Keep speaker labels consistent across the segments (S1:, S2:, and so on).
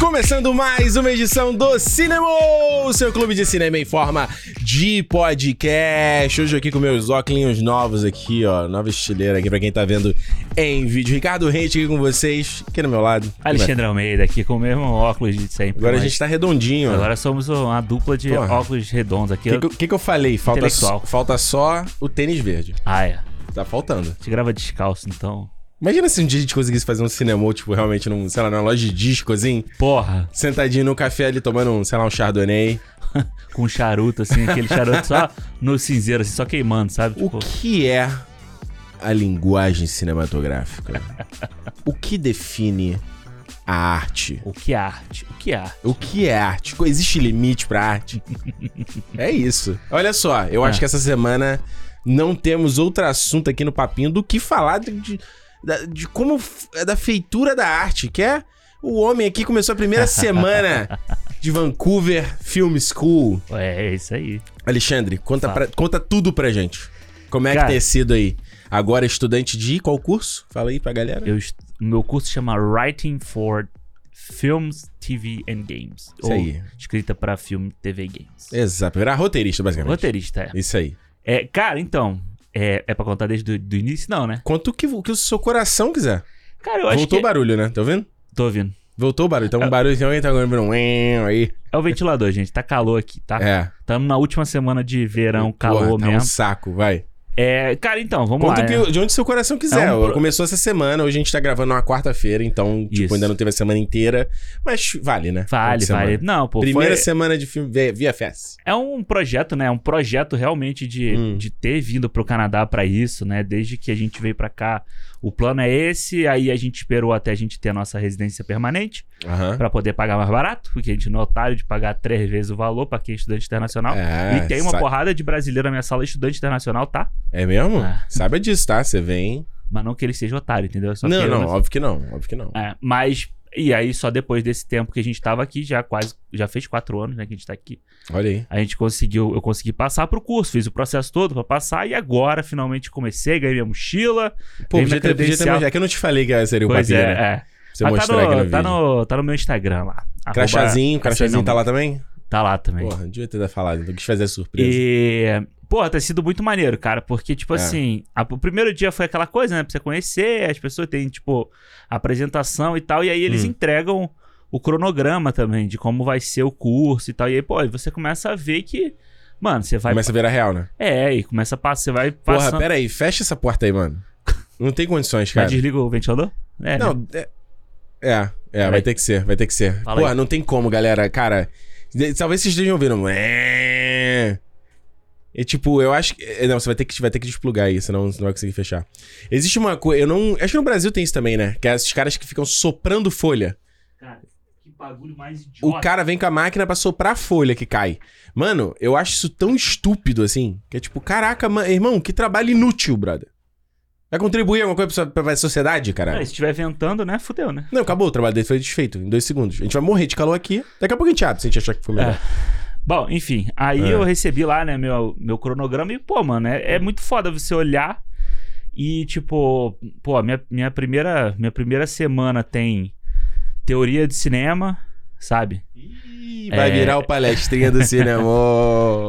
S1: Começando mais uma edição do Cinema, o seu clube de cinema em forma de podcast. Hoje aqui com meus óculos novos aqui, ó, nova estileira aqui pra quem tá vendo em vídeo. Ricardo Reis aqui com vocês, aqui no meu lado.
S2: Alexandre Almeida aqui com o mesmo óculos de sempre.
S1: Agora a
S2: mas
S1: gente tá redondinho, ó.
S2: agora somos um- uma dupla de
S1: Porra.
S2: óculos redondos aqui.
S1: O que, que, que eu falei? Falta,
S2: Intelectual.
S1: falta só o tênis verde.
S2: Ah, é. A
S1: Tá faltando.
S2: gente grava descalço, então.
S1: Imagina se um dia a gente conseguisse fazer um cinema, tipo, realmente num, sei lá, numa loja de disco, assim,
S2: Porra,
S1: sentadinho no café ali tomando, um, sei lá, um chardonnay.
S2: com charuto, assim, aquele charuto só no cinzeiro, assim, só queimando, sabe?
S1: O
S2: Tipo,
S1: que é a linguagem cinematográfica? o que define a arte?
S2: o que é arte? O que é arte?
S1: O que é arte? Co- Existe limite pra arte? é isso. Olha só, eu acho
S2: É.
S1: que essa semana não temos outro assunto aqui no papinho do que falar de, de, da- de como f- é da feitura da arte, que é o homem aqui começou a primeira semana de Vancouver Film School.
S2: É, é isso aí.
S1: Alexandre, conta, pra- conta tudo pra gente. Como é
S2: Cara.
S1: que tem sido aí? Agora estudante de qual curso? Fala aí pra galera.
S2: Eu est- o meu curso chama Writing for Films, TV and Games.
S1: Isso aí. É,
S2: escrita pra filme, TV e games.
S1: Exato, virar roteirista, basicamente.
S2: Roteirista, é.
S1: Isso aí.
S2: é. Cara, então, é, é pra contar desde o do início, não, né?
S1: Conta o que, o que o seu coração quiser.
S2: Cara, eu acho
S1: Voltou o
S2: que...
S1: barulho, né? Tá ouvindo?
S2: Tô ouvindo.
S1: Voltou o barulho. Tá um barulho, tem alguém tá agora um "ué" aí.
S2: É o ventilador, gente. Tá calor aqui, tá?
S1: É.
S2: Tamo na última semana de verão,
S1: Porra,
S2: calor
S1: tá um
S2: mesmo.
S1: saco, vai.
S2: É, cara, então, vamos
S1: Conta
S2: lá.
S1: o que-
S2: né?
S1: de onde seu coração quiser.
S2: É um pro-
S1: Começou essa semana, hoje a gente tá gravando uma quarta-feira, então, tipo,
S2: Isso.
S1: ainda não teve a semana inteira. Mas vale, né?
S2: Vale,
S1: Uma semana.
S2: vale. Não, pô,
S1: Primeira
S2: foi...
S1: semana de filme via VFS.
S2: é um projeto, né? É um projeto realmente de,
S1: Hum.
S2: de ter vindo pro Canadá pra isso, né? Desde que a gente veio pra cá, o plano é esse. Aí a gente esperou até a gente ter a nossa residência permanente
S1: Aham.
S2: pra poder pagar mais barato, porque a gente não é otário de pagar três vezes o valor pra quem é estudante internacional.
S1: É,
S2: e tem uma
S1: sa-
S2: porrada de brasileiro na minha sala, estudante internacional, tá?
S1: É mesmo?
S2: Ah.
S1: Saiba disso, tá? Você vem.
S2: Mas não que ele seja otário, entendeu? É só que
S1: não,
S2: eu
S1: não,
S2: não-
S1: óbvio que não, óbvio que não.
S2: É, mas. E aí, só depois desse tempo que a gente tava aqui, já quase. Já fez quatro anos, né, que a gente tá aqui.
S1: Olha aí.
S2: A gente conseguiu. Eu consegui passar pro curso, fiz o processo todo pra passar. E agora, finalmente, comecei, ganhei minha mochila.
S1: Pô,
S2: Tem
S1: podia
S2: minha
S1: ter, podia ter
S2: credencial.
S1: mais- É que eu não te falei que seria o
S2: pois
S1: papinho,
S2: é,
S1: né? Pra
S2: é.
S1: Você
S2: Mas
S1: mostrar
S2: tá
S1: aqui no
S2: no,
S1: vídeo.
S2: tá, no, tá no meu Instagram lá. Arroba-
S1: Crachazinho, crachazinho
S2: não.
S1: tá lá também?
S2: Tá lá também.
S1: Porra, devia ter falado, não quis fazer a surpresa.
S2: E. Pô, tá sido muito maneiro, cara, porque, tipo
S1: É.
S2: assim, a- o primeiro dia foi aquela coisa, né? Pra você conhecer, as pessoas têm, tipo, apresentação e tal, e aí eles
S1: Hum.
S2: entregam o cronograma também, de como vai ser o curso e tal. E aí, pô, aí você começa a ver que, mano, você vai.
S1: Começa a virar real, né?
S2: É, e começa a passar, você vai
S1: Porra,
S2: passando.
S1: pera aí, fecha essa porta aí, mano. Não tem condições,
S2: Mas
S1: cara.
S2: desliga o ventilador? É. né?
S1: Não, é. É, é, vai
S2: Peraí.
S1: ter que ser, vai ter que ser.
S2: Fala
S1: Porra,
S2: aí.
S1: não tem como, galera. Cara, de- talvez vocês estejam ouvindo. um "É". E tipo, eu acho que. é, Não, você vai ter que, vai ter que desplugar aí, senão você não vai conseguir fechar. Existe uma coisa. Eu não. Acho que no Brasil tem isso também, né? Que é esses caras que ficam soprando folha.
S2: Cara, que bagulho mais
S1: O
S2: idiota.
S1: cara vem com a máquina pra soprar a folha que cai. Mano, eu acho isso tão estúpido assim. Que é tipo, caraca, ma- irmão, que trabalho inútil, brother. Vai contribuir alguma coisa pra, sua- pra sociedade, caralho?
S2: Cara, É, se estiver ventando, né? Fudeu, né?
S1: Não, acabou, o trabalho dele foi desfeito em dois segundos. A gente vai morrer de calor aqui. Daqui a pouco a gente abre se a gente achar que foi melhor.
S2: É. Bom, enfim, aí
S1: É.
S2: eu recebi lá, né, meu, meu cronograma e, pô, mano, é, é muito foda você olhar e, tipo, pô, a minha, minha, primeira, minha primeira semana tem teoria de cinema, sabe?
S1: Ih, vai
S2: É.
S1: virar o palestrinha do cinema.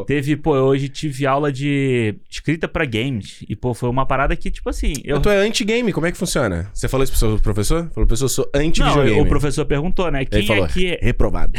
S2: Teve, pô, eu hoje tive aula de escrita pra games e, pô, foi uma parada que, tipo assim, eu...
S1: Eu tô anti-game, como é que funciona? Você falou isso pro seu professor? Falou, professor, eu sou
S2: Não,
S1: anti-videogame.
S2: o professor perguntou, né, quem
S1: falou,
S2: é que é...
S1: Reprovado.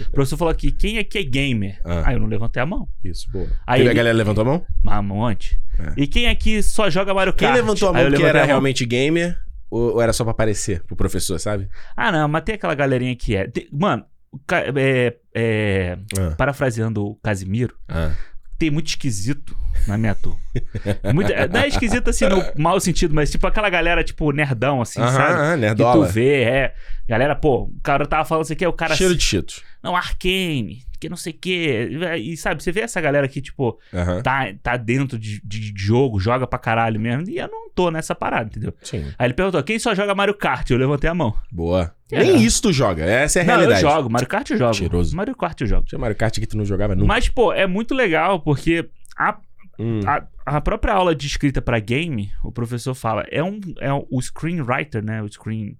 S2: O professor falou aqui, quem é que é gamer?
S1: Ah.
S2: Aí eu não levantei a mão,
S1: Isso, boa.
S2: Aí
S1: Teve a
S2: ele-
S1: galera levantou a mão?
S2: mas um monte.
S1: É.
S2: E quem é que só joga Mario
S1: Quem
S2: Kart?
S1: levantou a
S2: Aí eu
S1: mão porque
S2: levantei
S1: era
S2: a mão.
S1: realmente gamer ou, ou era só pra aparecer pro professor, sabe?
S2: Ah, não, mas tem aquela galerinha que é. tem- mano, o ca- é, é,
S1: Ah.
S2: parafraseando o Casimiro,
S1: Ah.
S2: tem muito esquisito na minha turma. Muito, não é esquisito assim, no mau sentido, mas tipo aquela galera, tipo, nerdão, assim, sabe?
S1: Aham,
S2: Que tu
S1: nerdola.
S2: vê, é. Galera, pô, o cara tava falando isso aqui, aí o cara. assim,
S1: Cheiro de cheetos.
S2: Não, Arcane, que não sei o quê. E sabe, você vê essa galera que, tipo,
S1: Aham.
S2: tá, tá dentro de, de jogo, joga pra caralho mesmo. E eu não tô nessa parada, entendeu?
S1: Sim.
S2: Aí ele perguntou: quem só joga Mario Kart? Eu levantei a mão.
S1: Boa.
S2: É.
S1: Nem isso tu joga. Essa é a
S2: Não, eu
S1: realidade.
S2: jogo, Mario Kart eu jogo.
S1: Mentiroso.
S2: Mario Kart eu jogo.
S1: Tinha Mario Kart que tu não jogava nunca.
S2: Mas, pô, é muito legal porque a,
S1: Hum.
S2: a, a própria aula de escrita pra game, o professor fala, é um, é um- o screenwriter, né? O screen.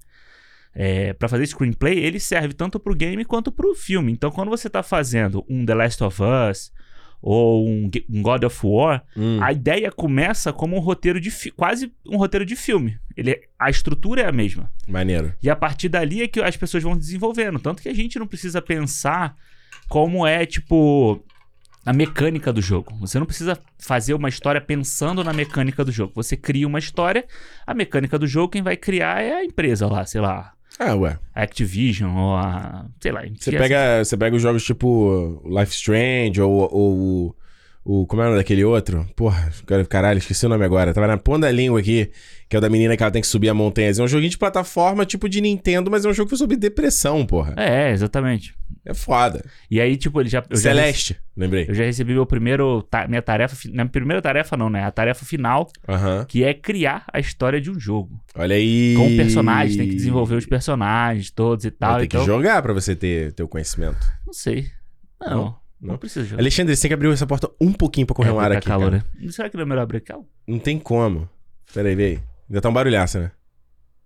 S2: É, para fazer screenplay, ele serve tanto pro game quanto pro filme. Então, quando você tá fazendo um The Last of Us ou um, Ge- um God of War,
S1: Hum.
S2: a ideia começa como um roteiro de fi- quase um roteiro de filme. Ele, é- a estrutura é a mesma.
S1: Maneiro.
S2: E a partir dali é que as pessoas vão desenvolvendo. Tanto que a gente não precisa pensar como é, tipo, a mecânica do jogo. Você não precisa fazer uma história pensando na mecânica do jogo. Você cria uma história, a mecânica do jogo, quem vai criar é a empresa lá, sei lá,
S1: Ah, ué.
S2: a Activision ou a. sei lá.
S1: Você
S2: que é-
S1: pega, você pega os jogos tipo Life Strange ou, ou o. o- Como é o nome daquele outro? Porra, cara- caralho, esqueci o nome agora. Tava na ponta da língua aqui, que é o da menina que ela tem que subir a montanha. É um joguinho de plataforma tipo de Nintendo, mas é um jogo que foi sobre depressão, porra.
S2: É, exatamente.
S1: É foda.
S2: E aí, tipo, ele já. eu já
S1: Celeste, lembrei.
S2: rece- Eu já recebi meu primeiro. ta- minha tarefa. fi- Minha primeira tarefa, não, né? A tarefa final,
S1: Aham.
S2: que é criar a história de um jogo.
S1: Olha aí.
S2: com o personagem, tem que desenvolver os personagens todos e tal.
S1: Tem que
S2: então,
S1: jogar pra você ter teu conhecimento.
S2: não sei. Não,
S1: Não?
S2: não,
S1: Não?
S2: precisa jogar.
S1: Alexandre, você tem que abrir essa porta um pouquinho pra correr um
S2: É,
S1: ar
S2: tá
S1: aqui.
S2: calor,
S1: cara.
S2: né? Será que não é melhor abrir calor?
S1: Não tem como. Pera aí, vê aí. Ainda tá um barulhaço, né?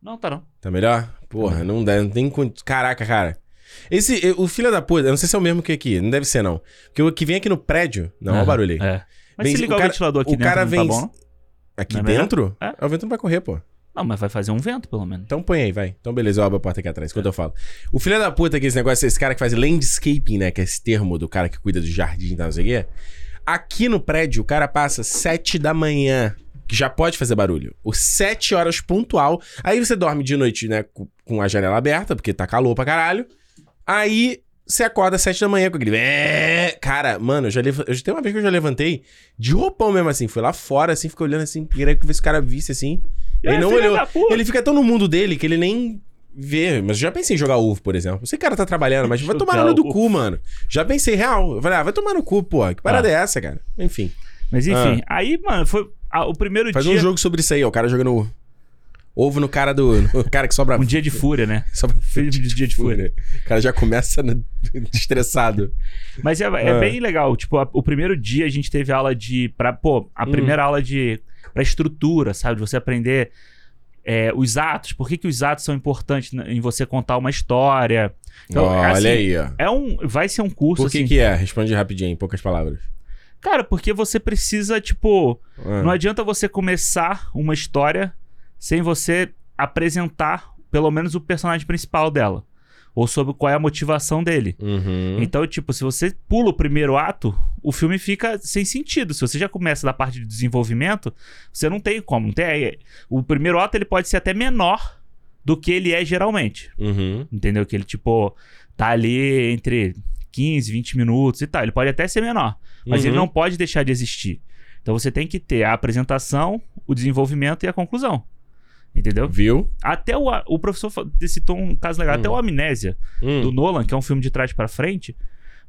S2: Não, tá não.
S1: Tá melhor? Porra, não dá, não tem. con- Caraca, cara. Esse, eh, o filho da puta, eu não sei se é o mesmo que aqui, não deve ser não. Porque o que vem aqui no prédio, não, olha
S2: Aham,
S1: o barulho aí.
S2: É. Mas
S1: Vem-
S2: se
S1: o
S2: ligar o,
S1: cara-
S2: ventilador aqui
S1: o
S2: dentro,
S1: cara
S2: não
S1: vem-
S2: tá bom? não?
S1: Aqui
S2: Não é melhor?
S1: dentro?
S2: É.
S1: É, o vento não vai correr, pô.
S2: Não, mas vai fazer um vento, pelo menos.
S1: Então põe aí, vai. Então beleza, eu abro a porta aqui atrás, enquanto eu falo. O filho da puta aqui, esse negócio, esse cara que faz landscaping, né? Que é esse termo do cara que cuida do jardim e tal, não sei o quê. Aqui no prédio, o cara passa sete da manhã, que já pode fazer barulho. Ou sete horas pontual. Aí você dorme de noite, né? Com com a janela aberta, porque tá calor pra caralho. Aí você acorda às 7 da manhã com aquele. "É". Cara, mano, eu já levantei. Tem uma vez que eu já levantei de roupão mesmo assim. Fui lá fora, assim, fiquei olhando assim, queria que esse cara visse assim. Ele
S2: É,
S1: não
S2: filha
S1: olhou.
S2: da puta.
S1: Ele fica tão no mundo dele que ele nem vê. Mas eu já pensei em jogar ovo, por exemplo. Esse cara tá trabalhando, mas vai tomar
S2: Jogar
S1: no do
S2: ovo.
S1: cu, mano. Já pensei, real. Eu falei, ah, vai tomar no cu, porra. Que parada
S2: Ah.
S1: é essa, cara? Enfim.
S2: Mas enfim, aí, mano, foi ah, o primeiro
S1: Faz
S2: dia.
S1: um jogo sobre isso aí, ó. O cara jogando ovo no cara do. No cara que sobra.
S2: Um dia de fúria, né?
S1: sobra
S2: Filho de dia de fúria.
S1: um fúria. O cara já começa no- estressado.
S2: Mas é, é
S1: Ah.
S2: bem legal. Tipo, a- o primeiro dia a gente teve aula de. Pra, pô, a
S1: Hum.
S2: primeira aula de. Pra estrutura, sabe? De você aprender é, os atos. Por que, que os atos são importantes na- em você contar uma história? Então, é
S1: Olha
S2: assim,
S1: aí, ó.
S2: É um. Vai ser um curso
S1: Por que,
S2: assim.
S1: que é? Responde rapidinho, em poucas palavras.
S2: Cara, porque você precisa, tipo.
S1: Ah,
S2: Não adianta você começar uma história sem você apresentar pelo menos o personagem principal dela. Ou sobre qual é a motivação dele.
S1: uhum.
S2: Então, tipo, se você pula o primeiro ato, o filme fica sem sentido. Se você já começa da parte de desenvolvimento, você não tem como. Não tem aí. O primeiro ato ele pode ser até menor do que ele é geralmente.
S1: Uhum.
S2: Entendeu? Que ele, tipo, tá ali entre 15, 20 minutos e tal. Ele pode até ser menor, mas ele
S1: Uhum.
S2: não pode deixar de existir. Então você tem que ter a apresentação, o desenvolvimento e a conclusão. Entendeu?
S1: Viu?
S2: Até o, a- o professor fa- citou um caso legal,
S1: Uhum.
S2: até o Amnésia
S1: Hum.
S2: do Nolan, que é um filme de trás pra frente,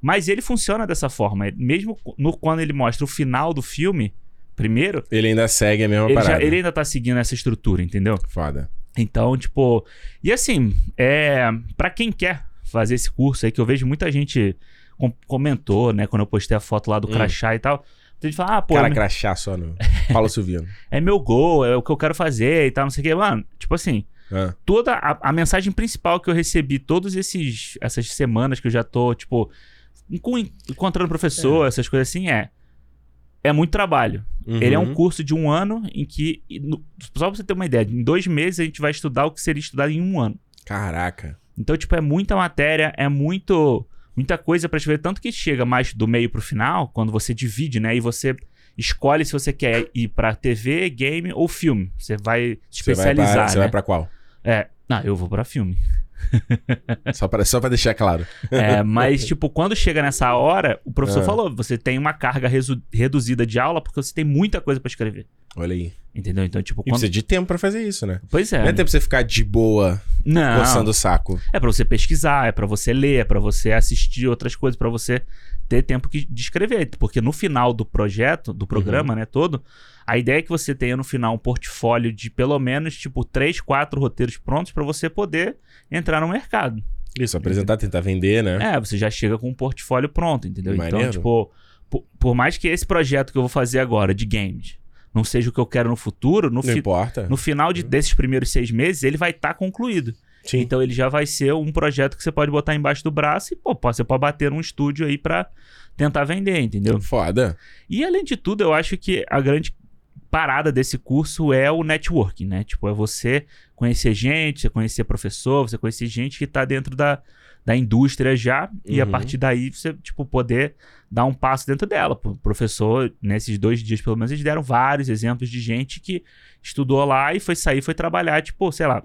S2: mas ele funciona dessa forma. Ele- Mesmo no, quando ele mostra o final do filme, primeiro,
S1: Ele ainda segue a mesma
S2: ele, já-
S1: parada.
S2: ele ainda tá seguindo essa estrutura, entendeu?
S1: Foda.
S2: Então, tipo. E assim, é. para quem quer fazer esse curso aí, que eu vejo muita gente com- comentou, né, quando eu postei a foto lá do
S1: Hum.
S2: crachá e tal. Tem gente que fala, ah, pô,
S1: cara
S2: é meu-
S1: crachá só no. Paulo Silvino.
S2: é meu gol, é o que eu quero fazer e tal, não sei o quê. Mano, tipo assim,
S1: Ah,
S2: toda a, a mensagem principal que eu recebi todos esses essas semanas que eu já tô tipo encon- encontrando professor essas coisas assim é é muito trabalho
S1: uhum.
S2: ele é um curso de um ano em que e no- só pra você ter uma ideia em dois meses a gente vai estudar o que seria estudado em um ano
S1: Caraca.
S2: então tipo é muita matéria é muito muita coisa pra escrever tanto que chega mais do meio pro final quando você divide né e você escolhe se você quer ir pra TV game ou filme você vai
S1: Você vai, pra,
S2: especializar
S1: você vai
S2: né?
S1: pra qual?
S2: É. Não, eu vou pra filme.
S1: Só pra, só pra deixar claro.
S2: É, mas, tipo, quando chega nessa hora, o professor
S1: Ah.
S2: falou: você tem uma carga resu- reduzida de aula porque você tem muita coisa pra escrever.
S1: Olha aí.
S2: Entendeu? Então, tipo,
S1: E
S2: quando.
S1: precisa de tempo pra fazer isso, né?
S2: Pois é.
S1: Não é tempo pra você ficar de boa,
S2: Não.
S1: coçando o saco.
S2: É pra você pesquisar, é pra você ler, é pra você assistir outras coisas, pra você ter tempo que- de escrever. Porque no final do projeto, do programa,
S1: Uhum.
S2: né, todo, a ideia é que você tenha no final um portfólio de pelo menos, tipo, três, quatro roteiros prontos pra você poder entrar no mercado.
S1: Isso, apresentar, tentar vender, né?
S2: É, você já chega com um portfólio pronto, entendeu? Então,
S1: Maneiro.
S2: tipo, por, por mais que esse projeto que eu vou fazer agora de games não seja o que eu quero no futuro, no,
S1: Não
S2: fi-
S1: importa. Uhum.
S2: no final de- desses primeiros seis meses, ele vai estar concluído.
S1: Sim.
S2: Então ele já vai ser um projeto que você pode botar embaixo do braço e, pô, pode- você pode bater num estúdio aí pra tentar vender, entendeu?
S1: Foda.
S2: E além de tudo, eu acho que a grande parada desse curso é o networking, né? Tipo, é você conhecer gente, você conhecer professor, você conhecer gente que tá dentro da, da indústria já, e a
S1: Uhum.
S2: partir daí você, tipo, poder dar um passo dentro dela. O professor, nesses dois dias, pelo menos, eles deram vários exemplos de gente que estudou lá e foi sair, foi trabalhar, tipo, sei lá,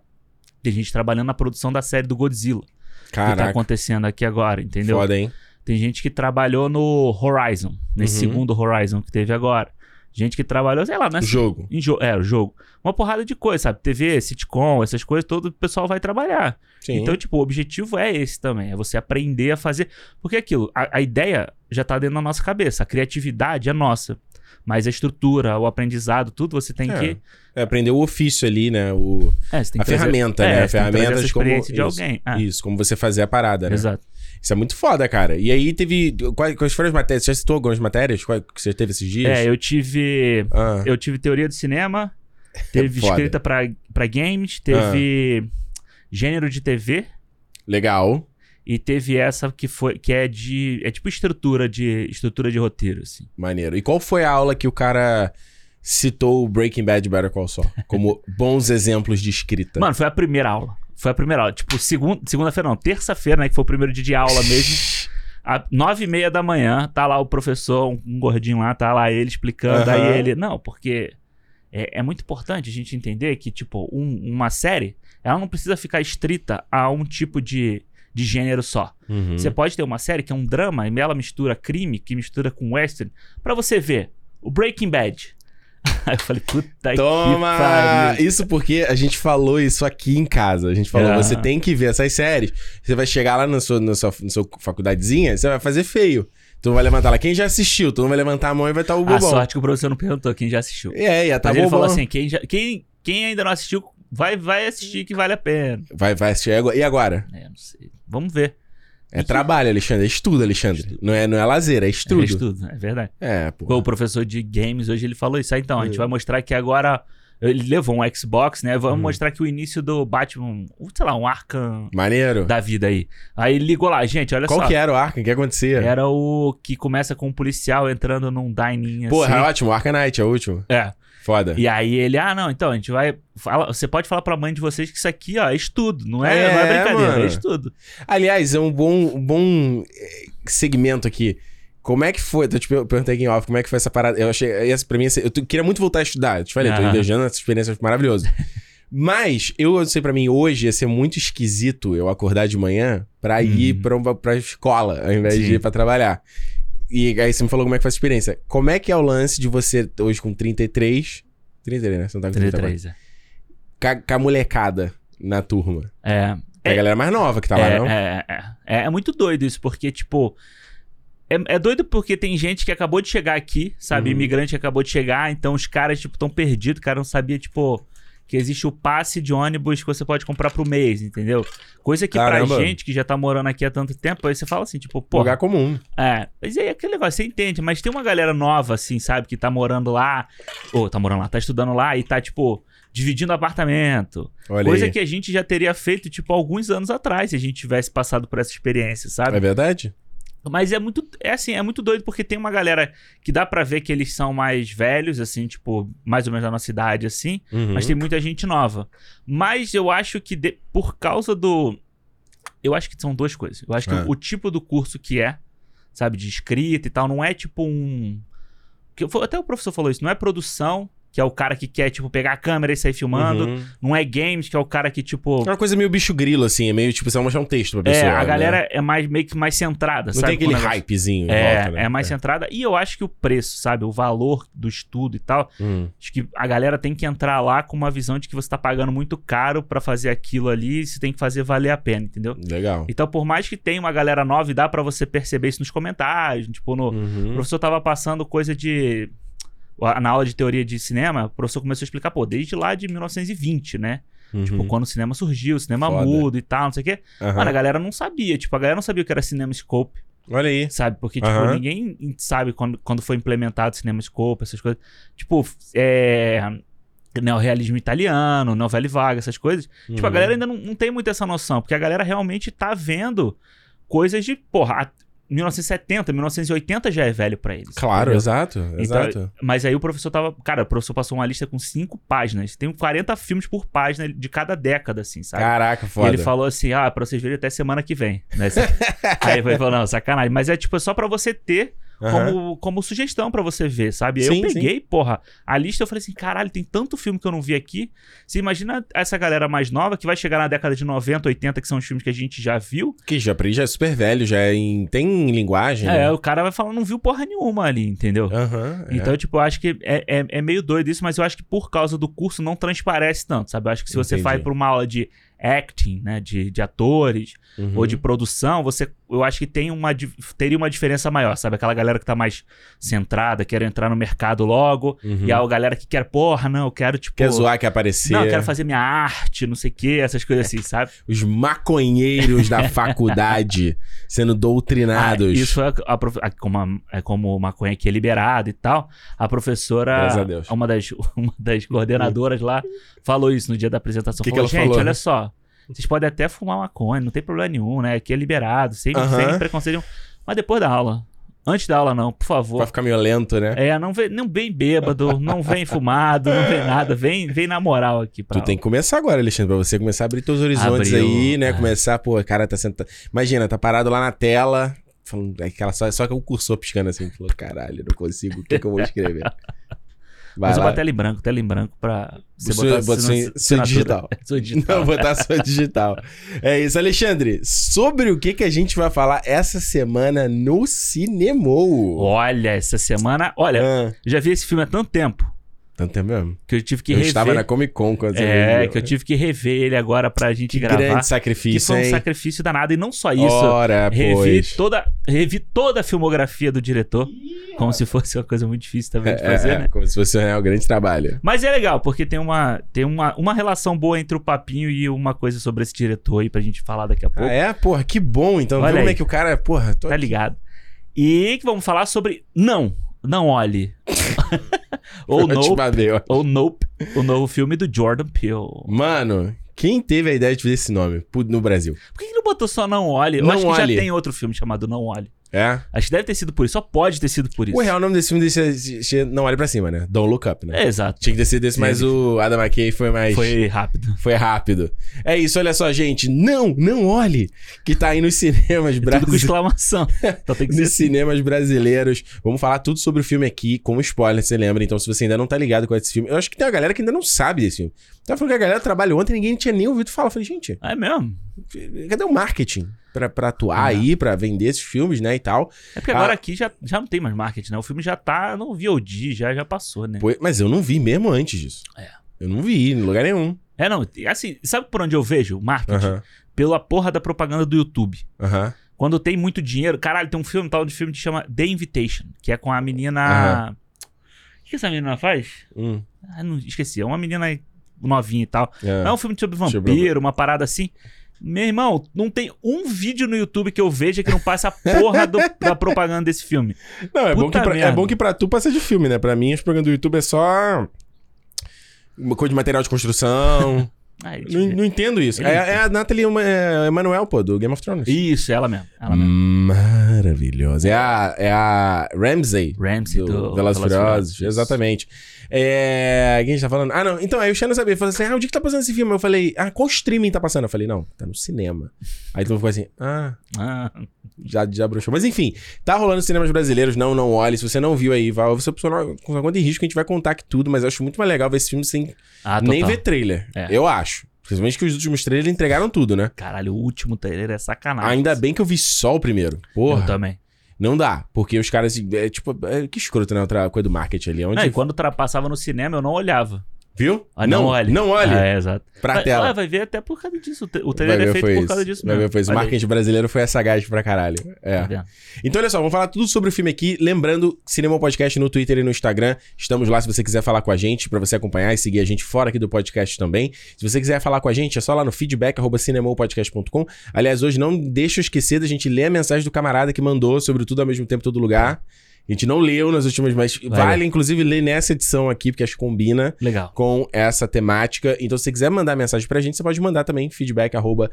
S2: tem gente trabalhando na produção da série do Godzilla, que tá
S1: Caraca.
S2: acontecendo aqui agora, entendeu?
S1: Foda, hein?
S2: Tem gente que trabalhou no Horizon, nesse
S1: Uhum.
S2: segundo Horizon que teve agora. Gente que trabalhou, sei lá,
S1: O
S2: nessa,
S1: jogo.
S2: em jo- é, o jogo. Uma porrada de coisa, sabe? TV, sitcom, essas coisas, todo o pessoal vai trabalhar.
S1: Sim.
S2: Então, tipo, o objetivo é esse também, é você aprender a fazer. Porque é aquilo, a, a ideia já tá dentro da nossa cabeça, a criatividade é nossa. Mas a estrutura, o aprendizado, tudo você tem
S1: É.
S2: que.
S1: É, aprender o ofício ali, né? O,
S2: É, você tem
S1: a
S2: que trazer-
S1: ferramenta,
S2: é,
S1: né? A
S2: você tem que trazer
S1: ferramenta
S2: essa
S1: de como.
S2: experiência de
S1: isso,
S2: alguém. Ah,
S1: isso, como você fazer a parada, né?
S2: Exato.
S1: Isso é muito foda, cara. E aí teve. Quais, quais foram as matérias? Você já citou algumas matérias Qual- que você teve esses dias?
S2: É, eu tive.
S1: Ah,
S2: Eu tive teoria do cinema, teve
S1: Foda.
S2: escrita pra, pra games, teve gênero de TV
S1: Legal.
S2: e teve essa que foi que é de é tipo estrutura de estrutura de roteiro assim.
S1: Maneiro. E qual foi a aula que o cara citou o Breaking Bad e Better Call Saul? Como bons exemplos de escrita.
S2: Mano, foi a primeira aula. Foi a primeira aula, tipo segunda, segunda-feira não, terça-feira, né, que foi o primeiro dia de aula mesmo. Às nove e meia da manhã, tá lá o professor, um, um gordinho lá, tá lá ele explicando.
S1: Aham.
S2: Aí ele, não, porque é, é muito importante a gente entender que, tipo, um- uma série, ela não precisa ficar estrita a um tipo de, de gênero só.
S1: Uhum.
S2: Você pode ter uma série que é um drama e ela mistura crime, que mistura com western, pra você ver o Breaking Bad. Aí eu falei, puta que
S1: Toma!
S2: pariu.
S1: Isso porque a gente falou isso aqui em casa. A gente falou,
S2: Ah.
S1: você tem que ver essas séries. Você vai chegar lá na sua, na sua, na sua faculdadezinha, você vai fazer feio. Tu não vai levantar lá. Quem já assistiu? Tu não vai levantar a mão e vai estar o
S2: A
S1: bobão.
S2: sorte que o professor não perguntou quem já assistiu.
S1: É, ia tá
S2: Mas
S1: bobão.
S2: ele falou assim, quem, já- quem, quem ainda não assistiu, vai, vai assistir que vale a pena.
S1: Vai, vai assistir. agora- E agora?
S2: É, não sei. Vamos ver.
S1: É trabalho, Alexandre. É estudo, Alexandre. Não, é, não é lazer, é estudo. É,
S2: É estudo, é verdade.
S1: pô.
S2: O professor de games hoje ele falou isso. Ah, então, a gente
S1: Hum.
S2: vai mostrar que agora. Ele levou um Xbox, né? Vamos
S1: Hum.
S2: mostrar que o início do Batman, um, sei lá, um Arkham
S1: Maneiro.
S2: da vida aí. Aí ele ligou lá, gente, olha
S1: Qual
S2: É só.
S1: que é? era o Arkham? O que acontecia?
S2: Era o que começa com um policial entrando num dining
S1: Porra, é
S2: assim.
S1: ótimo. Arkham Knight é o último.
S2: É.
S1: Foda.
S2: E aí ele, ah, não, então, a gente vai. fala- você pode falar pra mãe de vocês que isso aqui, ó, é estudo, não é, não é
S1: É,
S2: brincadeira,
S1: mano.
S2: é estudo.
S1: Aliás, é um bom, um bom eh, segmento aqui. Como é que foi? Eu te per- perguntei aqui em off, como é que foi essa parada? Eu achei, essa, pra mim, essa- eu t- queria muito voltar a estudar. Eu te falei, tô
S2: Aham.
S1: invejando essa experiência, acho maravilhoso. Mas, eu eu sei, pra mim, hoje ia ser muito esquisito eu acordar de manhã pra ir
S2: Uhum.
S1: pra, uma- pra escola, ao invés de
S2: Sim.
S1: ir pra trabalhar. E aí você me falou como é que foi a experiência. Como é que é o lance de você, hoje com 33... 33, né? Você não tá com 33.
S2: 33. é.
S1: Com a molecada na turma.
S2: É.
S1: É. A
S2: É.
S1: galera mais nova que tá lá,
S2: é,
S1: não?
S2: É, é, é. É muito doido isso, porque, tipo. É, é doido porque tem gente que acabou de chegar aqui, sabe?
S1: Uhum.
S2: Imigrante que acabou de chegar, então os caras, tipo, tão perdidos, o cara não sabia, tipo. Que existe o passe de ônibus que você pode comprar pro mês, entendeu? Coisa que
S1: Caramba.
S2: pra gente que já tá morando aqui há tanto tempo, aí você fala assim, tipo, pô,
S1: Lugar comum.
S2: é, mas aí é aquele negócio, você entende, mas tem uma galera nova, assim, sabe, que tá morando lá, ou tá morando lá, tá estudando lá e tá, tipo, dividindo apartamento,
S1: Olha
S2: Coisa
S1: aí.
S2: que a gente já teria feito, tipo, alguns anos atrás, se a gente tivesse passado por essa experiência, sabe?
S1: É verdade?
S2: Mas é muito. É assim, é muito doido, porque tem uma galera que dá pra ver que eles são mais velhos, assim, tipo, mais ou menos da nossa idade, assim.
S1: Uhum.
S2: Mas tem muita gente nova. Mas eu acho que de- por causa do. Eu acho que são duas coisas. Eu acho que
S1: Ah.
S2: o tipo do curso que é, sabe, de escrita e tal, não é tipo um. que foi- Até o professor falou isso, não é produção que é o cara que quer, tipo, pegar a câmera e sair filmando.
S1: Uhum.
S2: Não é games, que é o cara que, tipo.
S1: É uma coisa meio bicho grilo, assim. É meio tipo, você vai mostrar um texto pra pessoa.
S2: É, a
S1: né?
S2: galera é mais, meio que mais centrada,
S1: Não
S2: sabe?
S1: tem aquele
S2: com o negócio.
S1: hypezinho. em
S2: É,
S1: volta, né?
S2: é mais centrada. E eu acho que o preço, sabe? O valor do estudo e tal.
S1: Hum.
S2: Acho que a galera tem que entrar lá com uma visão de que você tá pagando muito caro pra fazer aquilo ali e você tem que fazer valer a pena, entendeu?
S1: Legal.
S2: Então, por mais que tenha uma galera nova, e dá pra você perceber isso nos comentários. Tipo, no, o
S1: Uhum.
S2: professor tava passando coisa de. Na aula de teoria de cinema, o professor começou a explicar, pô, desde lá de 1920, né? Tipo,
S1: Uhum.
S2: quando o cinema surgiu, o cinema
S1: Foda.
S2: mudo e tal, não sei o quê.
S1: Aham.
S2: Mano, a galera não sabia. Tipo, a galera não sabia o que era CinemaScope,
S1: Olha aí.
S2: sabe? Porque, tipo,
S1: Aham.
S2: ninguém sabe quando, quando foi implementado CinemaScope, essas coisas. Tipo, é. Neorrealismo italiano, novela vaga, essas coisas. Tipo, a
S1: Uhum.
S2: galera ainda não, não tem muito essa noção, porque a galera realmente tá vendo coisas de, porra, a- 1970, 1980 já é velho pra eles.
S1: Claro,
S2: entendeu? Então,
S1: exato, exato.
S2: Mas aí o professor tava. Cara, o professor passou uma lista com cinco páginas. Tem 40 filmes por página de cada década, assim, sabe?
S1: Caraca,
S2: E
S1: foda.
S2: ele falou assim: ah, pra vocês verem até semana que vem. né? aí ele falou: não, sacanagem. Mas é tipo só pra você ter
S1: Aham.
S2: como, como sugestão pra você ver, sabe? Aí
S1: Sim,
S2: eu peguei, porra, a lista eu falei assim: caralho, tem tanto filme que eu não vi aqui. Você imagina essa galera mais nova que vai chegar na década de 90, 80, que são os filmes que a gente já viu.
S1: Que já, já é super velho, já é em- tem linguagem.
S2: É,
S1: né?
S2: o cara vai falar: não viu porra nenhuma ali, entendeu?
S1: Aham, é.
S2: Então, tipo, eu acho que é, é, é meio doido isso, mas eu acho que por causa do curso não transparece tanto, sabe? Eu acho que se você
S1: Entendi.
S2: vai pra uma aula de acting, né, de, de atores
S1: Uhum.
S2: então, ou tipo, de produção, você, eu acho que tem uma, di- teria uma diferença maior, sabe? Aquela galera que tá mais centrada, quer entrar no mercado logo,
S1: Uhum.
S2: e a galera que quer, porra, não, eu quero, tipo...
S1: Quer zoar, é. quer aparecer.
S2: Não, eu quero fazer minha arte, não sei o quê, essas coisas assim, sabe?
S1: Os maconheiros da faculdade sendo
S2: Ah,
S1: doutrinados.
S2: isso foi a, a prof- a- como, a, é como o maconha aqui é liberado e tal. A professora,
S1: Graças a Deus.
S2: uma das, uma das coordenadoras lá, falou isso no dia da apresentação.
S1: Que que
S2: falou,
S1: ela
S2: gente,
S1: falou?
S2: olha só, vocês podem até fumar maconha, não tem problema nenhum, né? Aqui é liberado, sem,
S1: Aham.
S2: sem preconceito nenhum. Mas depois da aula. Antes da aula, não, por
S1: Pra
S2: favor.
S1: ficar meio lento, né?
S2: É, não vem, não vem bêbado, não vem fumado, não vem nada. Vem, vem na moral aqui pra
S1: Tu tem que começar agora, Alexandre, pra você começar a abrir teus horizontes
S2: Abriu,
S1: aí, né?
S2: é.
S1: Começar, pô, cara, tá sentado. Imagina, tá parado lá na tela, falando, é aquela só, só que o cursor piscando assim, falou, caralho, não consigo, o que, que eu vou escrever? Vai
S2: Mas eu
S1: lá.
S2: botar tela em branco, tela em branco pra você
S1: Sua-
S2: botar
S1: bota
S2: assina-
S1: sua- sua
S2: assinatura.
S1: é digital.
S2: Sua digital.
S1: Não, botar só digital. É isso, Alexandre. Sobre o que, que a gente vai falar essa semana no cinema?
S2: Olha, essa semana. Olha,
S1: Ah,
S2: já vi esse filme há tanto tempo
S1: tanto tempo mesmo.
S2: que eu tive que
S1: eu
S2: rever.
S1: estava na Comic Con quando você
S2: é,
S1: viu.
S2: que eu tive que rever ele agora pra gente
S1: Que
S2: gravar.
S1: grande
S2: que
S1: sacrifício,
S2: foi um
S1: hein?
S2: sacrifício danado. E não só isso.
S1: Ora,
S2: revi,
S1: pois.
S2: toda, revi toda a filmografia do diretor. Como se fosse uma coisa muito difícil também de
S1: É,
S2: fazer,
S1: é,
S2: né?
S1: Como se fosse né, um grande trabalho.
S2: Mas é legal, porque tem, uma, tem uma, uma relação boa entre o papinho e uma coisa sobre esse diretor aí pra gente falar daqui a pouco.
S1: Ah, é? Porra, que bom. Então,
S2: Olha
S1: viu como
S2: aí.
S1: é que o cara. Porra, tô
S2: Tá
S1: aqui.
S2: ligado? E que vamos falar sobre Não, Não Olhe. ou
S1: Eu te
S2: Nope,
S1: babei, ó.
S2: ou Nope, o novo filme do Jordan Peele.
S1: Mano, quem teve a ideia de fazer esse nome Pu- no Brasil?
S2: Por que, que não botou só Não Olhe? Eu
S1: Não
S2: acho que
S1: Olhe.
S2: já tem outro filme chamado Não Olhe.
S1: É?
S2: Acho que deve ter sido por isso. Só pode ter sido por isso.
S1: O real nome desse filme deixa- deixa- não olha pra cima, né? Don't Look Up, né?
S2: É, exato.
S1: Tinha que descer desse, mas o Adam McKay foi mais.
S2: Foi rápido.
S1: foi rápido. É isso, olha só, gente. Não, não olhe! Que tá aí nos cinemas
S2: É Tudo com
S1: brasileiros.
S2: exclamação. Então tem que ser
S1: Nos
S2: assim.
S1: cinemas brasileiros. Vamos falar tudo sobre o filme aqui, com spoiler, você lembra? Então, se você ainda não tá ligado com esse filme, eu acho que tem uma galera que ainda não sabe desse filme. Tava falando que a galera trabalhou ontem e ninguém tinha nem ouvido falar. Eu falei, gente,
S2: É mesmo?
S1: cadê o marketing pra, pra atuar
S2: Ah.
S1: aí, pra vender esses filmes, né, e tal?
S2: É porque agora
S1: Ah.
S2: aqui já, já não tem mais marketing, né? O filme já tá no VOD, já, já passou, né?
S1: Pô, Mas eu não vi mesmo antes disso.
S2: É.
S1: Eu não vi em lugar nenhum.
S2: É, não. Assim, sabe por onde eu vejo o marketing?
S1: Aham,
S2: Pela porra da propaganda do YouTube.
S1: aham.
S2: Quando tem muito dinheiro. Caralho, tem um filme tal de filme que chama The Invitation, que é com a menina. O que essa menina faz?
S1: Hum,
S2: Ah, não esqueci. É uma menina novinha e tal.
S1: é.
S2: É um filme sobre
S1: Sobre
S2: vampiro, uma parada assim. Meu irmão, não tem um vídeo no YouTube que eu veja que não passa a porra do- da propaganda desse filme.
S1: Não, é bom,
S2: Puta
S1: que pra, é
S2: merda.
S1: bom que pra tu passa de filme, né? Pra mim, os programas do YouTube é só. Uma coisa de material de construção.
S2: Ai,
S1: não, não entendo isso. É, é a Natalie Ema- é, Emanuel, pô, do Game of Thrones.
S2: Isso, ela mesmo. Ela
S1: Hum.
S2: mesmo.
S1: Maravilhosa. É a, é a Ramsey.
S2: Ramsey do,
S1: Do Velozes e Furiosos, exatamente. É. Quem a gente tá falando? Ah, não. Então, aí o Xana sabia. Ele falou assim: ah, onde que tá passando esse filme? Eu falei: ah, qual streaming tá passando? Eu falei: não, tá no cinema. Aí todo mundo ficou assim: ah,
S2: Ah,
S1: já, já broxou. Mas enfim, tá rolando os cinemas brasileiros. Não, não olhe. Se você não viu aí, vai. Você precisa com conta em risco, a gente vai contar aqui tudo. Mas eu acho muito mais legal ver esse filme sem
S2: ah total.
S1: nem ver trailer.
S2: É.
S1: Eu acho. Principalmente que os últimos trailers entregaram tudo, né?
S2: Caralho, o último trailer é sacanagem.
S1: Ainda bem que eu vi só o primeiro.
S2: Eu
S1: Porra.
S2: também.
S1: Não dá, porque os caras. É, tipo, é, que escroto, né? Outra coisa do marketing ali. Onde.
S2: Não, e quando ultrapassava no cinema, eu não olhava.
S1: Viu?
S2: É. Ah, não, olhe.
S1: Não olhe
S2: Ah, é, exato.
S1: pra
S2: vai,
S1: tela.
S2: ah, vai ver até por causa disso. O tra- O
S1: Vai
S2: trailer é
S1: ver,
S2: feito
S1: foi
S2: por
S1: isso.
S2: causa disso
S1: Vai
S2: mesmo.
S1: ver, foi isso. O
S2: Olha aí,
S1: marketing brasileiro foi sagaz pra caralho.
S2: tá
S1: É.
S2: vendo?
S1: Então, olha só, vamos falar tudo sobre o filme aqui. Lembrando, Cinema Podcast no Twitter e no Instagram. Estamos lá se você quiser falar com a gente, pra você acompanhar e seguir a gente fora aqui do podcast também. Se você quiser falar com a gente, é só lá no feedback.cinemopodcast.com. Aliás, hoje não deixa eu esquecer da gente ler a mensagem do camarada que mandou sobre tudo ao mesmo tempo, todo lugar. A gente não leu nas últimas, mas
S2: Vai
S1: vale, inclusive, ler nessa edição aqui, porque acho que combina
S2: Legal.
S1: com essa temática. Então, se você quiser mandar mensagem pra gente, você pode mandar também feedback arroba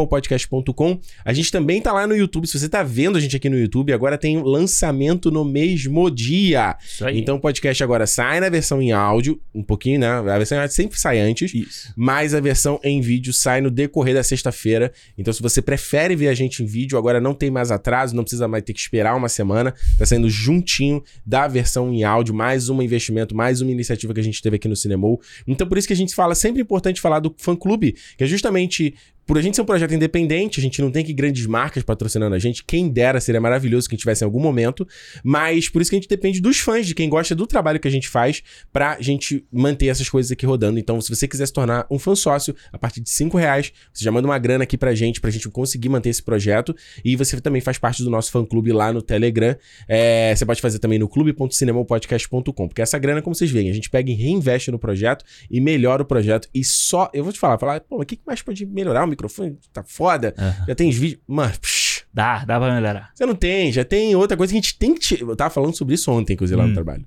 S1: cinemopodcast.com. A gente também tá lá no YouTube. Se você tá vendo a gente aqui no YouTube, agora tem lançamento no mesmo dia.
S2: Isso aí.
S1: Então, o podcast agora sai na versão em áudio, um pouquinho, né? A versão em áudio sempre sai antes.
S2: Isso.
S1: Mas a versão em vídeo sai no decorrer da sexta-feira. Então, se você prefere ver a gente em vídeo, agora não tem mais atraso, não precisa mais ter que esperar uma semana. Tá saindo juntinho da versão em áudio. Mais um investimento, mais uma iniciativa que a gente teve aqui no Cinemol. Então, por isso que a gente fala, sempre é importante falar do fã-clube, que é justamente. Por a gente ser um projeto independente, a gente não tem que grandes marcas patrocinando a gente. Quem dera, seria maravilhoso que a gente tivesse em algum momento. Mas por isso que a gente depende dos fãs, de quem gosta do trabalho que a gente faz pra gente manter essas coisas aqui rodando. Então, se você quiser se tornar um fã sócio, a partir de 5 reais, você já manda uma grana aqui pra gente, pra gente conseguir manter esse projeto. E você também faz parte do nosso fã-clube lá no Telegram. É, você pode fazer também no clube.cinemopodcast.com, porque essa grana, como vocês veem, a gente pega e reinveste no projeto e melhora o projeto. E só, eu vou te falar, falar, pô, mas o que que mais pode melhorar? O microfone tá foda,
S2: Aham.
S1: já tem os vídeos... Mano, psh,
S2: Dá, dá pra melhorar.
S1: você não tem, já tem outra coisa que a gente tem que... Te... Eu tava falando sobre isso ontem, inclusive, lá no
S2: Hum.
S1: trabalho.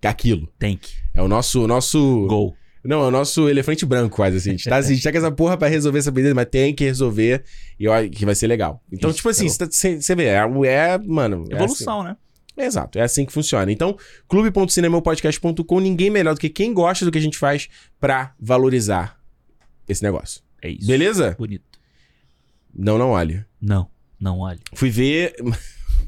S1: Que é Aquilo.
S2: Tem que.
S1: É o nosso... nosso...
S2: Gol.
S1: Não, é o nosso elefante branco, quase assim. A gente tá, assim, a gente tá com essa porra pra resolver essa beleza, mas tem que resolver e olha que vai ser legal. Então,
S2: Isso,
S1: tipo assim,
S2: tá bom.
S1: você tá- você você vê, é, é, mano. é
S2: Evolução, né?
S1: assim. É exato, é assim que funciona. Então, clube.cinemopodcast.com, ninguém melhor do que quem gosta do que a gente faz pra valorizar esse negócio.
S2: É isso.
S1: Beleza?
S2: Bonito.
S1: Não, não olhe.
S2: Não, não olhe.
S1: Fui ver.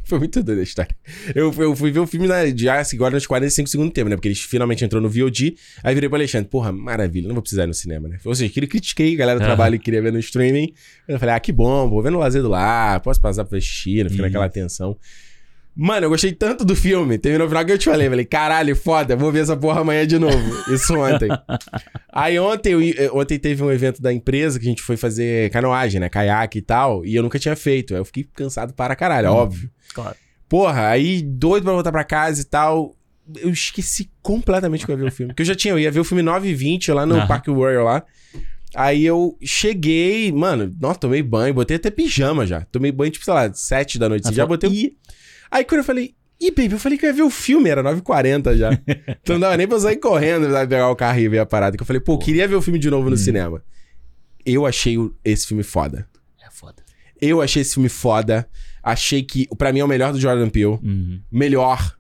S1: Foi muito doida a história. Eu, eu fui ver o filme na Jurassic agora nos 45 segundos do tempo, né? Porque eles finalmente entrou no VOD. Aí virei pro Alexandre, porra, maravilha, não vou precisar ir no cinema, né? Ou seja, eu critiquei a galera do
S2: Aham.
S1: trabalho que queria ver no streaming. Eu falei, ah, que bom, vou ver no lazer do lar, posso passar pra assistir, não fica
S2: Isso.
S1: naquela tensão. Mano, eu gostei tanto do filme. Terminou o final que eu te falei. Falei, caralho, foda, vou ver essa porra amanhã de novo. Isso ontem. Aí ontem, eu i- eh, ontem teve um evento da empresa que a gente foi fazer canoagem, né? Caiaque e tal. E eu nunca tinha feito. Aí eu fiquei cansado para caralho,
S2: Hum.
S1: óbvio.
S2: Claro.
S1: Porra, aí doido pra voltar pra casa e tal. Eu esqueci completamente que eu ia ver o filme. Porque eu já tinha, eu ia ver o filme 9 e 20 lá no
S2: Aham.
S1: Parque Royal lá. Aí eu cheguei, mano, nossa, tomei banho, botei até pijama já. Tomei banho, tipo, sei lá, 7 da noite.
S2: Ah,
S1: assim, já
S2: falou,
S1: botei. o- Aí quando eu falei, ih, baby, eu falei que eu ia ver o filme, era 9h40 já. então não dava nem pra eu sair correndo, sabe, pegar o carro e ver a parada. Que eu falei, pô, eu queria ver o filme de novo no cinema. Eu achei o- esse filme foda.
S2: É foda.
S1: Eu achei esse filme foda. Achei que, pra mim, é o melhor do Jordan Peele
S2: Uhum.
S1: melhor.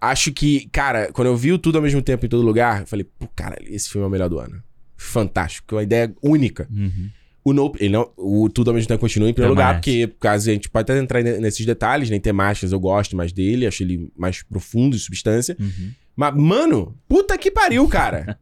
S1: Acho que, cara, quando eu vi o tudo ao mesmo tempo em todo lugar, eu falei, pô, cara, esse filme é o melhor do ano. Fantástico, é uma ideia única.
S2: Uhum.
S1: O Nope, ele não, o tudo ao mesmo tempo continua em primeiro
S2: Permanece.
S1: lugar, porque caso a gente pode até entrar ne- nesses detalhes, nem temáticas, eu gosto mais dele, acho ele mais profundo de substância.
S2: Uhum.
S1: Mas, mano, puta que pariu, cara.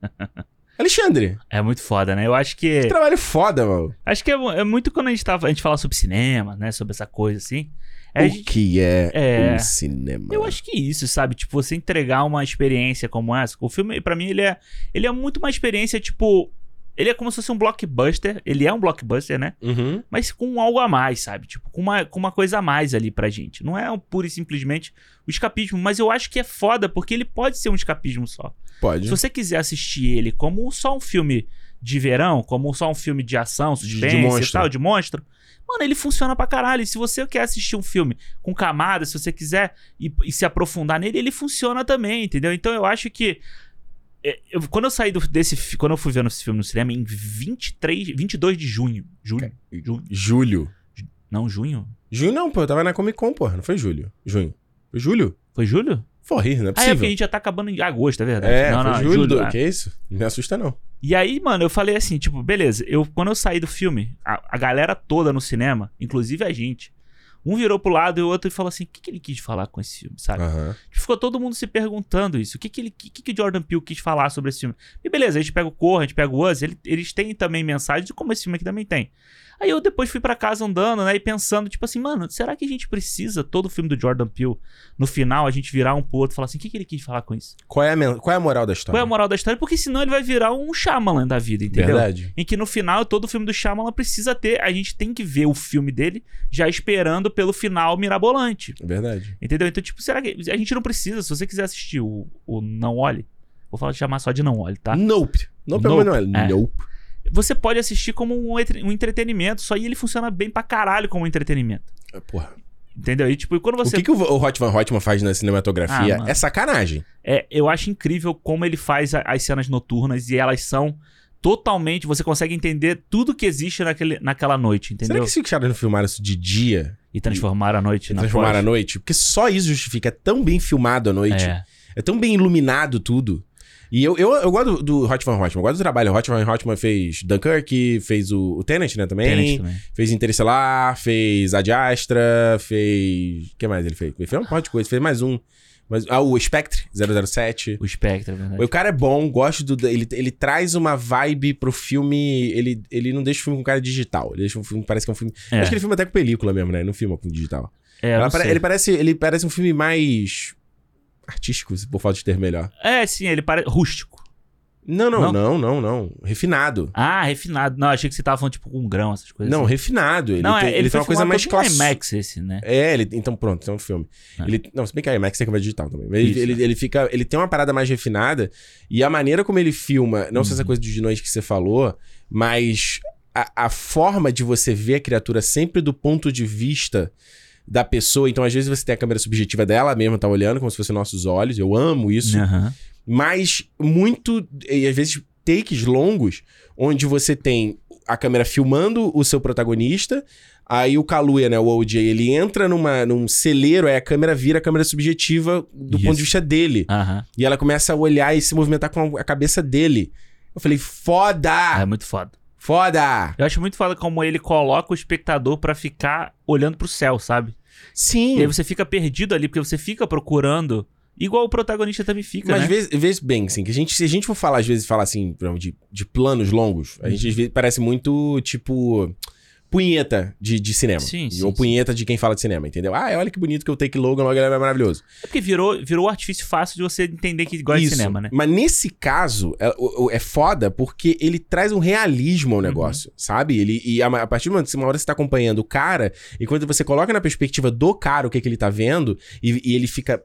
S1: Alexandre,
S2: É muito foda, né? Eu acho que.
S1: que trabalho foda, mano.
S2: Acho que é, mu- é muito quando a gente, tava, a gente fala sobre cinema, né? Sobre essa coisa assim. É, a
S1: o
S2: gente-
S1: que é,
S2: é.
S1: o cinema?
S2: eu acho que isso, sabe? Tipo, você entregar uma experiência como essa. O filme, pra mim, ele é, ele é muito uma experiência, tipo. Ele é como se fosse um blockbuster. Ele é um blockbuster, né?
S1: Uhum.
S2: Mas com algo a mais, sabe? Tipo, com uma, com uma coisa a mais ali pra gente. Não é um puro e simplesmente o escapismo. Mas eu acho que é foda, porque ele pode ser um escapismo só.
S1: Pode.
S2: Se você quiser assistir ele como só um filme de verão, como só um filme de ação,
S1: de
S2: suspense
S1: monstro.
S2: e tal, de monstro, mano, ele funciona pra caralho. E se você quer assistir um filme com camadas, se você quiser e, e se aprofundar nele, ele funciona também, entendeu? Então eu acho que. é, eu- quando eu saí do- desse. fi- Quando eu fui vendo esse filme no cinema, em 23, 22 de junho. Junho? Junho?
S1: Julho.
S2: Não, junho?
S1: Junho não, pô, eu tava na Comic Con, porra, não foi julho. Junho. Foi julho?
S2: Foi julho?
S1: Forrir, não é
S2: Ah, é porque a
S1: possível.
S2: gente já tá acabando em agosto, é verdade.
S1: É,
S2: não,
S1: foi
S2: não,
S1: julho.
S2: julho,
S1: do-
S2: ah.
S1: Que isso? Não me assusta, não.
S2: E aí, mano, eu falei assim, tipo, beleza, eu, quando eu saí do filme, a, a galera toda no cinema, inclusive a gente, um virou pro lado e o outro falou assim, o que, que ele quis falar com esse filme, sabe? Tipo,
S1: Aham.
S2: Ficou todo mundo se perguntando isso, o que que, ele, o que, que o Jordan Peele quis falar sobre esse filme? E beleza, a gente pega o Corra, a gente pega o Us, ele- eles têm também mensagens, como esse filme aqui também tem. Aí eu depois fui pra casa andando, né, e pensando, tipo assim, mano, será que a gente precisa, todo filme do Jordan Peele, no final, a gente virar um pro outro e falar assim, o que, que ele quis falar com isso?
S1: Qual, é a men- Qual é a moral da história?
S2: Qual é a moral da história? Porque senão ele vai virar um Shyamalan da vida, entendeu?
S1: Verdade.
S2: Em que no final todo filme do Shyamalan precisa ter, a gente tem que ver o filme dele já esperando pelo final mirabolante.
S1: Verdade.
S2: Entendeu? Então, tipo, será que a gente não precisa, se você quiser assistir o, o Não Olhe, vou falar de chamar só de Não Olhe, tá?
S1: Nope. Nope,
S2: Nope.
S1: Emanuel.
S2: É.
S1: Nope.
S2: Você pode assistir como um, entre- um entretenimento, só aí ele funciona bem pra caralho como entretenimento.
S1: É, Porra.
S2: Entendeu? E tipo, e quando você
S1: O que, que o o Hot Van Hotman faz na cinematografia
S2: Ah, mano.
S1: é sacanagem.
S2: É, eu acho incrível como ele faz a- as cenas noturnas e elas são totalmente. Você consegue entender tudo que existe naquele, naquela noite, entendeu?
S1: Será que esses caras não filmaram isso de dia?
S2: E transformar a noite
S1: E
S2: na
S1: transformaram à
S2: pós.
S1: noite? Porque só isso justifica. É tão bem filmado à noite.
S2: É.
S1: É tão bem iluminado tudo. E eu, eu, eu gosto do Hot Van Hotman. Eu gosto do trabalho. O Hot Van Hotman fez Dunkirk, fez o, o Tenet, né, também.
S2: Tenet também.
S1: Fez Interestelar, fez Ad Astra, fez... O que mais ele fez? Ele fez um monte de coisa. Fez mais um. Mas, ah, o Spectre, 007.
S2: O Spectre, é verdade.
S1: O cara é bom, gosto do. Ele, ele traz uma vibe pro filme. Ele, ele não deixa o filme com cara digital. Ele deixa um filme. Parece que é um filme.
S2: É,
S1: Acho que ele filma até com película mesmo, né? Ele não filma com digital.
S2: é, eu
S1: Ela
S2: não
S1: pare-
S2: sei.
S1: ele, parece, ele parece um filme mais. artístico, se por falta de ter melhor.
S2: É, sim, ele parece rústico.
S1: Não, não,
S2: Não?
S1: não, não, não. Refinado.
S2: Ah, refinado. Não, achei que você tava falando tipo com grão, essas coisas.
S1: não,
S2: assim.
S1: refinado. Ele,
S2: não,
S1: tem,
S2: é,
S1: ele
S2: ele
S1: tem
S2: foi
S1: uma coisa mais
S2: clássica.
S1: clássica.
S2: IMAX esse, né?
S1: É, ele, então pronto, então é um filme.
S2: Ah.
S1: Ele, não, se bem que a IMAX é câmera digital também. Mas ele,
S2: Isso, é.
S1: ele, ele fica, ele tem uma parada mais refinada e a maneira como ele filma, não sei
S2: Uhum.
S1: essa coisa de noite que você falou, mas a, a forma de você ver a criatura sempre do ponto de vista da pessoa. Então, às vezes você tem a câmera subjetiva dela ela mesma, tá olhando como se fossem nossos olhos. Eu amo isso.
S2: Aham.
S1: Mas muito, e às vezes takes longos, onde você tem a câmera filmando o seu protagonista, aí o Kaluuya, né, o OJ, ele entra numa, num celeiro, aí a câmera vira a câmera subjetiva do
S2: Isso.
S1: ponto de vista dele.
S2: Aham.
S1: E ela começa a olhar e se movimentar com a cabeça dele. Eu falei,
S2: Ah,
S1: foda!
S2: é muito foda.
S1: Foda!
S2: Eu acho muito foda como ele coloca o espectador pra ficar olhando pro céu, sabe? E aí
S1: Sim!
S2: você fica perdido ali, porque você fica procurando. Igual o protagonista também fica,
S1: Mas
S2: né?
S1: vê, vê bem, assim, que a gente, se a gente for falar, às vezes, falar assim, por exemplo, de, de planos longos, a
S2: Uhum.
S1: gente às vezes, parece muito, tipo, punheta de, de cinema.
S2: Sim, sim,
S1: Ou
S2: sim.
S1: punheta de quem fala de cinema, entendeu? Ah, olha que bonito que eu take Logan, logo ele é maravilhoso.
S2: É porque virou, virou um artifício fácil de você entender que gosta de cinema, né?
S1: Mas nesse caso, é, o- o- é foda porque ele traz um realismo ao
S2: Uhum.
S1: negócio, sabe? Ele, e a, ma- a partir do momento que uma hora você tá acompanhando o cara, e quando você coloca na perspectiva do cara o que, que ele tá vendo, e, e ele fica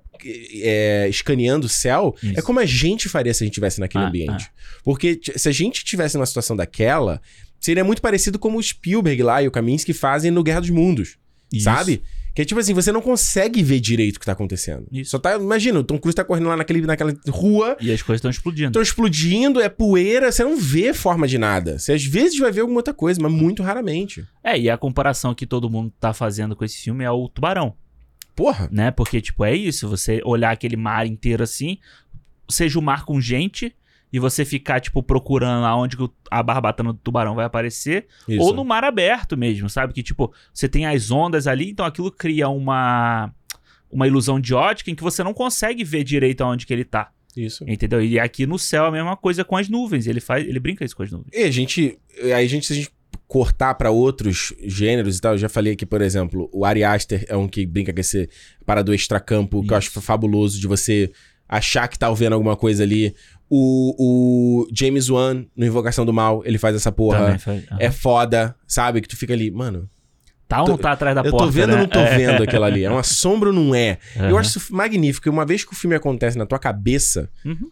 S1: é, escaneando o céu,
S2: Isso.
S1: é como a gente faria se a gente estivesse naquele
S2: Ah,
S1: ambiente. Porque t- se a gente tivesse numa situação daquela, seria muito parecido como o Spielberg lá e o Kaminsky fazem no Guerra dos Mundos.
S2: Isso.
S1: Sabe? Que é tipo assim, você não consegue ver direito o que tá acontecendo.
S2: Isso.
S1: Só tá. Imagina, o Tom Cruise tá correndo lá naquele, naquela rua,
S2: E as coisas estão explodindo.
S1: estão explodindo, é poeira, você não vê forma de nada. Você às vezes vai ver alguma outra coisa, mas muito raramente.
S2: É, e a comparação que todo mundo tá fazendo com esse filme é o Tubarão,
S1: Porra.
S2: né? Porque, tipo, é isso. Você olhar aquele mar inteiro assim, seja o mar com gente, e você ficar, tipo, procurando aonde que o- a barbatana do tubarão vai aparecer,
S1: Isso.
S2: Ou no mar aberto mesmo, sabe? Que, tipo, você tem as ondas ali, então aquilo cria uma, uma ilusão de ótica em que você não consegue ver direito aonde que ele tá.
S1: Isso.
S2: Entendeu? E aqui no céu é a mesma coisa com as nuvens. Ele faz, ele brinca isso com as nuvens.
S1: E a gente. Aí a gente, se a gente cortar pra outros gêneros e tal, eu já falei aqui, por exemplo, o Ari Aster é um que brinca com esse parado extracampo, que eu acho
S2: Isso.
S1: fabuloso de você achar que tá vendo alguma coisa ali. O, o James Wan, no Invocação do Mal, ele faz essa porra.
S2: Também faz- ah.
S1: é foda, sabe? Que tu fica ali, mano,
S2: tá ou
S1: tô-
S2: não tá atrás da
S1: eu
S2: porta?
S1: tô vendo ou
S2: né?
S1: não tô
S2: É.
S1: vendo aquela ali? É uma sombra ou não é? Eu
S2: Aham.
S1: acho isso magnífico. E uma vez que o filme acontece na tua cabeça,
S2: Uhum.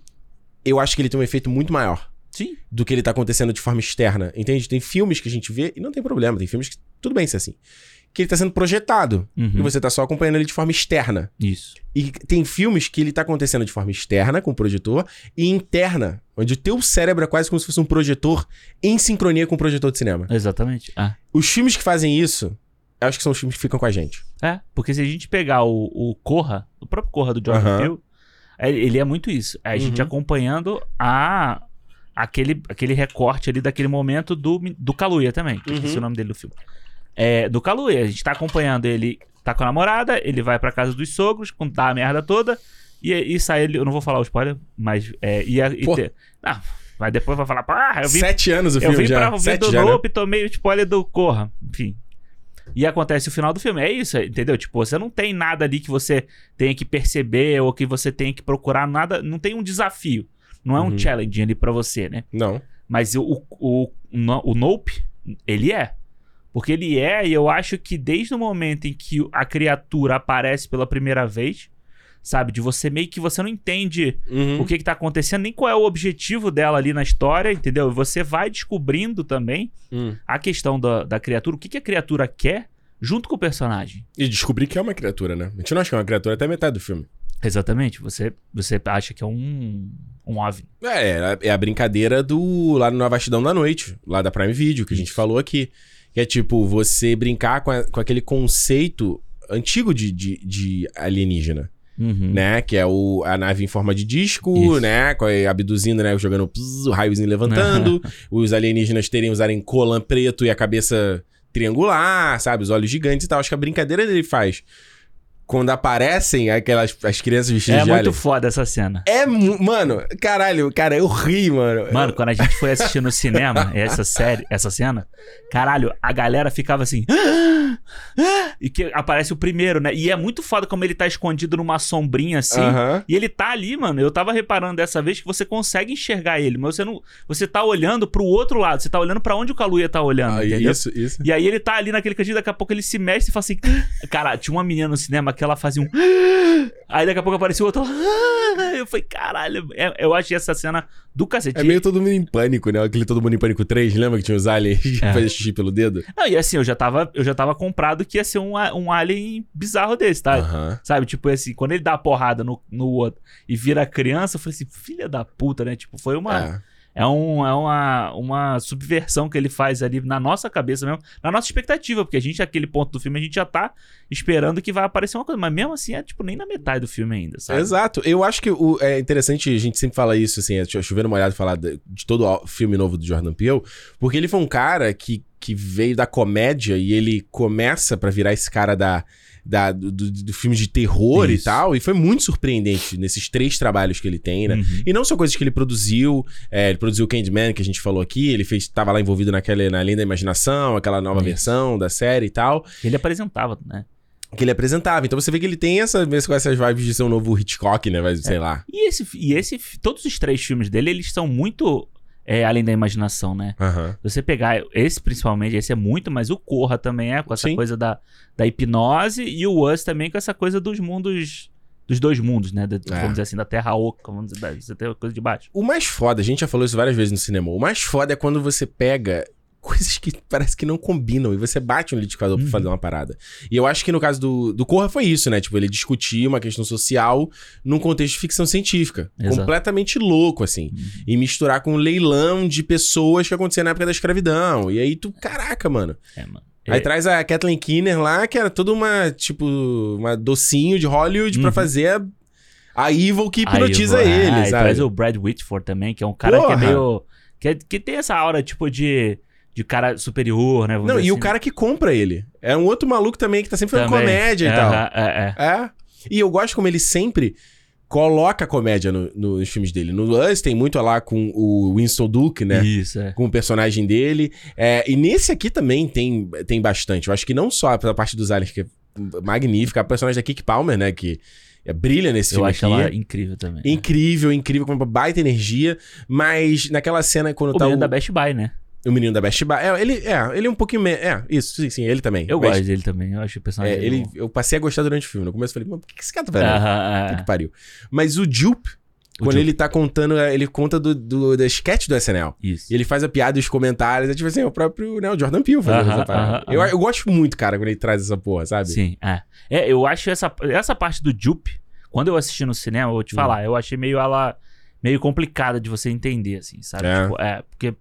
S1: eu acho que ele tem um efeito muito maior
S2: Sim.
S1: do que ele tá acontecendo de forma externa, entende? Tem filmes que a gente vê, e não tem problema, tem filmes que tudo bem ser assim, que ele tá sendo projetado
S2: Uhum.
S1: e você tá só acompanhando ele de forma externa.
S2: Isso.
S1: E tem filmes que ele tá acontecendo de forma externa com o projetor e interna, onde o teu cérebro é quase como se fosse um projetor em sincronia com o projetor de cinema.
S2: Exatamente. Ah.
S1: Os filmes que fazem isso, eu acho que são os filmes que ficam com a gente.
S2: É, porque se a gente pegar o, o Corra, o próprio Corra do Jordan
S1: Aham.
S2: Peele, É, Ele é muito isso. É A gente
S1: Uhum.
S2: acompanhando a aquele, aquele recorte ali daquele momento do, do Kaluuya também. que eu Esqueci
S1: Uhum.
S2: o nome dele no filme. É, do Kaluuya. A gente tá acompanhando ele, tá com a namorada, ele vai pra casa dos sogros, com- dá a merda toda. E, e sai ele, eu não vou falar o spoiler, mas. É, e, a- e
S1: Pô.
S2: ter- não, vai depois vai falar, ah, eu vim
S1: Sete anos o
S2: eu
S1: filme
S2: vim
S1: já.
S2: pra ouvir
S1: Sete
S2: do
S1: já, né?
S2: Nope, tomei o spoiler do Corra. Enfim. E acontece o final do filme. É isso, entendeu? Tipo, você não tem nada ali que você tenha que perceber ou que você tenha que procurar nada. Não tem um desafio. Não é um
S1: Uhum.
S2: challenge ali pra você, né?
S1: Não.
S2: Mas o, o, o, o Nope, ele é. Porque ele é, e eu acho que desde o momento em que a criatura aparece pela primeira vez, sabe? De você meio que você não entende
S1: Uhum.
S2: o que que tá acontecendo, nem qual é o objetivo dela ali na história, entendeu? E Você vai descobrindo também
S1: Hum.
S2: a questão da, da criatura, o que, que a criatura quer junto com o personagem.
S1: E descobri que é uma criatura, né? A gente não acha que é uma criatura até metade do filme.
S2: Exatamente, você, você acha que é um, um OVNI.
S1: É, é a- é a brincadeira do. lá no Na Vastidão da Noite, lá da Prime Video, que a gente falou aqui. Que é tipo, você brincar com, a- com aquele conceito antigo de, de, de alienígena, né? Que é o, a nave em forma de disco,
S2: Hum. Isso.
S1: né? Com a- Abduzindo, né? Jogando pss, o raiozinho levantando. os alienígenas terem usarem colan preto e a cabeça triangular, sabe? Os olhos gigantes e tal. Acho que a brincadeira dele faz. Quando aparecem aquelas as crianças vestidas
S2: É
S1: de
S2: muito
S1: alien.
S2: foda essa cena.
S1: É, mu- mano, caralho, cara, eu ri, mano.
S2: Mano, quando a gente foi assistir no cinema essa série, essa cena, caralho, a galera ficava assim. "Ah! Ah!" E que aparece o primeiro, né? E é muito foda como ele tá escondido numa sombrinha assim.
S1: Aham.
S2: E ele tá ali, mano. Eu tava reparando dessa vez que você consegue enxergar ele, mas você não. Você tá olhando pro outro lado, você tá olhando pra onde o Kaluuya tá olhando,
S1: Ah,
S2: entendeu?
S1: isso, isso.
S2: E aí ele tá ali naquele cantinho, daqui a pouco ele se mexe e fala assim. Cara, tinha uma menina no cinema que ela fazia um. Aí daqui a pouco apareceu outra. ela- Eu falei, caralho, é- eu achei essa cena do cacete.
S1: É meio todo mundo em pânico, né? Aquele Todo Mundo em Pânico 3, lembra que tinha os aliens que
S2: É.
S1: faziam xixi pelo dedo?
S2: Não, e assim, eu já tava, eu já tava comprado que ia ser um, a- um alien bizarro desse, tá?
S1: Aham.
S2: Sabe, tipo assim, quando ele dá a porrada no, no outro e vira criança, eu falei assim, filha da puta, né? Tipo, foi uma.
S1: É.
S2: É, um, é uma, uma subversão que ele faz ali na nossa cabeça mesmo, na nossa expectativa, porque a gente, naquele ponto do filme, a gente já tá esperando que vai aparecer uma coisa, mas mesmo assim é tipo nem na metade do filme ainda, sabe?
S1: Exato. Eu acho que o, é interessante, a gente sempre fala isso, assim, é cho- chovendo molhado falar de, de todo o filme novo do Jordan Peele, porque ele foi um cara que, que veio da comédia e ele começa pra virar esse cara da, da, do, do- do filme de terror e
S2: Isso.
S1: tal, e foi muito surpreendente nesses três trabalhos que ele tem, né?
S2: Uhum.
S1: E não só coisas que ele produziu, é, ele produziu o Candyman, que a gente falou aqui, ele fez, tava lá envolvido naquela, na Linda Imaginação, aquela nova
S2: Isso.
S1: versão da série e tal,
S2: Ele apresentava, né?
S1: que ele apresentava. Então você vê que ele tem essa, mesmo com essas vibes de ser um novo Hitchcock, né? Mas, Sei lá.
S2: E esse, e esse, todos os três filmes dele, eles são muito é, além da imaginação, né?
S1: Aham.
S2: você pegar esse principalmente, esse é muito, mas o Corra também é com essa
S1: Sim.
S2: coisa da, da hipnose e o Us também com essa coisa dos mundos, dos dois mundos, né? Da-
S1: É.
S2: Vamos dizer assim, da terra oca, vamos dizer, da, você tem a coisa de baixo.
S1: O mais foda, a gente já falou isso várias vezes no cinema, o mais foda é quando você pega coisas que parece que não combinam e você bate no liquidificador pra
S2: Uhum.
S1: fazer uma parada. E eu acho que no caso do, do Corra foi isso, né? Tipo, ele discutia uma questão social num contexto de ficção científica.
S2: Exato. Uhum.
S1: Completamente louco, assim. E misturar com um leilão de pessoas que acontecia na época da escravidão. E aí tu, caraca, mano.
S2: É, mano.
S1: Aí
S2: É.
S1: traz a Kathleen Kinner lá, que era toda uma, tipo, uma docinho de Hollywood pra
S2: Uhum.
S1: fazer a, a Evil que
S2: Aí
S1: hipnotiza
S2: vai-
S1: ele,
S2: aí
S1: sabe?
S2: Traz o Brad Whitford também, que é um cara
S1: Porra!
S2: que é meio. Que, é- que tem essa aura tipo de, de cara superior, né? vamos
S1: Não,
S2: dizer
S1: e o
S2: assim.
S1: cara que compra ele. É um outro maluco também que tá sempre fazendo
S2: Também.
S1: comédia e tal.
S2: Aham, é, é.
S1: É. E eu gosto como ele sempre coloca comédia no- nos filmes dele. No Us tem muito lá com o Winston Duke, né?
S2: Isso, é.
S1: Com o personagem dele. É, e nesse aqui também tem, tem bastante. Eu acho que não só a parte dos aliens, que é magnífica, a personagem da Kiki Palmer, né? Que é, brilha nesse
S2: Eu
S1: filme
S2: acho
S1: aqui. é
S2: ela incrível também.
S1: Incrível, incrível, com uma baita energia. Mas naquela cena quando
S2: O
S1: tá
S2: menino da Best Buy, né?
S1: o menino da Best Buy. É, ele é, ele é um pouquinho. me- É, isso, sim, sim, ele também.
S2: Eu
S1: Mas-
S2: gosto dele também, eu acho o personagem.
S1: é, ele,
S2: bom.
S1: eu passei a gostar durante o filme. No começo eu falei, mas por que que esse cara tá fazendo?
S2: Aham,
S1: Puta
S2: é.
S1: que pariu. Mas o Jupe,
S2: O
S1: quando
S2: Joe-
S1: ele tá contando, é, ele conta do, do, da sketch do SNL.
S2: Isso.
S1: E ele faz a piada e os comentários. É tipo assim, é o próprio né, o Jordan Peele fazendo
S2: Aham,
S1: essa parada.
S2: aham,
S1: eu,
S2: aham.
S1: eu gosto muito, cara, quando ele traz essa porra, sabe?
S2: Sim, é. É, eu acho essa, essa parte do Jupe, quando eu assisti no cinema, eu vou te
S1: Hum.
S2: falar, eu achei meio ela meio complicada de você entender, assim, sabe?
S1: É.
S2: Tipo, é, porque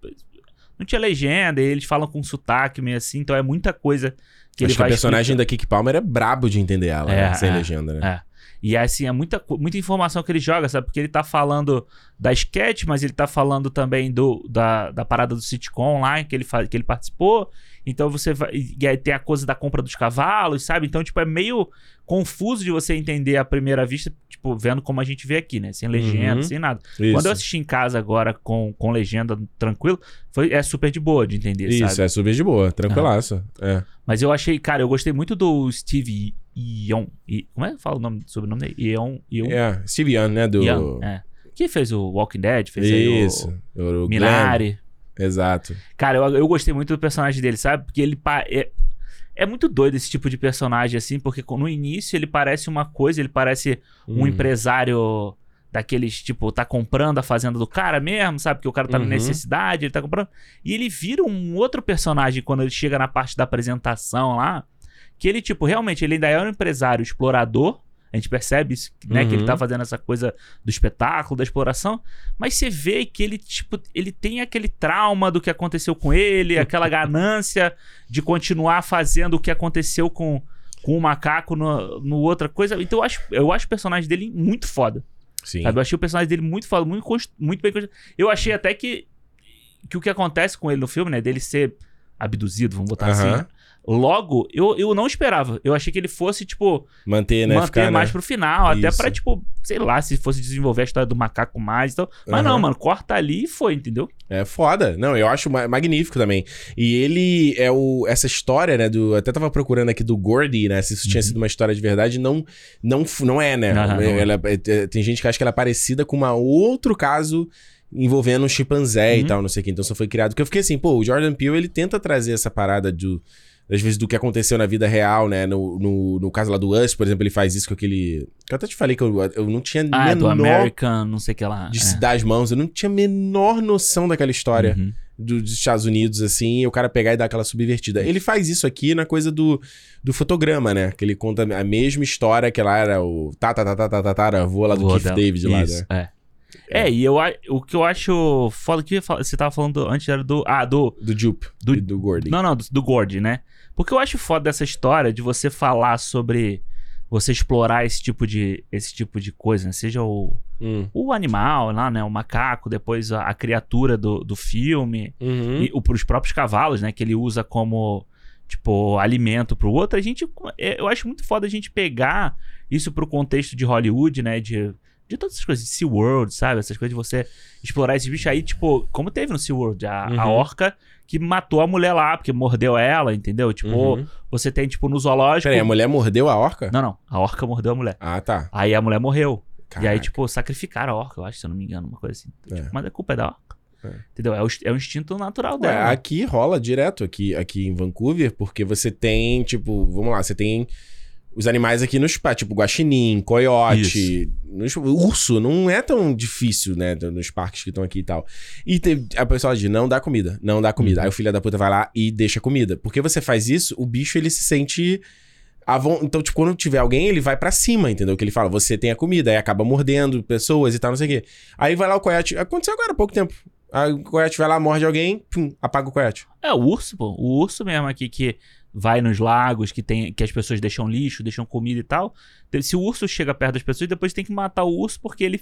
S2: não tinha legenda, e eles falam com sotaque meio assim, então é muita coisa que ele
S1: Acho que a
S2: vai
S1: personagem
S2: explicando.
S1: da Kiki Palmer é brabo de entender ela,
S2: É,
S1: né, sem
S2: é,
S1: legenda, né?
S2: é. E assim, é muita, co- muita informação que ele joga, sabe? Porque ele tá falando da sketch, mas ele tá falando também do, da, da parada do sitcom lá que ele, fa- que ele participou. Então você vai. E e aí tem a coisa da compra dos cavalos, sabe? Então, tipo, é meio confuso de você entender à primeira vista, tipo, vendo como a gente vê aqui, né? Sem legenda,
S1: Uhum.
S2: sem nada.
S1: Isso.
S2: Quando eu assisti em casa agora com, com legenda tranquilo, foi, é super de boa de entender,
S1: Isso,
S2: sabe?
S1: é subir de boa, tranquilaço. É.
S2: Mas eu achei, cara, eu gostei muito do Steve Ion. I, como é que fala o nome, sobrenome dele? Ion, Ion,
S1: É, Steve Young, né? Do.
S2: Ion, é. Que fez o Walking Dead, fez aí
S1: Isso. O,
S2: o
S1: o
S2: Minari.
S1: Glenn. Exato.
S2: Cara, eu, eu gostei muito do personagem dele, sabe? Porque ele pa- é, é muito doido esse tipo de personagem, assim, porque co- no início ele parece uma coisa, ele parece um
S1: Hum.
S2: empresário daqueles, tipo, tá comprando a fazenda do cara mesmo, sabe? Que o cara tá
S1: Uhum.
S2: na necessidade, ele tá comprando. E ele vira um outro personagem quando ele chega na parte da apresentação lá. Que ele, tipo, realmente, ele ainda é um empresário explorador. A gente percebe isso, né? Que ele
S1: Uhum.
S2: tá fazendo essa coisa do espetáculo, da exploração. Mas você vê que ele, tipo, ele tem aquele trauma do que aconteceu com ele, aquela ganância de continuar fazendo o que aconteceu com, com o macaco no, no outra coisa. Então eu acho, eu acho o personagem dele muito foda.
S1: Sim.
S2: Sabe? Eu achei o personagem dele muito foda, muito, cons- muito bem construído. Eu achei até que, que o que acontece com ele no filme, né? Dele ser abduzido, vamos botar assim.
S1: Aham.
S2: né? Logo, eu, eu não esperava. Eu achei que ele fosse, tipo,
S1: Manter, né?
S2: manter
S1: Ficar, né?
S2: mais pro final. Até
S1: Isso.
S2: pra, tipo, sei lá, se fosse desenvolver a história do macaco mais e tal. Mas não,
S1: Aham.
S2: mano, corta ali e foi, entendeu?
S1: É foda. Não, eu acho ma- magnífico também. E ele é o. Essa história, né? Do, até tava procurando aqui do Gordy, né? Se isso tinha
S2: Uhum.
S1: sido uma história de verdade, não, não, f- não é, né?
S2: Aham, não é.
S1: Ela- é- tem gente que acha que ela é parecida com uma outro caso envolvendo um chimpanzé e
S2: Uhum.
S1: tal, não sei o que. Então só foi criado. Porque eu fiquei assim, pô, o Jordan Peele, ele tenta trazer essa parada do. Às vezes do que aconteceu na vida real, né? No, no, no caso lá do Us, por exemplo, ele faz isso com aquele. Que eu até te falei que eu, eu não tinha
S2: Ah, do
S1: menor
S2: American, não sei o que lá.
S1: de
S2: é.
S1: se dar as mãos. Eu não tinha a menor noção daquela história
S2: Uhum.
S1: do- dos Estados Unidos, assim, e o cara pegar e dar aquela subvertida. Ele faz isso aqui na coisa do, do fotograma, né? Que ele conta a mesma história que lá era o tá, tatatatatatatataravô lá do
S2: Vou
S1: Keith
S2: dar-
S1: David lá,
S2: Isso,
S1: né?
S2: É. É, e eu, a- o que eu acho foda que eu ia falar- você tava falando do- antes era do. Ah, do.
S1: Do Jupe,
S2: Do-
S1: do, do Gordy.
S2: Não, não, do, do Gord, né? Porque eu acho foda dessa história de você falar sobre. Você explorar esse tipo de, esse tipo de coisa, né? Seja o,
S1: Hum.
S2: o animal lá, né? O macaco, depois a, a criatura do, do filme.
S1: Uhum.
S2: E o, pros próprios cavalos, né? Que ele usa como, tipo, alimento pro outro. A gente, é, eu acho muito foda a gente pegar isso pro contexto de Hollywood, né? De, de todas essas coisas, de SeaWorld, sabe? Essas coisas de você explorar esse bicho aí, tipo, como teve no SeaWorld, a, a
S1: Uhum.
S2: orca que matou a mulher lá, porque mordeu ela, entendeu? Tipo,
S1: Uhum.
S2: você tem, tipo, no zoológico...
S1: Peraí, a mulher mordeu a orca?
S2: Não, não, a orca mordeu a mulher.
S1: Ah, tá.
S2: Aí a mulher morreu. E aí,
S1: Caraca.
S2: tipo, sacrificaram a orca, eu acho, se eu não me engano, uma coisa assim.
S1: É.
S2: Tipo, mas a culpa é da orca.
S1: É.
S2: Entendeu? É o, inst- é o instinto natural
S1: Ué,
S2: dela. né?
S1: É, aqui rola direto aqui, aqui em Vancouver, porque você tem, tipo, vamos lá, você tem os animais aqui nos parques, tipo guaxinim, coiote, nos- urso, não é tão difícil, né, do- nos parques que estão aqui e tal. E tem, a pessoa diz, não dá comida, não dá
S2: Uhum.
S1: comida. Aí o filho da puta vai lá e deixa comida. Porque você faz isso, o bicho, ele se sente... à von- Então, tipo, quando tiver alguém, ele vai pra cima, entendeu? Que ele fala, você tem a comida, aí acaba mordendo pessoas e tal, não sei o quê. Aí vai lá o coiote. Aconteceu agora há pouco tempo. Aí o coiote vai lá, morde alguém, pum, apaga o coiote.
S2: É, o urso, pô. O urso mesmo aqui que vai nos lagos, que, tem, que as pessoas deixam lixo, deixam comida e tal. Te- Se o urso chega perto das pessoas, depois tem que matar o urso porque ele.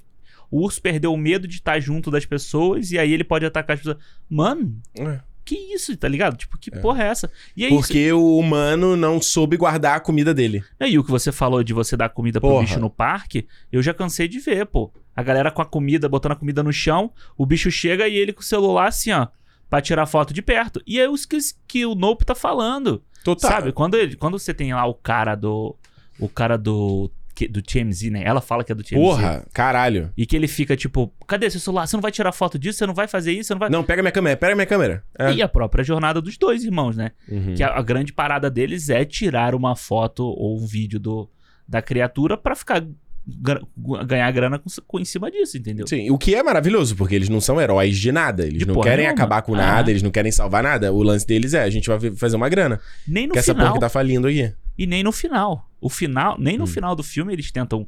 S2: O urso perdeu o medo de estar junto das pessoas e aí ele pode atacar as pessoas. Mano,
S1: É.
S2: que isso, tá ligado? Tipo, que
S1: É.
S2: porra é essa? E é isso.
S1: Porque o humano não soube guardar a comida dele.
S2: né? E o que você falou de você dar comida pro
S1: Porra.
S2: bicho no parque, eu já cansei de ver, pô. A galera com a comida, botando a comida no chão, o bicho chega e ele com o celular assim, ó, pra tirar foto de perto. E é isso que, que o Nope tá falando.
S1: Total.
S2: Sabe, quando, ele- quando você tem lá o cara do. O cara do. que- Do TMZ, né? Ela fala que é do TMZ.
S1: Porra, caralho.
S2: E que ele fica tipo, cadê seu celular? Você não vai tirar foto disso? Você não vai fazer isso? Você não vai.
S1: Não, pega minha câmera, pega minha câmera. É.
S2: E a própria jornada dos dois irmãos, né?
S1: Uhum.
S2: Que a, a grande parada deles é tirar uma foto ou um vídeo do, da criatura pra ficar. gra- ganhar grana com, com- em cima disso, entendeu?
S1: Sim, o que é maravilhoso, porque eles não são heróis de nada. Eles
S2: De
S1: não
S2: porra
S1: querem
S2: nenhuma.
S1: acabar com nada,
S2: É.
S1: eles não querem salvar nada. O lance deles é, a gente vai fazer uma grana.
S2: Nem no
S1: que essa porra
S2: final.
S1: que tá falindo aqui.
S2: E nem no final. O final, nem no
S1: Hum.
S2: final do filme eles tentam.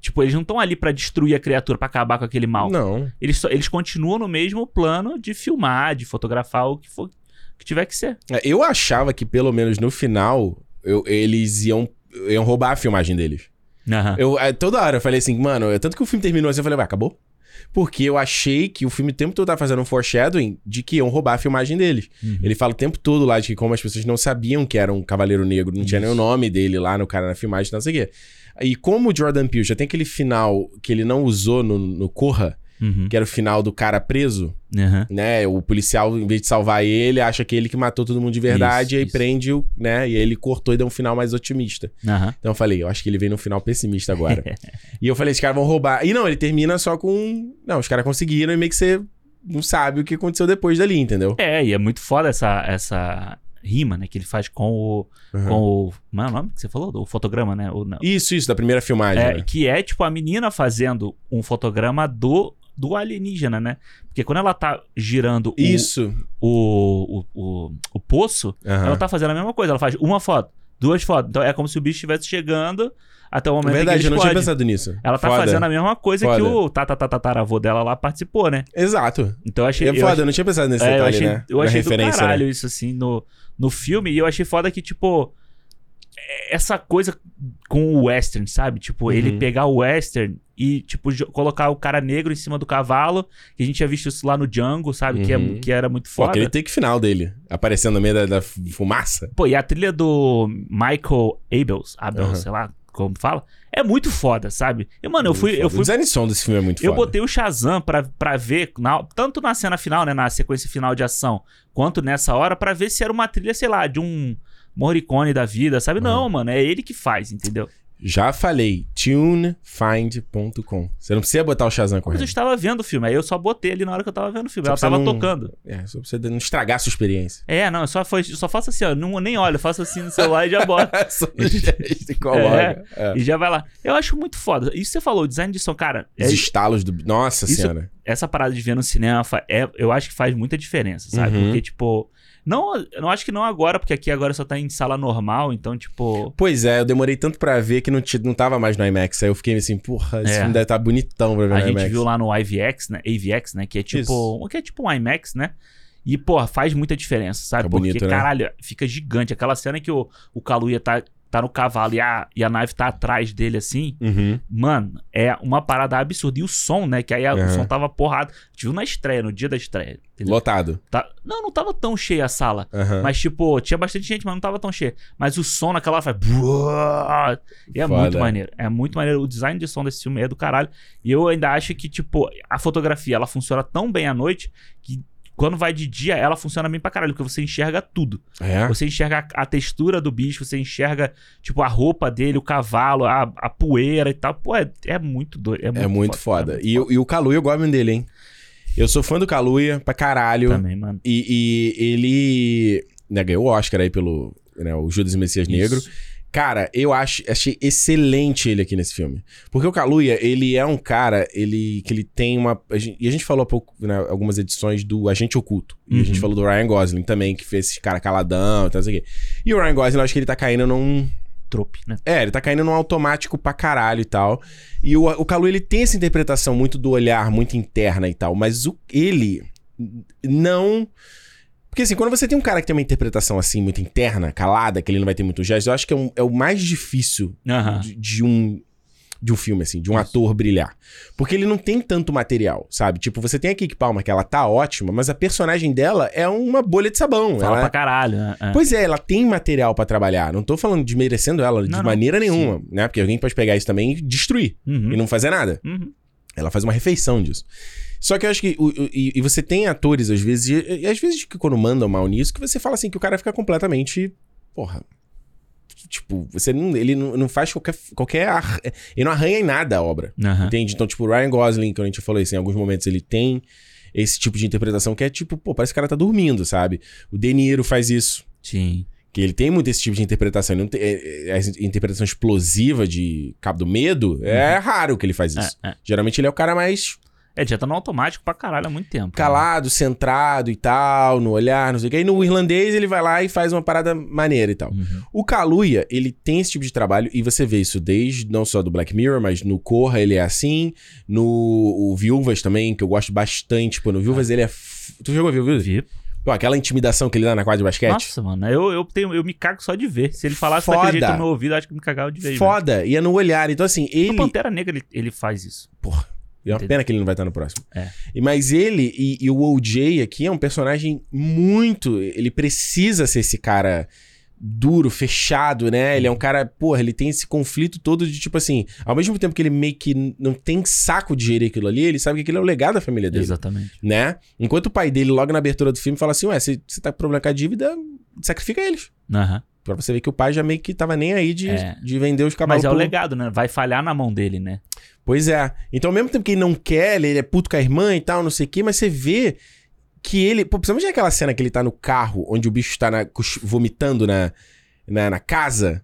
S2: Tipo, eles não estão ali pra destruir a criatura, pra acabar com aquele mal.
S1: Não.
S2: Eles, só- eles continuam no mesmo plano de filmar, de fotografar o que for que tiver que ser.
S1: É, Eu achava que pelo menos no final, eu- eles iam, iam roubar a filmagem deles.
S2: Aham.
S1: Eu, eh, toda hora eu falei assim, mano, eu- tanto que o filme terminou assim, eu falei, vai, acabou? Porque eu achei que o filme o tempo todo tava fazendo um foreshadowing de que iam roubar a filmagem deles.
S2: Uhum.
S1: Ele fala o tempo todo lá de que como as pessoas não sabiam que era um Cavaleiro Negro, não tinha nem o nome dele lá no cara na filmagem, não sei o quê. E como o Jordan Peele já tem aquele final que ele não usou no, no Corra,
S2: Uhum.
S1: que era o final do cara preso,
S2: Aham.
S1: né? O policial, em vez de salvar ele, acha que é ele que matou todo mundo de verdade,
S2: Isso,
S1: e aí
S2: isso.
S1: prende o, né? E aí ele cortou e deu um final mais otimista.
S2: Aham.
S1: Então eu falei, eu acho que ele vem no final pessimista agora. e eu falei, esses caras vão roubar. E não, ele termina só com. um, Não, os caras conseguiram e meio que você não sabe o que aconteceu depois dali, entendeu?
S2: É, e é muito foda essa, essa rima, né? Que ele faz com o.
S1: Uhum.
S2: Com o. Como é o nome que você falou? O fotograma, né? O, não.
S1: Isso, isso, da primeira filmagem.
S2: É,
S1: né?
S2: que é tipo a menina fazendo um fotograma do, do alienígena, né? Porque quando ela tá girando o-
S1: Isso. É.
S2: O, o, o, o poço,
S1: Aham.
S2: ela tá fazendo a mesma coisa. Ela faz uma foto, duas fotos. Então é como se o bicho estivesse chegando até o momento em
S1: Verdade,
S2: que
S1: eu
S2: ele
S1: não tinha
S2: explode.
S1: pensado nisso.
S2: Ela tá
S1: Foda.
S2: fazendo a mesma coisa que
S1: Foda.
S2: o tatatataravô dela lá participou, né?
S1: Exato.
S2: Então eu achei.
S1: É
S2: eu
S1: foda, eu não tinha pensado nesse
S2: É,
S1: detalhe,
S2: eu achei,
S1: né?
S2: eu
S1: Na
S2: achei do
S1: referência, né?
S2: caralho isso, assim, no, no filme. E eu achei foda que, tipo, é- essa coisa com o western, sabe? Tipo, ele
S1: Uhum.
S2: pegar o western e, tipo, jo- colocar o cara negro em cima do cavalo. Que a gente tinha visto isso lá no Django, sabe? Que, é-
S1: Uhum.
S2: que era muito
S1: Pô,
S2: foda.
S1: aquele take final dele, aparecendo no meio da, da fumaça.
S2: Pô, e a trilha do Michael Abels, Abels,
S1: Aham.
S2: sei lá como fala, é muito foda, sabe? E, mano, eu fui, eu
S1: O
S2: fui
S1: design de som desse filme é muito
S2: Eu
S1: foda.
S2: botei o Shazam pra, pra ver, na- tanto na cena final, né? Na sequência final de ação, quanto nessa hora, pra ver se era uma trilha, sei lá, de um Morricone da vida,
S1: Uhum.
S2: sabe? Não, mano, é ele que faz, entendeu?
S1: Já falei, tunefind.com. Você não precisa botar o Shazam
S2: Mas eu
S1: correndo.
S2: estava vendo o filme, aí eu só botei ali na hora que eu tava vendo o filme.
S1: Só
S2: ela
S1: pra você
S2: tava
S1: não-
S2: tocando.
S1: É, só pra você não estragar a sua experiência.
S2: É, não, eu só, foi, só faço assim, ó, não, nem olho, eu faço assim no celular e já boto.
S1: só no gesto e coloca. É.
S2: E já vai lá. Eu acho muito foda. Isso que você falou, o design de som, cara, é-
S1: Os estalos do... Nossa
S2: Isso-
S1: senhora.
S2: essa parada de ver no cinema, fa- é, eu acho que faz muita diferença, sabe?
S1: Uhum.
S2: Porque, tipo, não, eu não acho que não agora, porque aqui agora só tá em sala normal, então, tipo.
S1: Pois é, eu demorei tanto pra ver que não, ti- não tava mais no IMAX. Aí eu fiquei assim, porra, esse
S2: É.
S1: filme deve estar bonitão pra ver
S2: A
S1: no
S2: gente
S1: IMAX.
S2: viu lá no IVX, né? AVX, né? Que é tipo.
S1: Isso.
S2: Que é tipo um IMAX, né? E, porra, faz muita diferença, sabe?
S1: Fica
S2: Porque,
S1: bonito, né?
S2: caralho, fica gigante. Aquela cena que o, o Kaluuya tá, tá no cavalo e a, e a nave tá atrás dele, assim.
S1: Uhum.
S2: Mano, é uma parada absurda. E o som, né? Que aí a-
S1: Uhum.
S2: o som tava porrado. A gente viu na estreia, no dia da estreia. entendeu?
S1: Lotado.
S2: Tá- Não, não tava tão cheia a sala.
S1: Aham.
S2: Mas, tipo, tinha bastante gente, mas não tava tão cheio. Mas o som naquela hora faz. "Bruah", E é
S1: Foda.
S2: muito maneiro. É muito maneiro. O design de som desse filme é do caralho. E eu ainda acho que, tipo, a fotografia ela funciona tão bem à noite que quando vai de dia ela funciona bem pra caralho, porque você enxerga tudo.
S1: É?
S2: Você enxerga a, a textura do bicho, você enxerga, tipo, a roupa dele, o cavalo, a, a poeira e tal. Pô, é, é muito doido. É muito,
S1: É muito foda. E, o- e o Kaluuya, eu gosto muito dele, hein? Eu sou fã do Kaluuya pra caralho.
S2: Também, mano.
S1: E, e ele né, ganhou o Oscar aí pelo né, o Judas e o Messias Negro.
S2: Isso.
S1: Cara, eu acho, achei excelente ele aqui nesse filme. Porque o Kaluuya, ele é um cara, ele que ele tem uma... a gen- E a gente falou há pouco, né, algumas edições do Agente Oculto. E a
S2: Uhum.
S1: gente falou do Ryan Gosling também, que fez esse cara caladão e tal, não sei o quê. E o Ryan Gosling, eu acho que ele tá caindo num...
S2: Trope, né?
S1: É, ele tá caindo num automático pra caralho e tal. E o, o Kalu, ele tem essa interpretação muito do olhar, muito interna e tal. Mas o, ele n- não... Porque assim, quando você tem um cara que tem uma interpretação assim, muito interna, calada, que ele não vai ter muito gesto, eu acho que é, um- é o mais difícil
S2: Aham.
S1: de, de um... De um filme, assim, de um ator brilhar. Porque ele não tem tanto material, sabe? Tipo, você tem a Kiki Palmer, que ela tá ótima, mas a personagem dela é uma bolha de sabão.
S2: Fala
S1: ela
S2: pra caralho. né? É.
S1: Pois é, ela tem material pra trabalhar. Não tô falando desmerecendo ela de
S2: Não, não.
S1: maneira nenhuma, né? Porque alguém pode pegar isso também e destruir
S2: Uhum.
S1: e não fazer nada.
S2: Uhum.
S1: Ela faz uma refeição disso. Só que eu acho que. o- o- e, e você tem atores, às vezes, e, e às vezes que quando mandam mal nisso, que você fala assim que o cara fica completamente. Porra. Tipo, você não, ele não, não faz qualquer. qualquer ar- ele não arranha em nada a obra.
S2: Aham.
S1: Entende? Então, tipo, o Ryan Gosling, que a gente falou isso, em alguns momentos ele tem esse tipo de interpretação que é tipo, pô, parece que o cara tá dormindo, sabe? O De Niro faz isso.
S2: Sim.
S1: Que ele tem muito esse tipo de interpretação. Ele não tem, é- é- a interpretação explosiva de Cabo do Medo é raro que ele faz isso.
S2: Uhum. É, é.
S1: Geralmente ele é o cara mais
S2: É, já tá no automático pra caralho há muito tempo.
S1: calado, centrado e tal, no olhar, não sei o quê. E no irlandês ele vai lá e faz uma parada maneira e tal.
S2: Né? Uhum.
S1: O Kaluuya, ele tem esse tipo de trabalho e você vê isso desde não só do Black Mirror, mas no Corra ele é assim, no o Viúvas também, que eu gosto bastante. Pô, no Viúvas ele é. f- é Tu jogou Viúvas?
S2: Vi.
S1: Pô, aquela intimidação que ele dá na quadra de basquete.
S2: Nossa, mano, eu, eu, tenho, eu me cago só de ver. Se ele falasse
S1: Foda.
S2: daquele jeito no meu ouvido, eu acho que me cagava de ver.
S1: Foda, e é no olhar. Então, assim,
S2: Ele...
S1: ele.
S2: né? No Pantera Negra ele, ele faz isso.
S1: E é uma
S2: Entendi.
S1: pena que ele não vai estar no próximo.
S2: É.
S1: E, mas ele e, e o OJ aqui é um personagem muito. Ele precisa ser esse cara duro, fechado, né? Ele é um cara, porra, ele tem esse conflito todo de tipo assim, ao mesmo tempo que ele meio que não tem saco de gerir aquilo ali, ele sabe que aquilo é o legado da família dele,
S2: Exatamente.
S1: né? Enquanto o pai dele, logo na abertura do filme, fala assim: Ué, você você tá com problema com a dívida, sacrifica eles.
S2: Aham.
S1: Pra você ver que o pai já meio que tava nem aí de,
S2: É.
S1: de vender os cavalos
S2: Mas é o
S1: pro-
S2: legado, né? Vai falhar na mão dele, né?
S1: Pois é. Então, ao mesmo tempo que ele não quer, ele ele é puto com a irmã e tal, não sei o quê, mas você vê que ele. Pô, principalmente naquela cena que ele tá no carro, onde o bicho tá na- cus- vomitando na, na, na casa.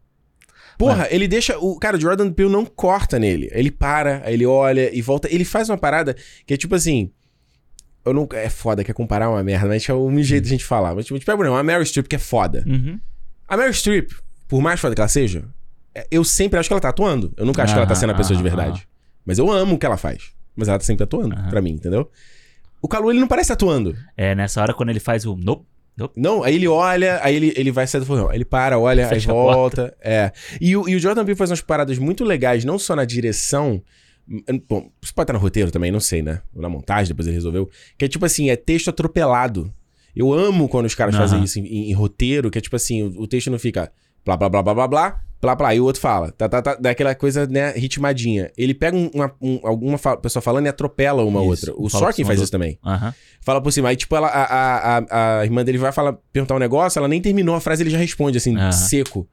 S1: Porra, ele deixa. O, cara, o Jordan Peele não corta nele. Ele para, aí ele olha e volta. Ele faz uma parada que é tipo assim. Eu não, é foda, que é comparar uma merda, mas é um jeito de a gente falar. Mas, tipo, tipo, não, a Meryl Streep que é foda.
S2: Uhum.
S1: A Meryl Streep, por mais foda que ela seja, é- eu sempre acho que ela tá atuando. Eu nunca acho que ela tá sendo a pessoa de verdade. Mas eu amo o que ela faz. Mas ela tá sempre atuando,
S2: Aham.
S1: pra mim, entendeu? O Calu, ele não parece atuando.
S2: É, nessa hora quando ele faz o nope,
S1: Não, aí ele olha, aí ele, ele vai sair do fogão. Ele para, olha,
S2: Fecha
S1: aí
S2: a
S1: volta. É. E o, e o Jordan Peele faz umas paradas muito legais, não só na direção. hum, Bom, isso pode estar no roteiro também, não sei, né? Ou na montagem, depois ele resolveu. Que é tipo assim, é texto atropelado. Eu amo quando os caras
S2: Aham.
S1: fazem isso em, em- em roteiro, que é tipo assim, o, o texto não fica blá blá blá blá blá blá. Blá, blá, e o outro fala, tá, tá, tá, daquela coisa, né, ritmadinha. Ele pega um- uma, um- alguma fa- pessoa falando e atropela uma
S2: Isso,
S1: outra. O
S2: fala por
S1: Sorkin
S2: cima
S1: faz
S2: do
S1: isso também.
S2: aham.
S1: Fala por cima. Aí, tipo, ela, a, a, a, a irmã dele vai falar, perguntar um negócio, ela nem terminou a frase, ele já responde, assim,
S2: Aham.
S1: seco.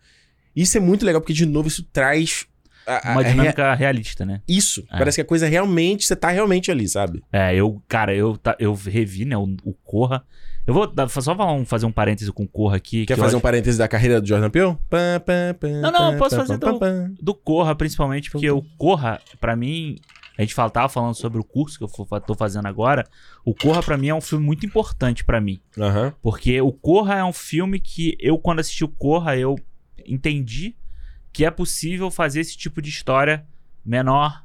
S1: Isso é muito legal, porque, de novo, isso traz. a- a-
S2: uma
S1: a-
S2: dinâmica realista, né?
S1: Isso.
S2: É.
S1: Parece que a coisa realmente. Você tá realmente ali, sabe?
S2: É, eu, cara, eu, tá- eu revi, né, o, o Corra. Eu vou dar- só falar um- fazer um parêntese com o Corra aqui.
S1: Quer
S2: que eu
S1: fazer um
S2: acho-
S1: parêntese da carreira do Jordan Peele? Pã, pã, pã,
S2: Não, não,
S1: pã,
S2: posso
S1: pã,
S2: fazer então.
S1: pã,
S2: do-
S1: pã.
S2: Do Corra, principalmente, porque o Corra, pra mim, a gente fala, tava falando sobre o curso que eu fo- tô fazendo agora. O Corra, pra mim, é um filme muito importante pra mim.
S1: Aham.
S2: Porque o Corra é um filme que eu, quando assisti o Corra, eu entendi que é possível fazer esse tipo de história menor,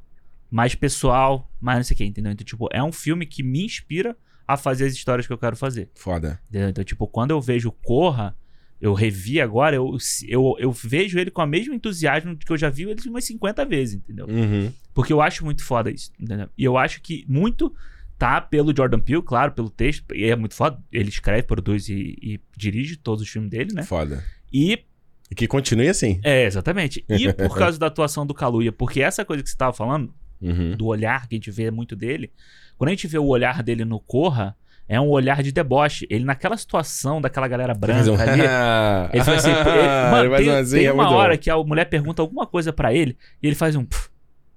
S2: mais pessoal, mais não sei o que, entendeu? Então, tipo, é um filme que me inspira a fazer as histórias que eu quero fazer.
S1: Foda.
S2: Entendeu? Então, tipo, quando eu vejo Corra, eu revi agora, eu, eu, eu vejo ele com o mesmo entusiasmo que eu já vi ele umas 50 vezes, entendeu?
S1: Uhum.
S2: Porque eu acho muito foda isso, entendeu? E eu acho que muito tá pelo Jordan Peele, claro, pelo texto. E é muito foda. Ele escreve, produz e, e dirige todos os filmes dele, né?
S1: Foda.
S2: E.
S1: E que continue assim.
S2: É, exatamente. E por causa da atuação do Kaluuya, porque essa coisa que você tava falando,
S1: Uhum.
S2: do olhar que a gente vê muito dele, quando a gente vê o olhar dele no Corra, é um olhar de deboche. Ele naquela situação daquela galera
S1: um-
S2: branca ali. Ele faz assim, ele- mano,
S1: Ele faz
S2: tem,
S1: um assim,
S2: tem
S1: é
S2: uma
S1: muito bom.
S2: hora que a mulher pergunta alguma coisa pra ele e ele faz um pff,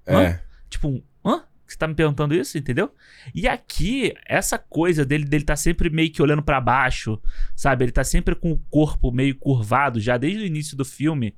S1: É.
S2: tipo um, hã? Você tá me perguntando isso, entendeu? E aqui, essa coisa dele, dele tá sempre meio que olhando pra baixo, sabe? Ele tá sempre com o corpo meio curvado já desde o início do filme.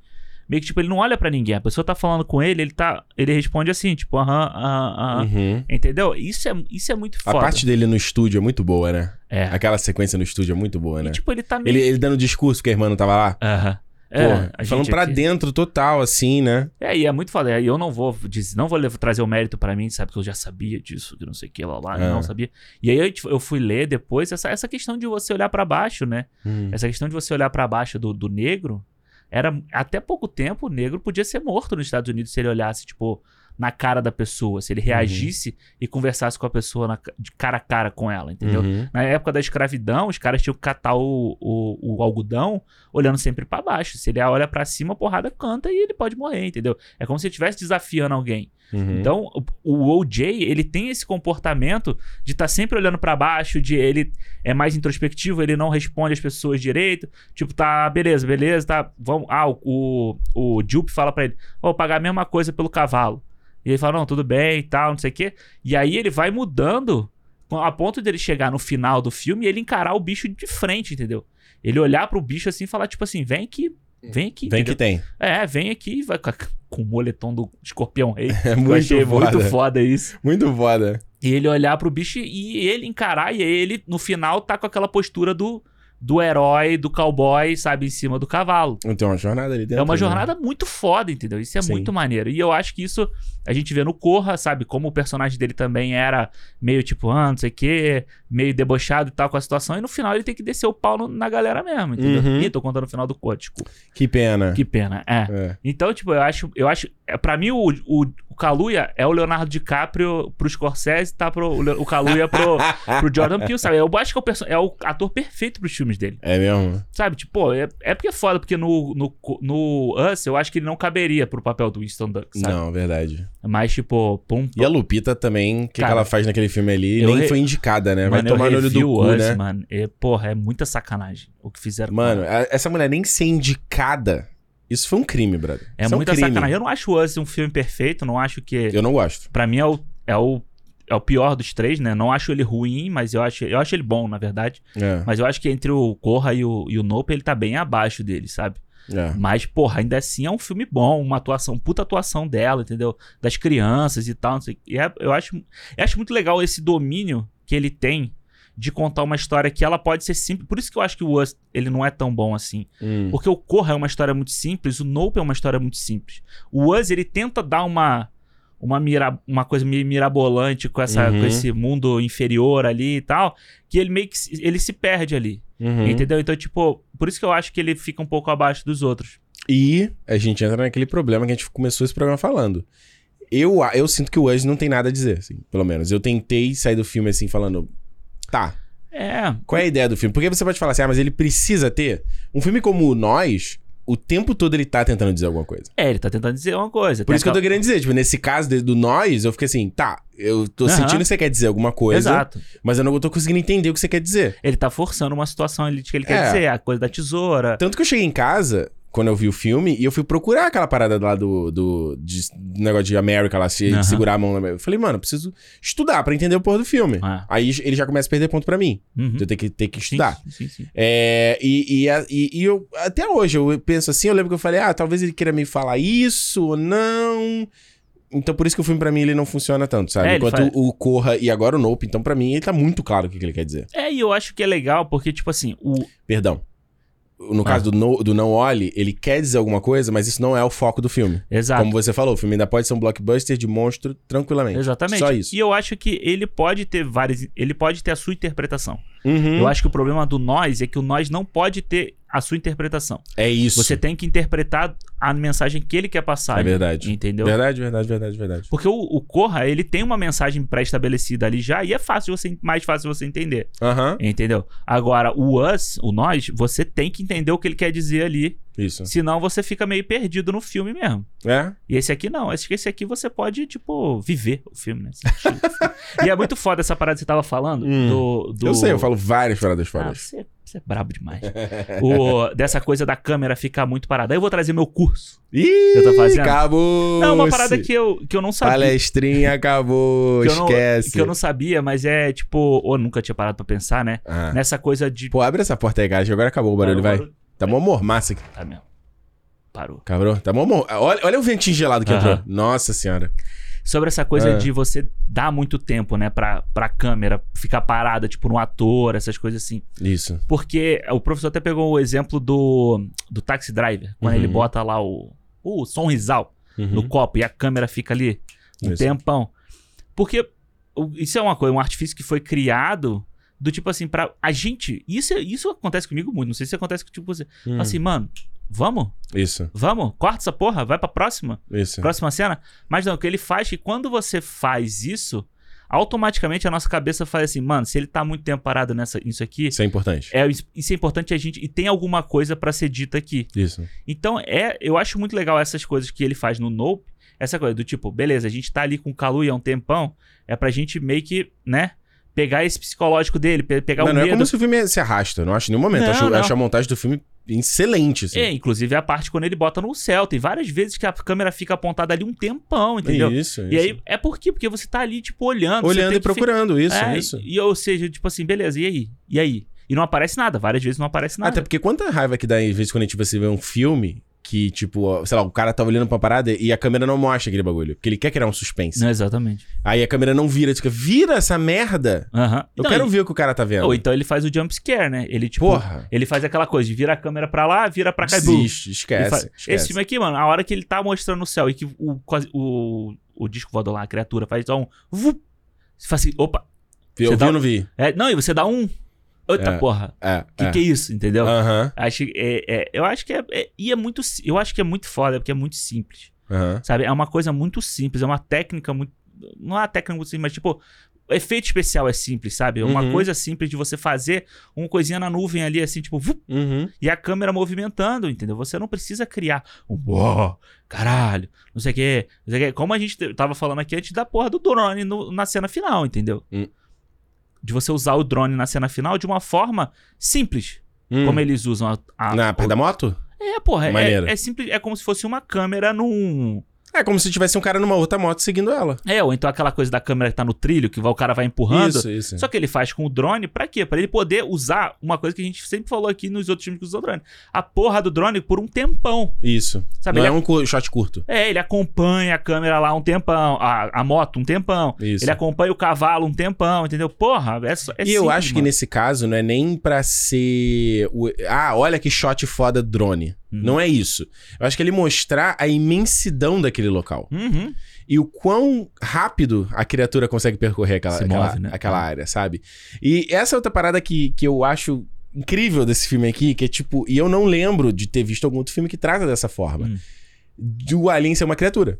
S2: Meio que tipo, ele não olha pra ninguém. A pessoa tá falando com ele, ele tá, ele responde assim, tipo, aham, aham, aham.
S1: Uhum.
S2: Entendeu? Isso é, isso é muito
S1: A
S2: foda.
S1: parte dele no estúdio é muito boa, né?
S2: É.
S1: Aquela sequência no estúdio é muito boa, né?
S2: E tipo, ele tá meio
S1: Ele, ele dando discurso que a irmã não tava lá.
S2: Aham. É,
S1: Porra,
S2: a
S1: falando
S2: gente
S1: pra
S2: aqui-
S1: dentro total, assim, né?
S2: É, e é muito foda. E eu não vou dizer, não vou lev- trazer o mérito pra mim, sabe? Que eu já sabia disso, que não sei o que, lá, lá,
S1: É.
S2: não sabia. E aí eu, tipo, eu fui ler depois essa, essa questão de você olhar pra baixo, né?
S1: Hum.
S2: Essa questão de você olhar pra baixo do, do negro. Era até pouco tempo o negro podia ser morto nos Estados Unidos se ele olhasse, tipo, na cara da pessoa, se ele reagisse e conversasse com a pessoa na ca- de cara a cara com ela, entendeu?
S1: Uhum.
S2: Na época da escravidão, os caras tinham que catar o, o, o algodão olhando sempre pra baixo. Se ele olha pra cima, a porrada canta e ele pode morrer, entendeu? É como se ele estivesse desafiando alguém.
S1: Uhum.
S2: Então, o, o OJ, ele tem esse comportamento de estar sempre olhando pra baixo, de ele é mais introspectivo, ele não responde as pessoas direito. Tipo, tá, beleza, beleza, tá, vamos... Ah, o, o, o Jupe fala pra ele, ó, vou pagar a mesma coisa pelo cavalo. E ele fala, não, tudo bem e tal, não sei o quê. E aí ele vai mudando a ponto dele chegar no final do filme e ele encarar o bicho de frente, entendeu? Ele olhar pro bicho assim e falar, tipo assim, vem aqui, vem aqui.
S1: Vem que
S2: entendeu?
S1: tem.
S2: É, vem aqui, vai com, a- com o moletom do escorpião rei.
S1: É
S2: Eu
S1: muito
S2: achei
S1: foda.
S2: muito foda isso.
S1: Muito foda.
S2: E ele olhar pro bicho e ele encarar, e aí ele, no final, tá com aquela postura do, do herói, do cowboy, sabe, em cima do cavalo.
S1: Então, uma jornada ali dentro.
S2: É uma
S1: né?
S2: jornada muito foda, entendeu? Isso é
S1: Sim.
S2: muito maneiro. E eu acho que isso a gente vê no Corra, sabe? Como o personagem dele também era meio tipo, ah, não sei o quê, meio debochado e tal com a situação. E no final ele tem que descer o pau no- na galera mesmo, entendeu?
S1: Uhum.
S2: Ih, tô contando o final do Corra, desculpa.
S1: Que pena.
S2: Que pena. É.
S1: É.
S2: Então, tipo, eu acho. Eu acho é, pra mim, o, o, o Kaluuya é o Leonardo DiCaprio pro Scorsese, tá? Pro, o Le- o Kaluuya pro,
S1: É.
S2: pro Jordan Peele, sabe? Eu acho que é o, perso- é o ator perfeito pros filmes dele.
S1: É mesmo?
S2: Sabe, tipo, pô, é, é porque é foda, porque no, no, no Us eu acho que ele não caberia pro papel do Winston Duck, sabe?
S1: Não, verdade.
S2: Mas, tipo, pum.
S1: E é a Lupita também, o que, que
S2: Cara,
S1: ela faz naquele filme ali?
S2: eu
S1: Nem
S2: re-
S1: foi indicada, né? Vai
S2: mano, eu
S1: tomar no olho do
S2: revi o
S1: cu,
S2: Us,
S1: né?
S2: mano. É, porra, é muita sacanagem o que fizeram. com
S1: Mano,
S2: ela.
S1: a- essa mulher nem ser indicada, isso foi um crime, brother.
S2: é
S1: Isso um
S2: muita
S1: crime.
S2: sacanagem. Eu não acho o Us um filme perfeito, não acho que.
S1: Eu não gosto.
S2: Pra mim é o, é o, é o pior dos três, né? Não acho ele ruim, mas eu acho, eu acho ele bom, na verdade.
S1: É,
S2: Mas eu acho que entre o Corra e o, e o Nope, ele tá bem abaixo dele, sabe?
S1: é.
S2: Mas, porra, ainda assim é um filme bom, uma atuação, puta atuação dela, entendeu? Das crianças e tal, não sei. o quê. E é- eu, acho, eu acho muito legal esse domínio que ele tem de contar uma história que ela pode ser simples. Por isso que eu acho que o Us, ele não é tão bom assim.
S1: Hum.
S2: Porque o Corra é uma história muito simples, o Nope é uma história muito simples. O Us, ele tenta dar uma uma, mira, uma coisa meio mirabolante com, essa,
S1: Uhum.
S2: com esse mundo inferior ali e tal, que ele meio que se- ele se perde ali,
S1: Uhum.
S2: entendeu? Então, tipo, por isso que eu acho que ele fica um pouco abaixo dos outros.
S1: E a gente entra naquele problema que a gente começou esse programa falando. Eu, a- eu sinto que o Us não tem nada a dizer, assim, pelo menos. Eu tentei sair do filme assim, falando. Tá,
S2: É,
S1: qual é a ideia do filme? Porque você pode falar assim, ah, mas ele precisa ter. Um filme como o Nós, o tempo todo ele tá tentando dizer alguma coisa.
S2: É, ele tá tentando dizer uma coisa.
S1: Por
S2: Tem
S1: isso que eu tô
S2: aquela-
S1: querendo dizer, tipo, nesse caso de- do Nós, eu fiquei assim, tá, eu tô
S2: Aham.
S1: sentindo que você quer dizer alguma coisa,
S2: Exato.
S1: mas eu não tô conseguindo entender o que você quer dizer.
S2: Ele tá forçando uma situação ali que ele quer
S1: É.
S2: dizer, a coisa da tesoura.
S1: Tanto que eu cheguei em casa, quando eu vi o filme, e eu fui procurar aquela parada lá do, do de- do negócio de América lá, se
S2: Aham.
S1: segurar a mão. na- Eu falei, mano, eu preciso estudar pra entender o porra do filme.
S2: Ah,
S1: Aí ele já começa a perder ponto pra mim.
S2: uhum.
S1: Então eu tenho que, ter que
S2: Sim,
S1: estudar.
S2: Sim, sim, sim.
S1: É, e, e, a- e- e eu, até hoje, eu penso assim, eu lembro que eu falei, ah, talvez ele queira me falar isso ou não. Então por isso que o filme pra mim ele não funciona tanto, sabe?
S2: É, ele
S1: Enquanto
S2: faz-
S1: o Corra e agora o Nope, então pra mim ele tá muito claro o que, que ele quer dizer.
S2: É, e eu acho que é legal, porque, tipo assim, o.
S1: Perdão.
S2: Ah.
S1: No caso do, no- do Não Olhe, ele quer dizer alguma coisa, mas isso não é o foco do filme.
S2: Exato.
S1: Como você falou, o filme ainda pode ser um blockbuster de monstro tranquilamente.
S2: Exatamente.
S1: Só isso.
S2: E eu acho que ele pode ter várias. Ele pode ter a sua interpretação.
S1: Uhum.
S2: Eu acho que o problema do nós é que o nós não pode ter a sua interpretação.
S1: É isso.
S2: Você tem que interpretar a mensagem que ele quer passar.
S1: É verdade.
S2: Entendeu?
S1: Verdade, verdade, verdade, verdade.
S2: Porque o, o Corra, ele tem uma mensagem pré-estabelecida ali já, e é fácil você, mais fácil você entender.
S1: Aham.
S2: Entendeu? Agora, o us, o nós, você tem que entender o que ele quer dizer ali.
S1: Isso.
S2: Senão você fica meio perdido no filme mesmo.
S1: É?
S2: E esse aqui não. Esse, esse aqui você pode, tipo, viver o filme, né? e é muito foda essa parada que você tava falando.
S1: Hum.
S2: do, do-
S1: Eu sei, eu falo várias paradas
S2: Ah,
S1: fodas.
S2: você, você é brabo demais. Ah. O- dessa coisa da câmera ficar muito parada. Aí eu vou trazer meu curso.
S1: Ih,
S2: Eu tô fazendo?
S1: acabou.
S2: Não, uma parada que eu, que eu não sabia.
S1: Palestrinha acabou,
S2: Que eu não-
S1: esquece.
S2: Que eu não sabia, mas é tipo. Ou nunca tinha parado pra pensar, né?
S1: Ah.
S2: Nessa coisa de.
S1: Pô, abre essa porta aí, cara. acho que Agora acabou o barulho, vai. Tá mó mormaça aqui.
S2: Tá mesmo. Parou.
S1: Cabrão, tá mó mor... olha, olha o ventinho gelado que
S2: Aham.
S1: entrou. Nossa senhora.
S2: Sobre essa coisa
S1: É.
S2: de você dar muito tempo, né, pra, pra câmera ficar parada, tipo, no ator, essas coisas assim.
S1: Isso.
S2: Porque o professor até pegou o exemplo do, do Taxi Driver, quando
S1: Uhum.
S2: ele bota lá o, o sonrisal no copo e a câmera fica ali um
S1: Isso.
S2: tempão. Porque o- isso é uma coisa, um artifício que foi criado do tipo assim, pra. A gente. Isso, é- isso acontece comigo muito, não sei se acontece com tipo, você.
S1: Hum.
S2: Fala Assim, mano, vamos?
S1: Isso,
S2: Vamos? Corta essa porra, vai pra próxima.
S1: isso.
S2: Próxima cena. Mas não, o que ele faz é que quando você faz isso, automaticamente a nossa cabeça faz assim, mano, se ele tá muito tempo parado nessa, nisso aqui,
S1: Isso é importante.
S2: é, isso isso é importante a gente. E tem alguma coisa pra ser dita aqui.
S1: Isso.
S2: Então, é, eu acho muito legal essas coisas que ele faz no Nope. Essa coisa do tipo, beleza, a gente tá ali com o Kaluuya há um tempão, é pra gente meio que, né, pegar esse psicológico dele, pe- pegar
S1: Não,
S2: o
S1: não é
S2: medo.
S1: como se o filme se arrasta. eu Não acho em nenhum momento.
S2: Não,
S1: eu, acho, eu
S2: não.
S1: acho a montagem do filme excelente, assim.
S2: É, inclusive a parte quando ele bota no céu. Tem várias vezes que a câmera fica apontada ali um tempão, entendeu?
S1: Isso, isso.
S2: E aí, é por quê? Porque você tá ali, tipo, olhando. você
S1: Olhando
S2: tem
S1: e
S2: que fi-
S1: procurando, isso,
S2: É,
S1: isso.
S2: E, ou seja, tipo assim, beleza, e aí? E aí? E não aparece nada, várias vezes não aparece nada.
S1: Até porque quanta raiva que dá, às vezes, quando a gente você tipo, vê um filme que, tipo, ó, sei lá, o cara tá olhando pra parada e a câmera não mostra aquele bagulho. Porque ele quer criar um suspense.
S2: Não, exatamente.
S1: Aí a câmera não vira, tu fica, vira essa merda!
S2: Aham.
S1: Eu
S2: Não,
S1: quero
S2: ele-
S1: ver o que o cara tá vendo.
S2: Ou então ele faz o jump scare, né? Ele, tipo,
S1: Porra!
S2: ele faz aquela coisa de vira a câmera pra lá, vira pra cá e bum.
S1: Desiste,
S2: Ele
S1: esquece,
S2: faz-
S1: esquece.
S2: Esse filme aqui, mano, a hora que ele tá mostrando o céu e que o, quase- o, o disco voador lá, a criatura, faz só um. vup. Você faz assim, opa.
S1: Eu
S2: Você
S1: vi
S2: dá-
S1: ou não vi?
S2: É, não, e você dá um. Eita
S1: É.
S2: porra,
S1: É.
S2: que
S1: é.
S2: que é isso, entendeu?
S1: Aham,
S2: Acho, que é, é- eu acho que é, é- E é muito. si- Eu acho que é muito foda, porque é muito simples.
S1: aham.
S2: Sabe? É uma coisa muito simples, é uma técnica muito. Não é uma técnica muito simples, mas tipo. O efeito especial é simples, sabe? É uma
S1: Uhum.
S2: coisa simples de você fazer uma coisinha na nuvem ali, assim, tipo, vup,
S1: Uhum.
S2: e a câmera movimentando, entendeu? Você não precisa criar um "Uó, caralho, não sei o quê, não sei o quê. Como a gente te- tava falando aqui antes da porra do drone no- na cena final, entendeu?
S1: Hum.
S2: De você usar o drone na cena final de uma forma simples,
S1: Hum.
S2: como é eles usam a. a-
S1: Na parte da moto?
S2: É, porra,
S1: Maneiro.
S2: é, é simples, é como se fosse uma câmera num.
S1: É como se tivesse um cara numa outra moto seguindo ela.
S2: É, ou então aquela coisa da câmera que tá no trilho, que vai- o cara vai empurrando.
S1: Isso, isso.
S2: Só que ele faz com o drone pra quê? Pra ele poder usar uma coisa que a gente sempre falou aqui nos outros filmes que usam drone. A porra do drone por um tempão.
S1: Isso.
S2: Sabe?
S1: não
S2: tá Ele
S1: é um cu- shot curto.
S2: É, ele acompanha a câmera lá um tempão, a, a moto um tempão.
S1: Isso.
S2: Ele acompanha o cavalo um tempão, entendeu? Porra, é só. É
S1: e eu
S2: simples,
S1: acho que
S2: mano.
S1: nesse caso não é nem pra ser. o- Ah, olha que shot foda drone.
S2: Hum.
S1: Não é isso. Eu acho que ele mostrar a imensidão daquele local.
S2: Uhum.
S1: E o quão rápido a criatura consegue percorrer aquela,
S2: Se
S1: aquela,
S2: move, né?
S1: aquela área, sabe? E essa é outra parada que, que eu acho incrível desse filme aqui, que é tipo. E eu não lembro de ter visto algum outro filme que trata dessa forma.
S2: Hum.
S1: De o alien ser uma criatura.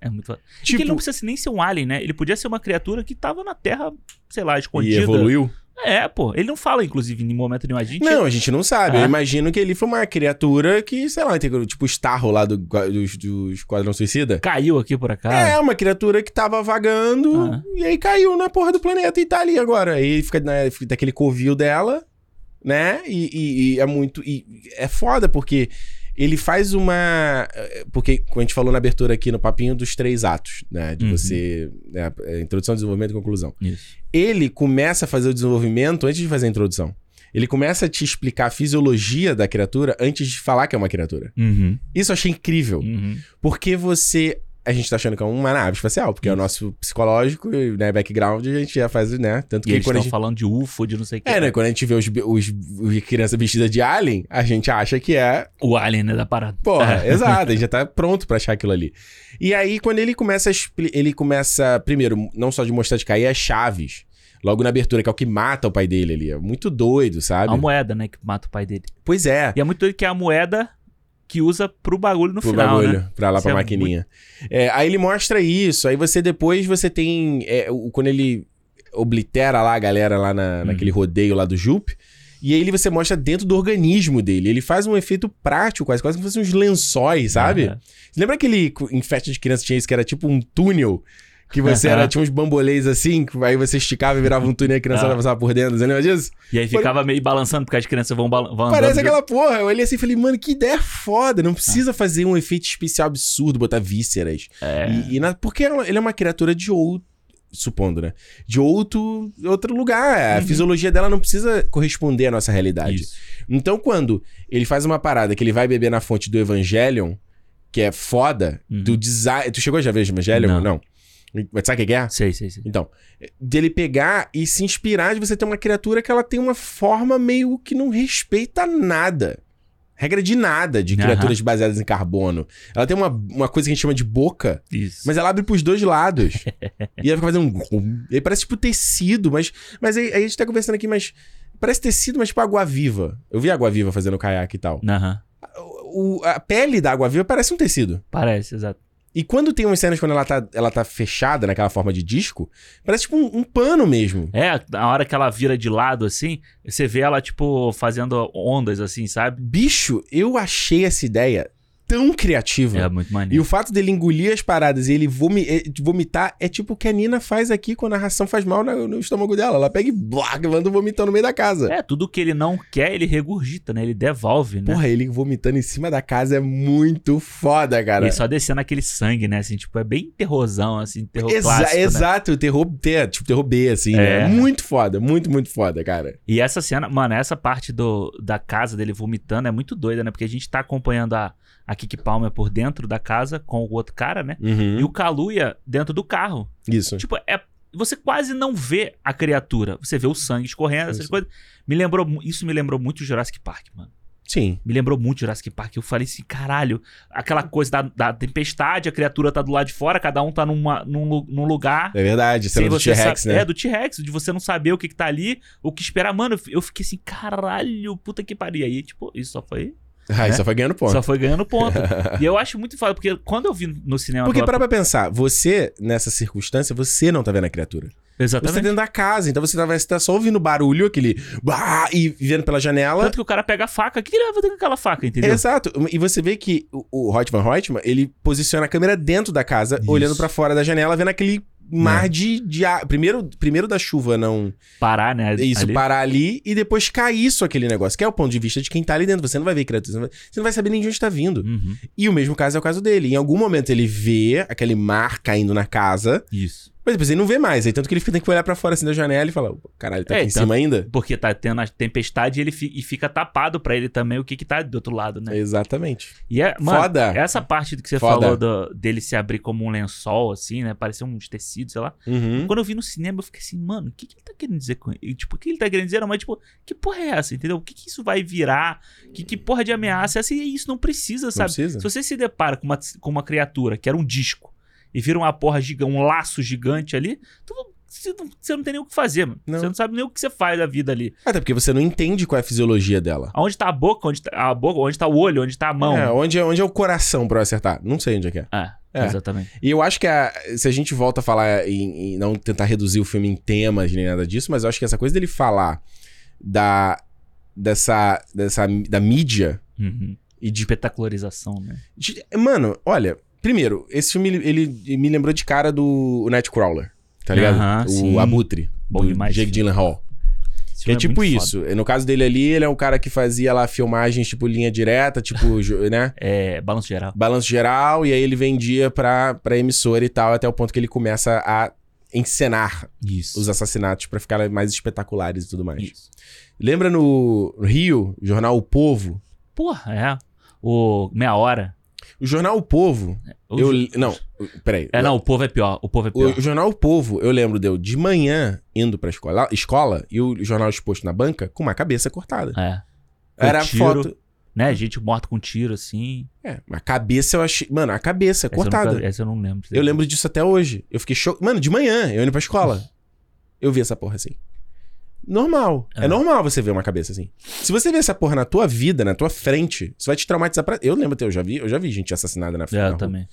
S2: É muito foda. E que
S1: Tipo,
S2: ele não precisa nem ser um alien, né? Ele podia ser uma criatura que tava na Terra, sei lá,
S1: e
S2: escondida.
S1: evoluiu.
S2: É, pô. Ele não fala, inclusive, em momento nenhum. A gente.
S1: Não, a gente não sabe.
S2: É.
S1: Eu imagino que ele foi uma criatura que, sei lá, tem tipo o Starro lá do, do, do Esquadrão Suicida.
S2: Caiu aqui por acaso.
S1: É, uma criatura que tava vagando
S2: Ah.
S1: e aí caiu na porra do planeta e tá ali agora. Aí fica na, fica daquele covil dela, né? E, e- e é muito. E é foda porque ele faz uma. eh, Porque, como a gente falou na abertura aqui no papinho, dos três atos, né? De
S2: Uhum.
S1: você. né, introdução, desenvolvimento e conclusão
S2: Isso.
S1: ele começa a fazer o desenvolvimento antes de fazer a introdução. Ele começa a te explicar a fisiologia da criatura antes de falar que é uma criatura.
S2: Uhum.
S1: Isso eu achei incrível.
S2: Uhum.
S1: Porque você. A gente tá achando que é uma nave espacial, porque é o nosso psicológico, né? Background, a gente já faz, né? Tanto
S2: E
S1: que
S2: eles
S1: quando
S2: estão
S1: a gente.
S2: falando de UFO, de não sei o que.
S1: É, né? Quando a gente vê os, bi- os, os criança vestida de alien, a gente acha que é
S2: O alien, né, da parada.
S1: Porra, exato, ele já tá pronto pra achar aquilo ali. E aí, quando ele começa a expli- ele começa, primeiro, não só de mostrar de cair as chaves, logo na abertura, que é o que mata o pai dele ali. É muito doido, sabe?
S2: A moeda, né, que mata o pai dele.
S1: Pois é.
S2: E é muito doido que é a moeda que usa pro bagulho no
S1: Pro
S2: final,
S1: bagulho,
S2: né?
S1: pra lá
S2: Isso
S1: pra
S2: é
S1: maquininha. É, aí ele mostra isso, aí você depois você tem. é, o- quando ele oblitera lá a galera lá na,
S2: Uhum.
S1: naquele rodeio lá do Jupe. E aí ele você mostra dentro do organismo dele. Ele faz um efeito prático, quase, quase como se fossem uns lençóis, sabe?
S2: Aham.
S1: Lembra aquele cu- em festa de criança tinha isso que era tipo um túnel? Que você era, tinha uns bambolês assim, que aí você esticava e virava um túnel e a criançada
S2: Ah.
S1: passava por dentro. Você lembra disso?
S2: E aí ficava meio balançando, porque as crianças vão, bal vão andando
S1: Parece
S2: junto.
S1: aquela porra. Eu olhei assim e falei, mano, que ideia foda. Não precisa fazer um efeito especial absurdo, botar vísceras.
S2: É.
S1: E, e na- porque ela- ele é uma criatura de outro. Supondo, né? De outro, outro lugar. A
S2: Uhum.
S1: fisiologia dela não precisa corresponder à nossa realidade.
S2: Isso.
S1: Então, quando ele faz uma parada que ele vai beber na fonte do Evangelion, que é foda,
S2: Uhum.
S1: do design. Tu chegou a já ver o Evangelion?
S2: Não.
S1: Não. Mas sabe o que que é?
S2: Sei, sei, sei.
S1: Então, dele pegar e se inspirar de você ter uma criatura que ela tem uma forma meio que não respeita nada. Regra de nada de
S2: Aham.
S1: criaturas baseadas em carbono. Ela tem uma, uma coisa que a gente chama de boca,
S2: Isso.
S1: mas ela abre pros dois lados. e ela fica fazendo um. E aí parece tipo tecido, mas. Mas aí, aí a gente tá conversando aqui, mas. Parece tecido, mas tipo água-viva. Eu vi água-viva fazendo caiaque e tal.
S2: Aham.
S1: O- o- a pele da água-viva parece um tecido.
S2: Parece, exato.
S1: E quando tem umas cenas quando ela tá, ela tá fechada naquela forma de disco, parece tipo um, um pano mesmo.
S2: É, a hora que ela vira de lado, assim, você vê ela, tipo, fazendo ondas, assim, sabe?
S1: Bicho, eu achei essa ideia tão criativa.
S2: É muito
S1: Uhum. E
S2: maneiro.
S1: o fato dele engolir as paradas e ele vomi- eh, vomitar é tipo o que a Nina faz aqui quando a ração faz mal na- no, estômago dela. Ela pega e blá, manda vomitar no meio da casa.
S2: É, tudo que ele não quer, ele regurgita, né? Ele devolve, né?
S1: Porra, ele vomitando em cima da casa é muito foda,
S2: E
S1: cara.
S2: ele só descendo aquele sangue, né? Assim, tipo, é bem terrorzão, assim, terror
S1: Exa-
S2: clássico, né?
S1: Exato, terror B, tipo terror B, assim.
S2: É.
S1: É. Muito foda, muito, muito foda, cara.
S2: E essa cena, mano, essa parte do, da casa dele vomitando é muito doida, né? Porque a gente tá acompanhando a, a Kiki Palmer por dentro da casa com o outro cara, né? E o Kaluuya dentro do carro.
S1: Isso.
S2: Tipo, é, você quase não vê a criatura. Você vê o sangue escorrendo, essas
S1: Isso.
S2: coisas. Me lembrou, mu- isso me lembrou muito Jurassic Park, mano.
S1: Sim.
S2: Me lembrou muito Jurassic Park. Eu falei assim, caralho, aquela coisa da, da tempestade, a criatura tá do lado de fora, cada um tá numa, num, lu- num lugar.
S1: É verdade, cena
S2: Sem
S1: do
S2: você
S1: T-Rex,
S2: sa-
S1: né?
S2: É, do T-Rex, de você não saber o que, que tá ali, o que esperar. Mano, eu fi- eu fiquei assim, caralho, puta que pariu. E aí, tipo, isso só foi.
S1: Ah,
S2: né?
S1: isso só foi ganhando ponto.
S2: Só foi ganhando ponto. e eu acho muito foda, porque quando eu vi no cinema.
S1: Porque
S2: pela-
S1: para pra pensar, você, nessa circunstância, você não tá vendo a criatura. Você tá
S2: Exatamente.
S1: dentro da casa, então você tá, você tá só ouvindo barulho, aquele. bah, e vendo pela janela.
S2: Tanto que o cara pega a faca. O que que ele vai fazer com aquela faca, entendeu?
S1: Exato. E você vê que o, o Hotman Hotman, ele posiciona a câmera dentro da casa,
S2: Isso. Né.
S1: olhando pra fora da janela, vendo aquele mar de, de ar- primeiro primeiro da chuva não
S2: Parar, né?
S1: isso
S2: ali.
S1: parar ali e depois cair só aquele negócio que é o ponto de vista de quem tá ali dentro você não vai ver criatura você não vai, você não vai saber nem de onde tá vindo
S2: Uhum,
S1: e o mesmo caso é o caso dele em algum momento ele vê aquele mar caindo na casa
S2: Isso.
S1: Mas depois ele não vê mais. Aí tanto que ele fica, tem que olhar pra fora assim da janela e falar, "Opa, caralho, tá
S2: É,
S1: aqui em
S2: então-
S1: cima ainda?
S2: Porque tá tendo a tempestade e ele fi- e fica tapado pra ele também o que que tá do outro lado, né?
S1: Exatamente.
S2: E é, mano,
S1: Foda.
S2: essa parte do que você
S1: Foda.
S2: falou do- dele se abrir como um lençol, assim, né? Parecia uns tecidos, sei lá.
S1: Uhum.
S2: Quando eu vi no cinema, eu fiquei assim, mano, o que, que ele tá querendo dizer com ele? Tipo, o que ele tá querendo dizer? Não, mas tipo, que porra é essa, entendeu? O que, que isso vai virar? Que, que porra de ameaça é essa? E isso não precisa,
S1: Não
S2: sabe?
S1: precisa?
S2: Se você se depara com uma, com uma criatura que era um disco e vira uma porra gigante, um laço gigante ali, tu não- você não, você não tem nem o que fazer, mano.
S1: Não.
S2: Você não sabe nem o que você faz da vida ali.
S1: Até porque você não entende qual é a fisiologia dela.
S2: Onde tá a boca, onde tá a boca, onde tá o olho, onde tá a mão.
S1: É, onde, é, onde é o coração pra eu acertar? Não sei onde é que é.
S2: É,
S1: É.
S2: exatamente.
S1: E eu acho que a- se a gente volta a falar em, em não tentar reduzir o filme em temas nem nada disso, mas eu acho que essa coisa dele falar da dessa dessa da mídia
S2: Uhum.
S1: e de
S2: Espetacularização, né?
S1: De- Mano, olha, primeiro, esse filme ele, ele me lembrou de cara do Nightcrawler, tá ligado?
S2: Aham,
S1: o
S2: sim.
S1: Abutre,
S2: Bom
S1: do
S2: demais,
S1: Jake
S2: sim.
S1: Gyllenhaal.
S2: Esse
S1: Que é
S2: filme
S1: tipo
S2: Então muito foda.
S1: isso. No caso dele ali, ele é um cara que fazia lá filmagens tipo linha direta, tipo, jo- né?
S2: É, balanço geral.
S1: Balanço geral, e aí ele vendia pra, pra emissora e tal, até o ponto que ele começa a encenar
S2: Isso.
S1: os assassinatos pra ficar mais espetaculares e tudo mais.
S2: isso.
S1: Lembra no Rio, jornal O Povo?
S2: Porra, é. O Meia Hora.
S1: O jornal O Povo,
S2: O-
S1: eu... Não, peraí.
S2: É, não, o povo é pior. O povo é pior.
S1: O jornal O Povo, eu lembro deu de manhã indo pra escola, escola e o jornal exposto na banca com uma cabeça cortada.
S2: É. Com
S1: Era
S2: tiro,
S1: foto.
S2: Né? Gente morta com tiro, assim.
S1: É, a cabeça eu achei. Mano, a cabeça
S2: Essa eu
S1: cortada. Eu,
S2: nunca- Essa eu não lembro. É,
S1: lembro disso até hoje. Eu fiquei chocado. Mano, de manhã, eu indo pra escola. Eu vi essa porra assim. Normal. É.
S2: É.
S1: normal você ver uma cabeça assim. Se você ver essa porra na tua vida, na tua frente, isso vai te traumatizar pra. Eu lembro até, eu já vi, eu já vi gente assassinada na frente.
S2: É,
S1: na
S2: eu
S1: rua.
S2: também.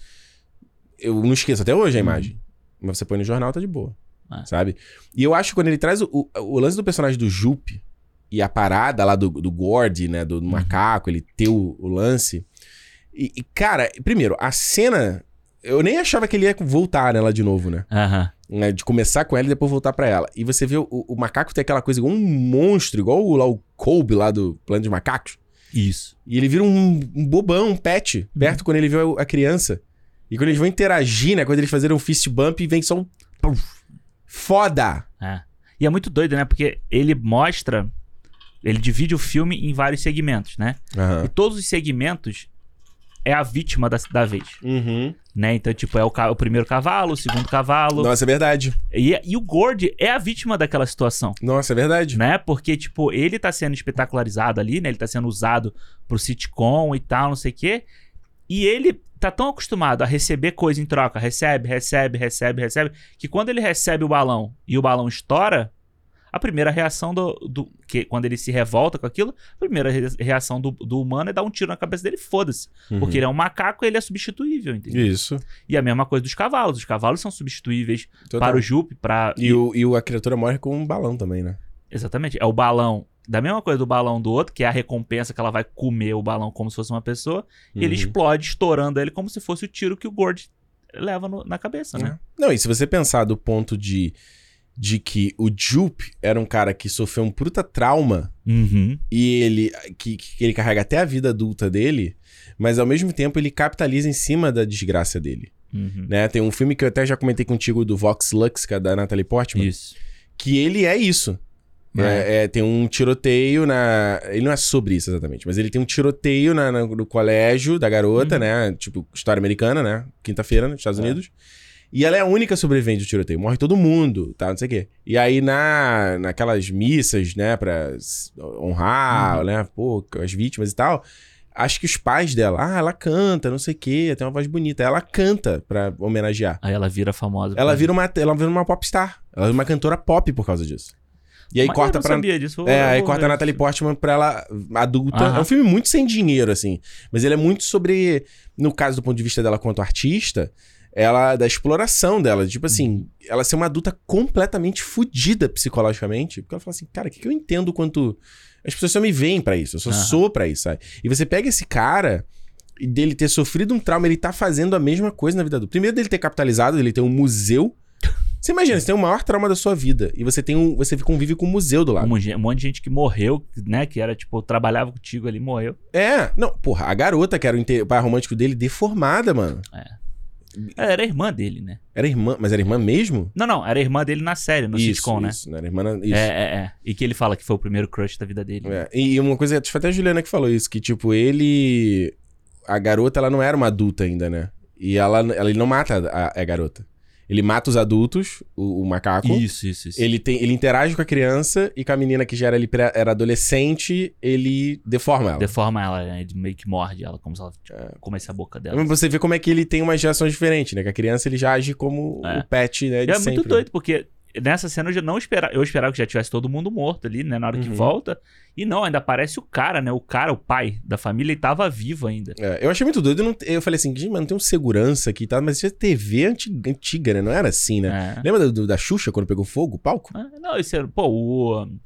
S1: eu não esqueço até hoje a
S2: Uhum.
S1: imagem. Mas você põe no jornal, tá de boa.
S2: Ah.
S1: Sabe? E eu acho que quando ele traz o, o- o lance do personagem do Jupe e a parada lá do, do Gord, né? Do, do macaco, ele ter o, o lance. E, e, cara, primeiro, a cena. Eu nem achava que ele ia voltar nela de novo, né?
S2: Aham.
S1: Né, De começar com ela e depois voltar pra ela. E você vê o, o macaco ter aquela coisa igual um monstro, igual o, lá o Kobe lá do Plano de Macacos.
S2: Isso.
S1: E ele vira um, um bobão, um pet,
S2: Uhum.
S1: perto quando ele vê o- a criança. E quando eles vão interagir, né? Quando eles fazerem um fist bump e vem só um. Puf. Foda!
S2: É. E é muito doido, né? Porque ele mostra. Ele divide o filme em vários segmentos, né?
S1: Tá.
S2: E todos os segmentos é a vítima da, da vez,
S1: Uhum.
S2: né? Então, tipo, é o, ca- o primeiro cavalo, o segundo cavalo.
S1: Nossa, é verdade.
S2: E, e o Gord é a vítima daquela situação.
S1: Nossa, é verdade.
S2: né? Porque, tipo, ele tá sendo espetacularizado ali, né? Ele tá sendo usado pro sitcom e tal, não sei o quê. E ele tá tão acostumado a receber coisa em troca. Recebe, recebe, recebe, recebe. Que quando ele recebe o balão e o balão estoura, a primeira reação do. do que quando ele se revolta com aquilo, a primeira re- reação do, do humano é dar um tiro na cabeça dele, foda-se.
S1: Uhum.
S2: Porque ele é um macaco e ele é substituível, entendeu?
S1: Isso.
S2: E a mesma coisa dos cavalos. Os cavalos são substituíveis
S1: Total.
S2: para o Jupe, para.
S1: E, o, e o- a criatura morre com um balão também, né?
S2: Exatamente. É o balão da mesma coisa do balão do outro, que é a recompensa que ela vai comer o balão como se fosse uma pessoa, e ele
S1: Uhum.
S2: explode, estourando ele como se fosse o tiro que o Gord leva no- na cabeça, né?
S1: Não, e se você pensar do ponto de, de que o Jupe era um cara que sofreu um puta trauma
S2: Uhum.
S1: e ele que, que ele carrega até a vida adulta dele, mas ao mesmo tempo ele capitaliza em cima da desgraça dele,
S2: Uhum.
S1: né? Tem um filme que eu até já comentei contigo do Vox Lux, que é da Natalie Portman,
S2: Isso.
S1: que ele é isso. né? É, tem um tiroteio na. Ele não é sobre isso exatamente, mas ele tem um tiroteio na, na- no colégio da garota,
S2: Uhum.
S1: né? Tipo, história americana, né? Quinta-feira nos Estados
S2: É.
S1: Unidos. E ela é a única sobrevivente do tiroteio. Morre todo mundo, tá? Não sei o quê. E aí, na, naquelas missas, né? Pra s-
S2: Uhum.
S1: honrar, né? Pô, as vítimas e tal. Acho que os pais dela, ah, ela canta, não sei o quê, tem uma voz bonita. Ela canta pra homenagear.
S2: Aí ela vira famosa.
S1: Ela vira uma, ela vira uma popstar. Ela é uma cantora pop por causa disso. E aí
S2: Mas
S1: corta
S2: eu não
S1: pra.
S2: sabia disso. vou-
S1: É,
S2: eu
S1: aí
S2: vou
S1: corta
S2: ver
S1: a Natalie
S2: isso.
S1: Portman pra ela adulta.
S2: Aham.
S1: É um filme muito sem dinheiro, assim. Mas ele é muito sobre, no caso do ponto de vista dela quanto artista, ela da exploração dela. Tipo
S2: Uhum.
S1: assim, ela ser uma adulta completamente fodida psicologicamente. Porque ela fala assim, cara, o que, que eu entendo quanto. As pessoas só me veem pra isso, eu só
S2: Aham.
S1: sou pra isso, sabe? E você pega esse cara. e Dele ter sofrido um trauma, ele tá fazendo a mesma coisa na vida adulta. Primeiro, dele ter capitalizado, ele tem um museu. Você imagina, você tem o maior trauma da sua vida e você tem um. Você convive com um museu do lado.
S2: Um, monte- um monte de gente que morreu, né? Que era tipo, trabalhava contigo ali, morreu.
S1: É, não, porra, a garota que era o inte- o pai romântico dele, deformada, mano.
S2: Ela Era irmã dele, né?
S1: Era irmã, mas era irmã mesmo?
S2: Não, não, era irmã dele na série, no sitcom, né?
S1: Isso, não era irmã, na- isso.
S2: É, é, é. E que ele fala que foi o primeiro crush da vida dele.
S1: É, E e uma coisa, acho que foi até a Juliana que falou isso, que tipo, ele. A garota, ela não era uma adulta ainda, né? E ela, ela ele não mata a, a garota. Ele mata os adultos, o, o macaco.
S2: Isso, isso, isso.
S1: Ele, tem, ele interage com a criança e com a menina que já era, ali pré- era adolescente, ele deforma ela.
S2: Deforma ela, né? Ele meio que morde ela, como se ela tipo,
S1: É.
S2: comesse a boca dela.
S1: Mas Você vê como é que ele tem umas reações diferentes, né? Que a criança ele já age como
S2: É.
S1: o pet, né?
S2: E
S1: de
S2: é muito
S1: sempre.
S2: doido, porque nessa cena eu já não esperava. Eu esperava que já tivesse todo mundo morto ali, né? Na hora que
S1: Uhum.
S2: volta. E não, ainda aparece o cara, né? O cara, o pai da família, ele tava vivo ainda.
S1: É, eu achei muito doido. Eu, não- eu falei assim, gente, mas não tem um segurança aqui e tal. Mas isso é TV antiga, antiga, né? Não era assim, né?
S2: É.
S1: Lembra do- do- da Xuxa quando pegou fogo, o palco?
S2: Ah, Não, esse era. Pô, o. Como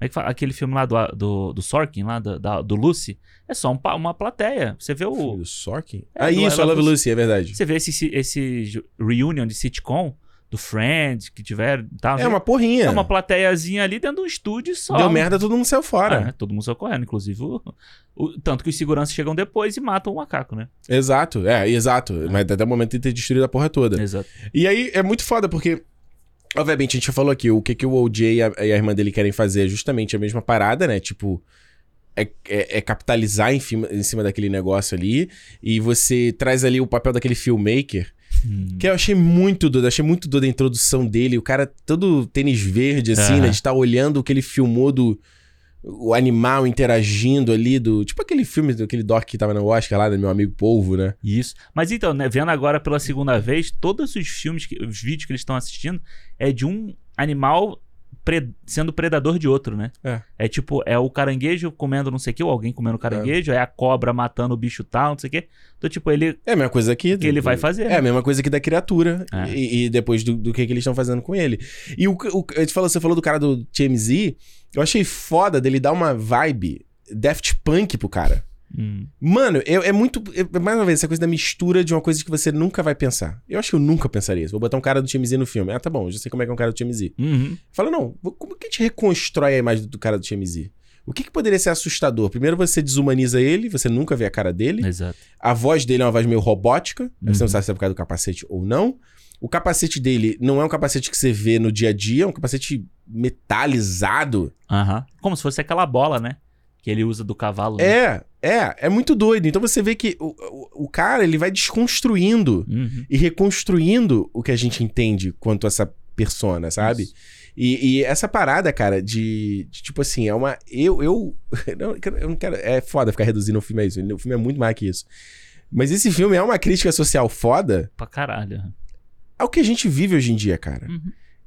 S2: é que fala? Aquele filme lá do, do, do Sorkin, lá da- da- do Lucy, é só um pa- uma plateia. Você vê o.
S1: Filme do Sorkin?
S2: É,
S1: ah,
S2: do
S1: isso,
S2: I
S1: I
S2: Love
S1: Love Lucy, é verdade.
S2: Você vê esse, esse reunion de sitcom do Friends que tiveram e tal.
S1: É uma porrinha.
S2: é uma plateiazinha ali dentro de um estúdio só.
S1: Deu merda, todo mundo saiu
S2: Ah,
S1: fora.
S2: é, todo mundo saiu correndo, inclusive o, o- Tanto que os seguranças chegam depois e matam o macaco, né?
S1: Exato, é, exato. Mas até o momento de ter destruído a porra toda.
S2: Exato.
S1: E aí é muito foda, porque. Obviamente, a gente já falou aqui, o que, que o OJ e a, e a irmã dele querem fazer é justamente a mesma parada, né? Tipo. É, é- é capitalizar em, cima- em cima daquele negócio ali. E você traz ali o papel daquele filmmaker.
S2: Hum,
S1: Que eu achei muito doido. Achei muito doido a introdução dele. O cara todo tênis verde, assim,
S2: Aham.
S1: né? De estar olhando o que ele filmou do. O animal interagindo ali do. Tipo aquele filme, do- aquele doc que tava no Oscar lá, do meu amigo Polvo, né?
S2: Isso. Mas então, né, vendo agora pela segunda vez, todos os filmes, que, os vídeos que eles estão assistindo é de um animal pre- sendo predador de outro, né?
S1: É.
S2: tipo, é o caranguejo comendo não sei o que, ou alguém comendo caranguejo, é. a cobra matando o bicho tal, não sei o que. Então, tipo, ele.
S1: É a mesma coisa aqui.
S2: Que ele vai fazer,
S1: É
S2: né?
S1: a mesma coisa que da criatura.
S2: É.
S1: E, e depois do, do que, que eles estão fazendo com ele. E o, o eu te falo- você falou do cara do TMZ. Eu achei foda dele dar uma vibe Daft Punk pro cara.
S2: Hum,
S1: Mano, eu- é muito. é- mais uma vez, essa coisa da mistura de uma coisa que você nunca vai pensar. Eu acho que eu nunca pensaria isso. Vou botar um cara do TMZ no filme. Ah, tá bom, já sei como é que é um cara do TMZ.
S2: uhum.
S1: Fala, não, vou- como que a gente reconstrói a imagem do cara do TMZ? O que, que poderia ser assustador? Primeiro, você desumaniza ele, você nunca vê a cara dele.
S2: Exato.
S1: A voz dele é uma voz meio robótica. aí Você
S2: Uhum.
S1: não sabe se é por causa do capacete ou não. O capacete dele não é um capacete que você vê no dia a dia, é um capacete metalizado.
S2: Aham. Como se fosse aquela bola, né? Que ele usa do cavalo. né?
S1: É, é, é muito doido. Então você vê que o, o, o cara ele vai desconstruindo
S2: Uhum.
S1: e reconstruindo o que a gente entende quanto a essa persona, sabe?
S2: Isso.
S1: E, e essa parada, cara, de, de, tipo assim, é uma. Eu. Eu não, eu quero- eu não quero. É foda ficar reduzindo o filme a isso. O filme é muito mais que isso. Mas esse filme é uma crítica social foda
S2: Pra caralho.
S1: ao É que a gente vive hoje em dia, cara.
S2: Uhum.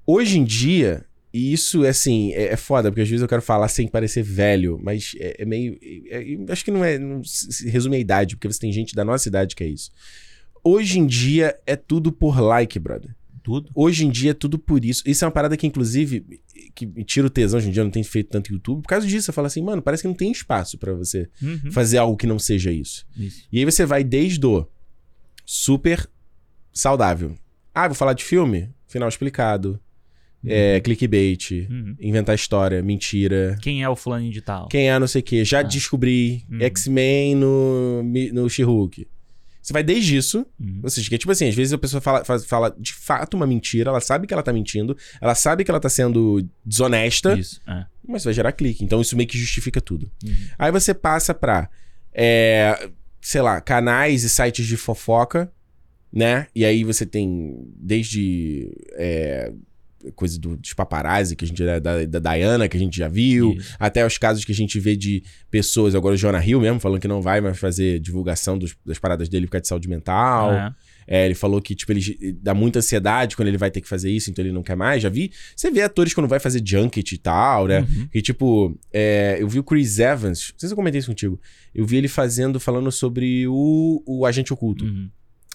S1: Hoje em dia, e isso é assim, é, é foda, porque às vezes eu quero falar sem parecer velho, mas é, é meio. é- é- acho que não é. Não se se resume a idade, porque você tem gente da nossa idade que é isso. Hoje em dia é tudo por like, brother.
S2: Tudo.
S1: Hoje em dia é tudo por isso. Isso é uma parada que, inclusive, que me tira o tesão hoje em dia, eu não tenho feito tanto YouTube. Por causa disso, eu falo assim, mano, parece que não tem espaço pra você
S2: Uhum.
S1: fazer algo que não seja isso.
S2: Isso.
S1: E aí você vai desde o super saudável. Ah, vou falar de filme? Final explicado. É, clickbait.
S2: Uhum.
S1: Inventar história, mentira.
S2: Quem é o fulano de tal?
S1: Quem é não sei o quê. Já
S2: Ah.
S1: descobri
S2: Uhum.
S1: X-Men no, mi- no She-Hulk. Você vai desde isso.
S2: Uhum.
S1: Ou seja, que é tipo assim, às vezes a pessoa fala, faz- fala de fato uma mentira, ela sabe que ela tá mentindo, ela sabe que ela tá sendo desonesta,
S2: Isso, é.
S1: mas vai gerar clique. Então isso meio que justifica tudo.
S2: Uhum.
S1: Aí você passa pra, é, sei lá, canais e sites de fofoca, né? E aí você tem desde é, coisa do- dos paparazzi, que a gente da, da, da Diana, que a gente já viu,
S2: Isso.
S1: até os casos que a gente vê de pessoas, agora o Jonah Hill mesmo, falando que não vai mais fazer divulgação dos- das paradas dele por causa de saúde mental.
S2: É.
S1: É, ele falou que, tipo, ele ge- dá muita ansiedade quando ele vai ter que fazer isso, então ele não quer mais. Já vi. Você vê atores quando vai fazer junket e tal, né?
S2: Uhum.
S1: E, tipo, é, eu vi o Chris Evans, não sei se eu comentei isso contigo. Eu vi ele fazendo, falando sobre o, o Agente Oculto.
S2: Uhum.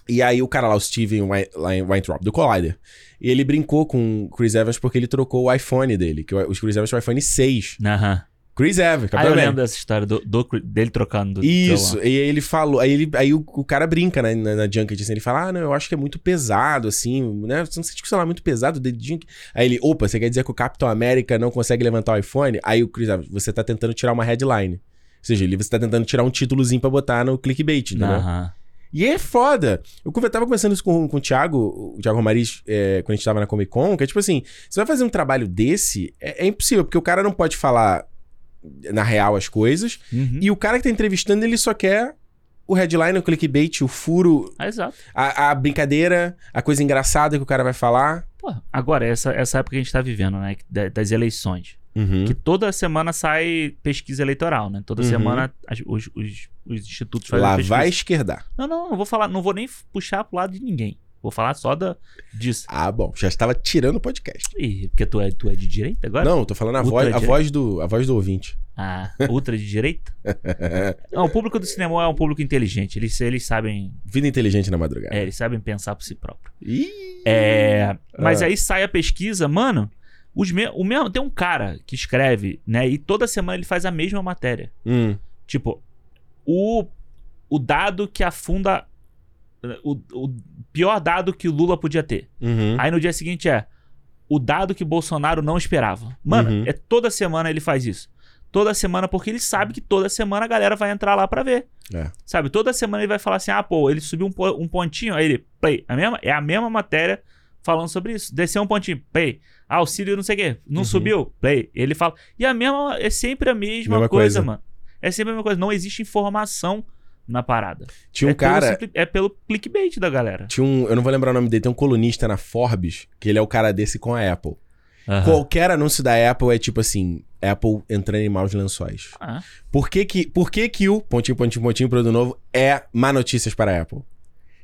S1: E aí o cara lá, o Steven Wei- Lei- Weintraub, do Collider, ele brincou com o Chris Evans porque ele trocou o iPhone dele, que o, o Chris Evans tinha o iPhone 6.
S2: Aham.
S1: Chris Evans,
S2: Ah,
S1: Capitão
S2: eu
S1: América.
S2: lembro dessa história do, do- dele trocando. do
S1: Isso,
S2: celular.
S1: e aí ele falou, aí, ele, aí o, o cara brinca né, na, na Junket, assim, ele fala, ah, não, eu acho que é muito pesado, assim, né, você não sente que o celular é muito pesado, o dedinho... que-" Aí ele, opa, você quer dizer que o Capitão América não consegue levantar o iPhone? Aí o Chris, Evans, você tá tentando tirar uma headline. Ou seja, ele, você tá tentando tirar um títulozinho pra botar no clickbait, entendeu?
S2: Aham.
S1: E é foda. Eu conver- tava conversando isso com, com o Thiago, o Thiago Romariz, é, quando a gente tava na Comic Con, que é tipo assim, você vai fazer um trabalho desse, é- é impossível, porque o cara não pode falar na real as coisas,
S2: Uhum.
S1: e o cara que tá entrevistando, ele só quer o headline, o clickbait, o furo,
S2: Ah, exato.
S1: a, a brincadeira, a coisa engraçada que o cara vai falar.
S2: Porra, agora, essa, essa época que a gente tá vivendo, né? que- da- Das eleições. Que toda semana sai pesquisa eleitoral, né? Toda
S1: Uhum.
S2: semana as- os, os- os institutos fazem
S1: Lá
S2: pesquisa.
S1: vai esquerdar.
S2: Não, não, não vou falar, não vou nem puxar pro lado de ninguém. Vou falar só da, disso.
S1: Ah, bom. Já estava tirando o podcast.
S2: Ih, porque tu é, tu é de direita agora?
S1: Não, eu tô falando a
S2: Ultra
S1: voz, a
S2: direita.
S1: voz do, a voz do ouvinte.
S2: Ah, ultra de direita? não, o público do cinema é um público inteligente. Eles, eles sabem.
S1: Vida inteligente na madrugada.
S2: é, eles sabem pensar por si próprio.
S1: Ih,
S2: É. Mas
S1: Ah.
S2: aí sai a pesquisa, mano. Os me o mesmo, tem um cara que escreve, né? E toda semana ele faz a mesma matéria.
S1: hum,
S2: Tipo, o, o dado que afunda. O, o pior dado que o Lula podia ter.
S1: uhum.
S2: Aí no dia seguinte é o dado que Bolsonaro não esperava. Mano,
S1: Uhum.
S2: é toda semana ele faz isso. Toda semana, porque ele sabe que toda semana a galera vai entrar lá pra ver.
S1: É.
S2: Sabe? Toda semana ele vai falar assim: ah, pô, ele subiu um, po- um pontinho, aí ele, play. A mesma, é a mesma matéria falando sobre isso. Desceu um pontinho, play. Ah, auxílio não sei o quê, não
S1: Uhum.
S2: subiu, play. Ele fala. E a mesma, é sempre a mesma,
S1: Mesma
S2: coisa,
S1: coisa.
S2: mano. É sempre a mesma coisa. Não existe informação na parada.
S1: Tinha
S2: é
S1: um cara.
S2: Pelo, simpli- é pelo clickbait da galera.
S1: Tinha um, eu não vou lembrar o nome dele, tem um colunista na Forbes, que ele é o cara desse com a Apple.
S2: Aham.
S1: Qualquer anúncio da Apple é tipo assim: Apple entrando em maus lençóis.
S2: Ah,
S1: Por que que, por que, que o pontinho, pontinho, pontinho, produto novo é má notícias para a Apple?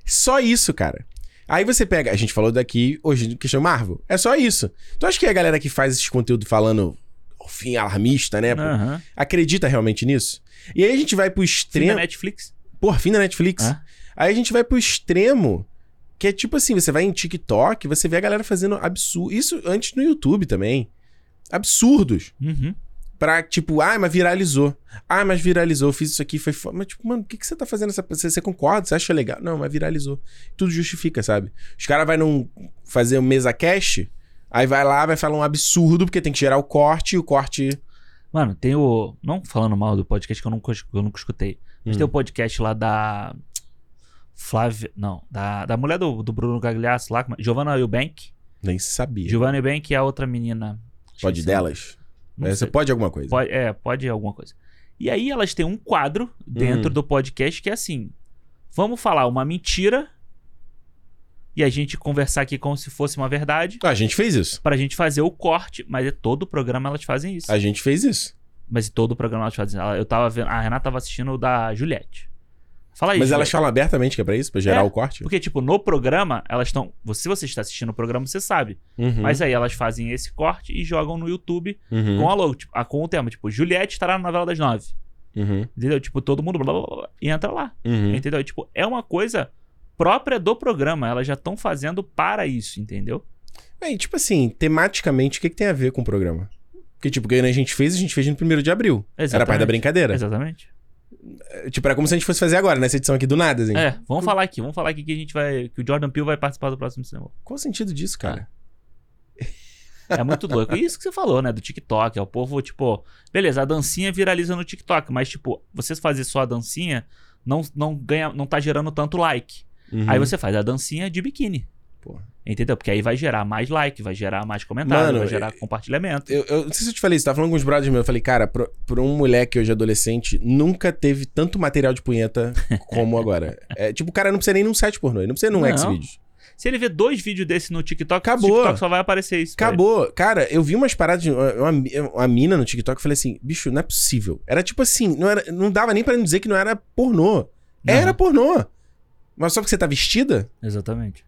S1: Só isso, cara. Aí você pega, a gente falou daqui hoje de questão Marvel. É só isso. Tu acha que a galera que faz esse conteúdo falando o fim alarmista, né? pô,
S2: aham.
S1: Acredita realmente nisso? E aí a gente vai pro
S2: Filme Ah. da
S1: extremo.
S2: Netflix?
S1: Porra, fim da Netflix.
S2: Ah.
S1: Aí a gente vai pro extremo. Que é tipo assim, você vai em TikTok, você vê a galera fazendo absurdo. Isso antes no YouTube também. Absurdos.
S2: Uhum.
S1: Pra, tipo, ah, mas viralizou. Ah, mas viralizou, eu fiz isso aqui, foi foda. Mas, tipo, mano, por que, que você tá fazendo essa. Você, você concorda? Você acha legal? Não, mas viralizou. Tudo justifica, sabe? Os caras vai num. fazer um mesa cast, aí vai lá, vai falar um absurdo, porque tem que gerar o corte, e o corte.
S2: Mano, tem o. Não falando mal do podcast que eu nunca, eu nunca escutei. Mas
S1: Hum.
S2: tem o podcast lá da. Flávia. Não, da, da mulher do, do Bruno Gagliasso lá. como é? Giovanna Eubank.
S1: Nem sabia.
S2: Giovanna Eubank é a outra menina.
S1: Pode
S2: Esqueci.
S1: delas?
S2: Não
S1: É,
S2: sei.
S1: você pode alguma coisa.
S2: Pode, é, pode alguma coisa. E aí elas têm um quadro dentro
S1: Hum.
S2: do podcast que é assim: vamos falar uma mentira e a gente conversar aqui como se fosse uma verdade.
S1: Ah, A gente fez isso.
S2: Pra gente fazer o corte, mas é todo o programa elas fazem isso.
S1: A gente fez isso.
S2: Mas em todo o programa elas fazem. ela- Eu tava vendo. A Renata tava assistindo o da Juliette. Fala aí.
S1: Mas elas
S2: Juliette.
S1: falam abertamente que é pra isso? Pra gerar
S2: É.
S1: o corte?
S2: Porque, tipo, no programa, elas estão. Se você está assistindo o programa, você sabe.
S1: Uhum,
S2: Mas aí elas fazem esse corte e jogam no YouTube
S1: uhum,
S2: com a logo, tipo, a- com o tema. Tipo, Juliette estará na novela das nove.
S1: uhum,
S2: Entendeu? Tipo, todo mundo blá, blá, blá, blá, e entra lá.
S1: uhum.
S2: Entendeu? Tipo, é uma coisa própria do programa. Elas já estão fazendo para isso, entendeu?
S1: É, e tipo assim, tematicamente, o que, que tem a ver com o programa? Porque, tipo, quando a gente fez, a gente fez no primeiro de abril. Era parte da
S2: Exatamente.
S1: brincadeira.
S2: Exatamente.
S1: Tipo, era como se a gente fosse fazer agora, nessa edição aqui do nada, assim.
S2: É, vamos falar aqui, vamos falar aqui que a gente vai. Que o Jordan Peele vai participar do próximo cinema.
S1: Qual o sentido
S2: Ah.
S1: disso, cara?
S2: É muito louco. E isso que você falou, né? Do TikTok. É o povo, tipo, beleza, a dancinha viraliza no TikTok, mas, tipo, você fazer só a dancinha não, não, ganha, não tá gerando tanto like.
S1: Uhum.
S2: Aí você faz a dancinha de biquíni.
S1: Porra.
S2: Entendeu? Porque aí vai gerar mais like, vai gerar mais comentário,
S1: Mano, é-
S2: vai gerar compartilhamento.
S1: Eu, eu não sei se eu te falei isso, tava falando com os brothers meus. Eu falei, cara, pra, pra um moleque hoje adolescente, nunca teve tanto material de punheta como agora. É, tipo, o cara não precisa nem num site pornô, ele não precisa num
S2: Não.
S1: Xvideos.
S2: Se ele vê dois vídeos desse no TikTok,
S1: Acabou.
S2: o TikTok só vai aparecer isso. tá pra ele.
S1: Acabou. Cara, eu vi umas paradas, de uma, uma- uma mina no TikTok, eu falei assim, bicho, não é possível. Era tipo assim, não, era, não dava nem pra dizer que não era pornô. Era
S2: Aham,
S1: pornô. Mas só porque você tá vestida?
S2: Exatamente.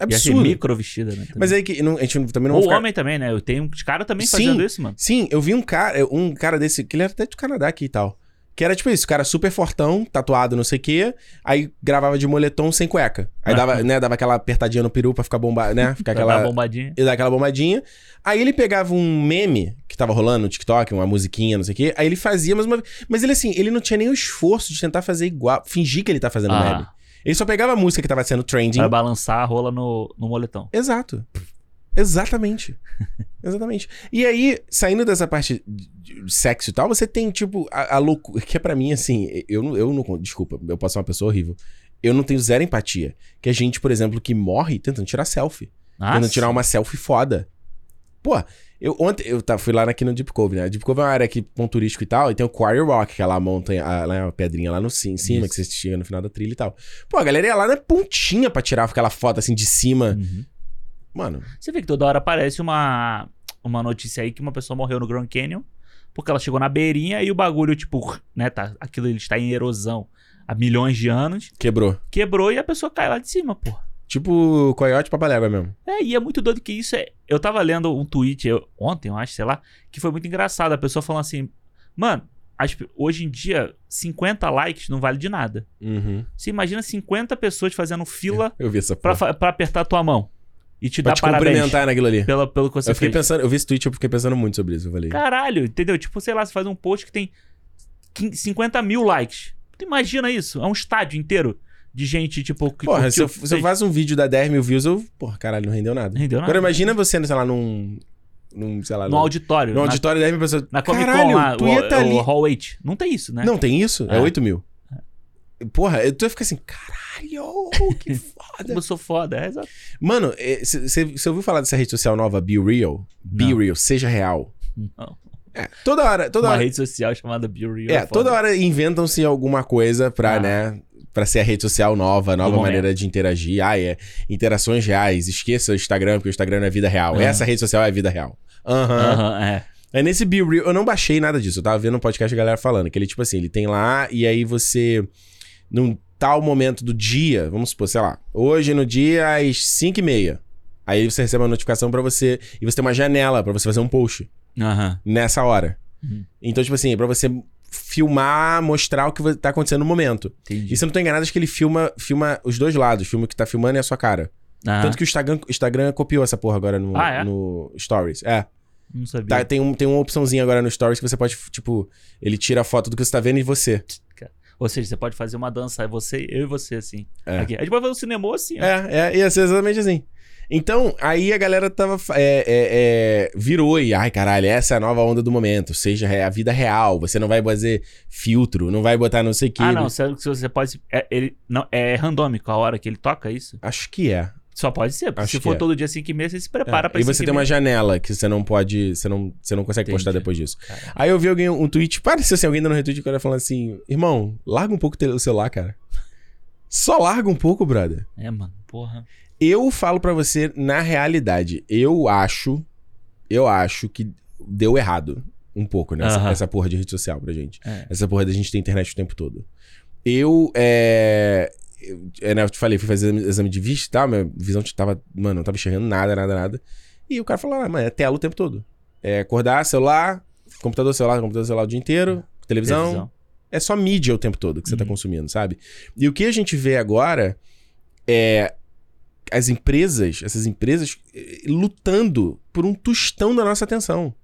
S2: E
S1: Absurdo.
S2: assim, micro vestida, né? também.
S1: Mas aí que não- a gente não- também não
S2: Ou
S1: vai ficar...
S2: homem também, né? Eu tenho uns caras também
S1: Sim.
S2: fazendo isso, mano.
S1: Sim, eu vi um cara, um cara desse, que ele era até do Canadá aqui e tal. Que era tipo isso, cara super fortão, tatuado, não sei o quê, aí gravava de moletom sem cueca.
S2: Ah.
S1: Aí dava, né, dava aquela apertadinha no peru pra ficar bomba, né? Ficar
S2: Aquela
S1: aquela
S2: bombadinha.
S1: e dar aquela bombadinha. Aí ele pegava um meme que tava rolando no TikTok, uma musiquinha, não sei o quê. Aí ele fazia mais uma vez. Mas ele assim, ele não tinha nem o esforço de tentar fazer igual, fingir que ele tá fazendo meme.
S2: Ah,
S1: Ele só pegava a música que tava sendo trending.
S2: vai balançar a rola no, no moletom.
S1: Exato. Exatamente. Exatamente. E aí, saindo dessa parte de de sexo e tal, você tem, tipo, a, a loucura. Que é pra mim, assim, eu, não- eu não. Desculpa, eu posso ser uma pessoa horrível. Eu não tenho zero empatia. Que a gente, por exemplo, que morre tentando tirar selfie.
S2: Ah,
S1: tentando tirar uma selfie foda. Pô, eu ontem. Eu tá, fui lá aqui no Deep Cove, né? Deep Cove é uma área aqui, ponto turístico e tal. E tem o Quarry Rock, que é lá a montanha, a, lá é uma pedrinha lá no, ci- em cima,
S2: Isso.
S1: que você chega no final da trilha e tal. Pô, a galera ia lá na pontinha pra tirar aquela foto assim de cima.
S2: Uhum.
S1: Mano.
S2: Você vê que toda hora aparece uma, uma notícia aí que uma pessoa morreu no Grand Canyon porque ela chegou na beirinha e o bagulho, tipo, né, tá, aquilo ele está em erosão há milhões de anos,
S1: Quebrou.
S2: quebrou e a pessoa cai lá de cima, pô.
S1: Tipo coiote papalégua mesmo.
S2: É, e é muito doido que isso é. Eu tava lendo um tweet eu- ontem, eu acho, sei lá, que foi muito engraçado. A pessoa falando assim, mano, as pe- hoje em dia, 50 likes não vale de nada.
S1: Uhum.
S2: Você imagina 50 pessoas fazendo fila
S1: Eu vi essa
S2: pra,
S1: porra.
S2: fa- pra apertar a tua mão e te
S1: É. Pra
S2: dar
S1: te
S2: parabéns
S1: cumprimentar naquilo ali.
S2: pela, pelo que você
S1: eu fiquei
S2: fez.
S1: pensando, eu vi esse tweet, eu fiquei pensando muito sobre isso. Eu falei.
S2: Caralho, entendeu? Tipo, sei lá, você faz um post que tem 15 50 mil likes. Tu imagina isso? É um estádio inteiro de gente, tipo, que
S1: Porra,
S2: curtiu
S1: se eu,
S2: o que tu
S1: se eu
S2: fez.
S1: faço um vídeo da 10 mil views, eu. Porra, caralho, não rendeu nada.
S2: Entendeu?
S1: Agora imagina você, sei lá, num. Num, sei lá,
S2: No
S1: num-
S2: auditório.
S1: num
S2: na-
S1: auditório 10 mil pessoas.
S2: Na Comic Con
S1: caralho,
S2: lá,
S1: tu ia tá
S2: o,
S1: ali.
S2: o Hall 8. Não tem isso, né?
S1: Não, tem isso? É,
S2: É.
S1: 8 mil. Porra, eu- tu ia ficar assim, caralho, que foda.
S2: Eu sou foda, é exato.
S1: Mano, é, você ouviu falar dessa rede social nova, Be Real? Be
S2: Não.
S1: Real, seja real.
S2: Não.
S1: É, toda hora, toda
S2: Uma
S1: hora.
S2: rede social chamada BeReal.
S1: É, toda hora inventam-se alguma coisa pra,
S2: Ah.
S1: né? Pra ser a rede social nova, nova
S2: momento.
S1: maneira de interagir. Ah, é. Interações reais. Esqueça o Instagram, porque o Instagram não é vida real.
S2: Aham.
S1: Essa rede social é vida real. Aham.
S2: Aham, é.
S1: É nesse Be Real. Eu não baixei nada disso. Eu tava vendo um podcast da galera falando. Que ele, tipo assim, ele tem lá e aí você. Num tal momento do dia, vamos supor, sei lá. Hoje no dia às 5 e meia. Aí você recebe uma notificação pra você. E você tem uma janela pra você fazer um post
S2: Aham.
S1: nessa hora.
S2: Uhum.
S1: Então, tipo assim, pra você filmar, mostrar o que tá acontecendo no momento.
S2: Entendi.
S1: E se eu não tô enganado, acho que ele filma, filma os dois lados, filma o que tá filmando e a sua cara.
S2: Aham.
S1: é Tanto que o Instagram, o Instagram copiou essa porra agora no,
S2: Ah, é?
S1: no Stories. É.
S2: Não sabia.
S1: Tá, tem, um, tem uma opçãozinha agora no Stories que você pode, tipo, ele tira a foto do que você tá vendo e você.
S2: Ou seja, você pode fazer uma dança, é você, eu e você, assim.
S1: É.
S2: Aqui. A gente pode fazer um cinema assim, ó.
S1: É, é, ia ser exatamente assim. Então, aí a galera tava. fa- É, é, é, virou e, ai caralho, essa é a nova onda do momento. Seja re- a vida real. Você não vai fazer filtro, não vai botar não sei o que.
S2: ah, não, sério que você pode. É, ele, não, é randômico a hora que ele toca isso?
S1: Acho que é.
S2: Só pode ser. porque
S1: Acho
S2: se
S1: que
S2: for
S1: é.
S2: todo dia 5 e meia, você se prepara
S1: É, E
S2: pra isso.
S1: você tem uma janela que você não pode. Você não, você não consegue
S2: Entendi.
S1: postar depois disso.
S2: Caralho.
S1: Aí eu vi alguém, um tweet, pareceu assim, alguém dando um retweet que era falando assim: Irmão, larga um pouco o tele- o celular, cara. Só larga um pouco, brother.
S2: É, mano, porra.
S1: Eu falo pra você, na realidade, eu acho. Eu acho que deu errado um pouco nessa
S2: Aham.
S1: essa porra de rede social pra gente.
S2: É.
S1: Essa porra da gente ter internet o tempo todo. Eu, é. Eu, é, né, eu te falei, fui fazer exame- exame de vista e tal, minha visão t- tava. Mano, não tava enxergando nada, nada, nada. E o cara falou, ah, mano, é tela o tempo todo. É acordar, celular, computador, celular, computador, celular o dia inteiro, televisão.
S2: Televisão.
S1: É só mídia o tempo todo que você tá
S2: Uhum.
S1: consumindo, sabe? E o que a gente vê agora é. as empresas, essas empresas, eh, lutando por um tostão da nossa atenção.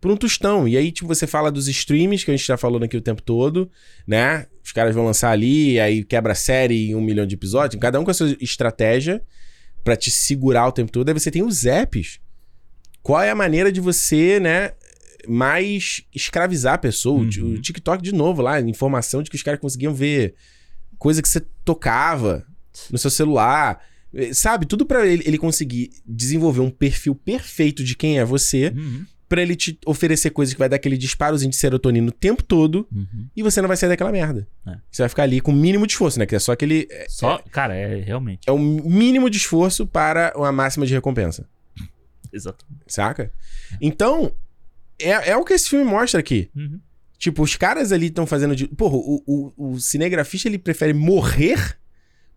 S1: Por um tostão. E aí, tipo, você fala dos streams que a gente tá falando aqui o tempo todo, né? Os caras vão lançar ali, aí quebra a série em um milhão de episódios, cada um com a sua estratégia pra te segurar o tempo todo. Aí você tem os apps. Qual é a maneira de você, né, mais escravizar a pessoa? O ti-
S2: Uhum.
S1: O TikTok, de novo, lá, informação de que os caras conseguiam ver coisa que você tocava no seu celular. Eh, Sabe, tudo pra ele, ele conseguir desenvolver um perfil perfeito de quem é você,
S2: Uhum,
S1: pra ele te oferecer coisas que vai dar aquele disparozinho de serotonina o tempo todo
S2: uhum.
S1: e você não vai sair daquela merda.
S2: É.
S1: Você vai ficar ali com o mínimo de esforço, né? Que é só aquele. É,
S2: Só, cara, é realmente.
S1: é o mínimo de esforço para uma máxima de recompensa,
S2: Exato.
S1: saca? Então, é, é o que esse filme mostra aqui.
S2: Uhum.
S1: Tipo, os caras ali estão fazendo. De... Porra, o, o, o cinegrafista ele prefere morrer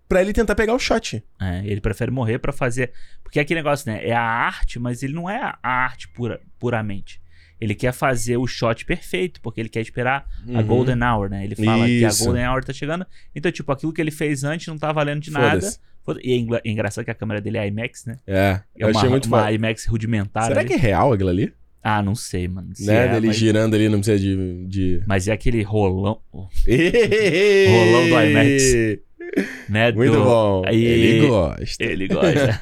S1: pra ele tentar pegar o shot.
S2: É, ele prefere morrer pra fazer. Porque é aquele negócio, né? É a arte, mas ele não é a arte pura, puramente. Ele quer fazer o shot perfeito, porque ele quer esperar a
S1: Uhum.
S2: Golden Hour, né? Ele fala que
S1: Isso.
S2: a Golden Hour tá chegando. Então, tipo, aquilo que ele fez antes não tá valendo de nada.
S1: Foda-se.
S2: Foda- E é engla- é engraçado que a câmera dele é IMAX, né?
S1: É,
S2: É
S1: eu
S2: uma,
S1: achei muito
S2: uma
S1: foda.
S2: IMAX rudimentar.
S1: Será
S2: ali.
S1: que é real aquilo ali?
S2: Ah, não sei, mano. Se
S1: né?
S2: é,
S1: Dele
S2: mas...
S1: girando ali, não precisa de. de...
S2: mas é aquele rolão,
S1: Rolão
S2: do IMAX. né?
S1: Muito
S2: do-
S1: bom.
S2: Aí-
S1: Ele gosta.
S2: Ele gosta.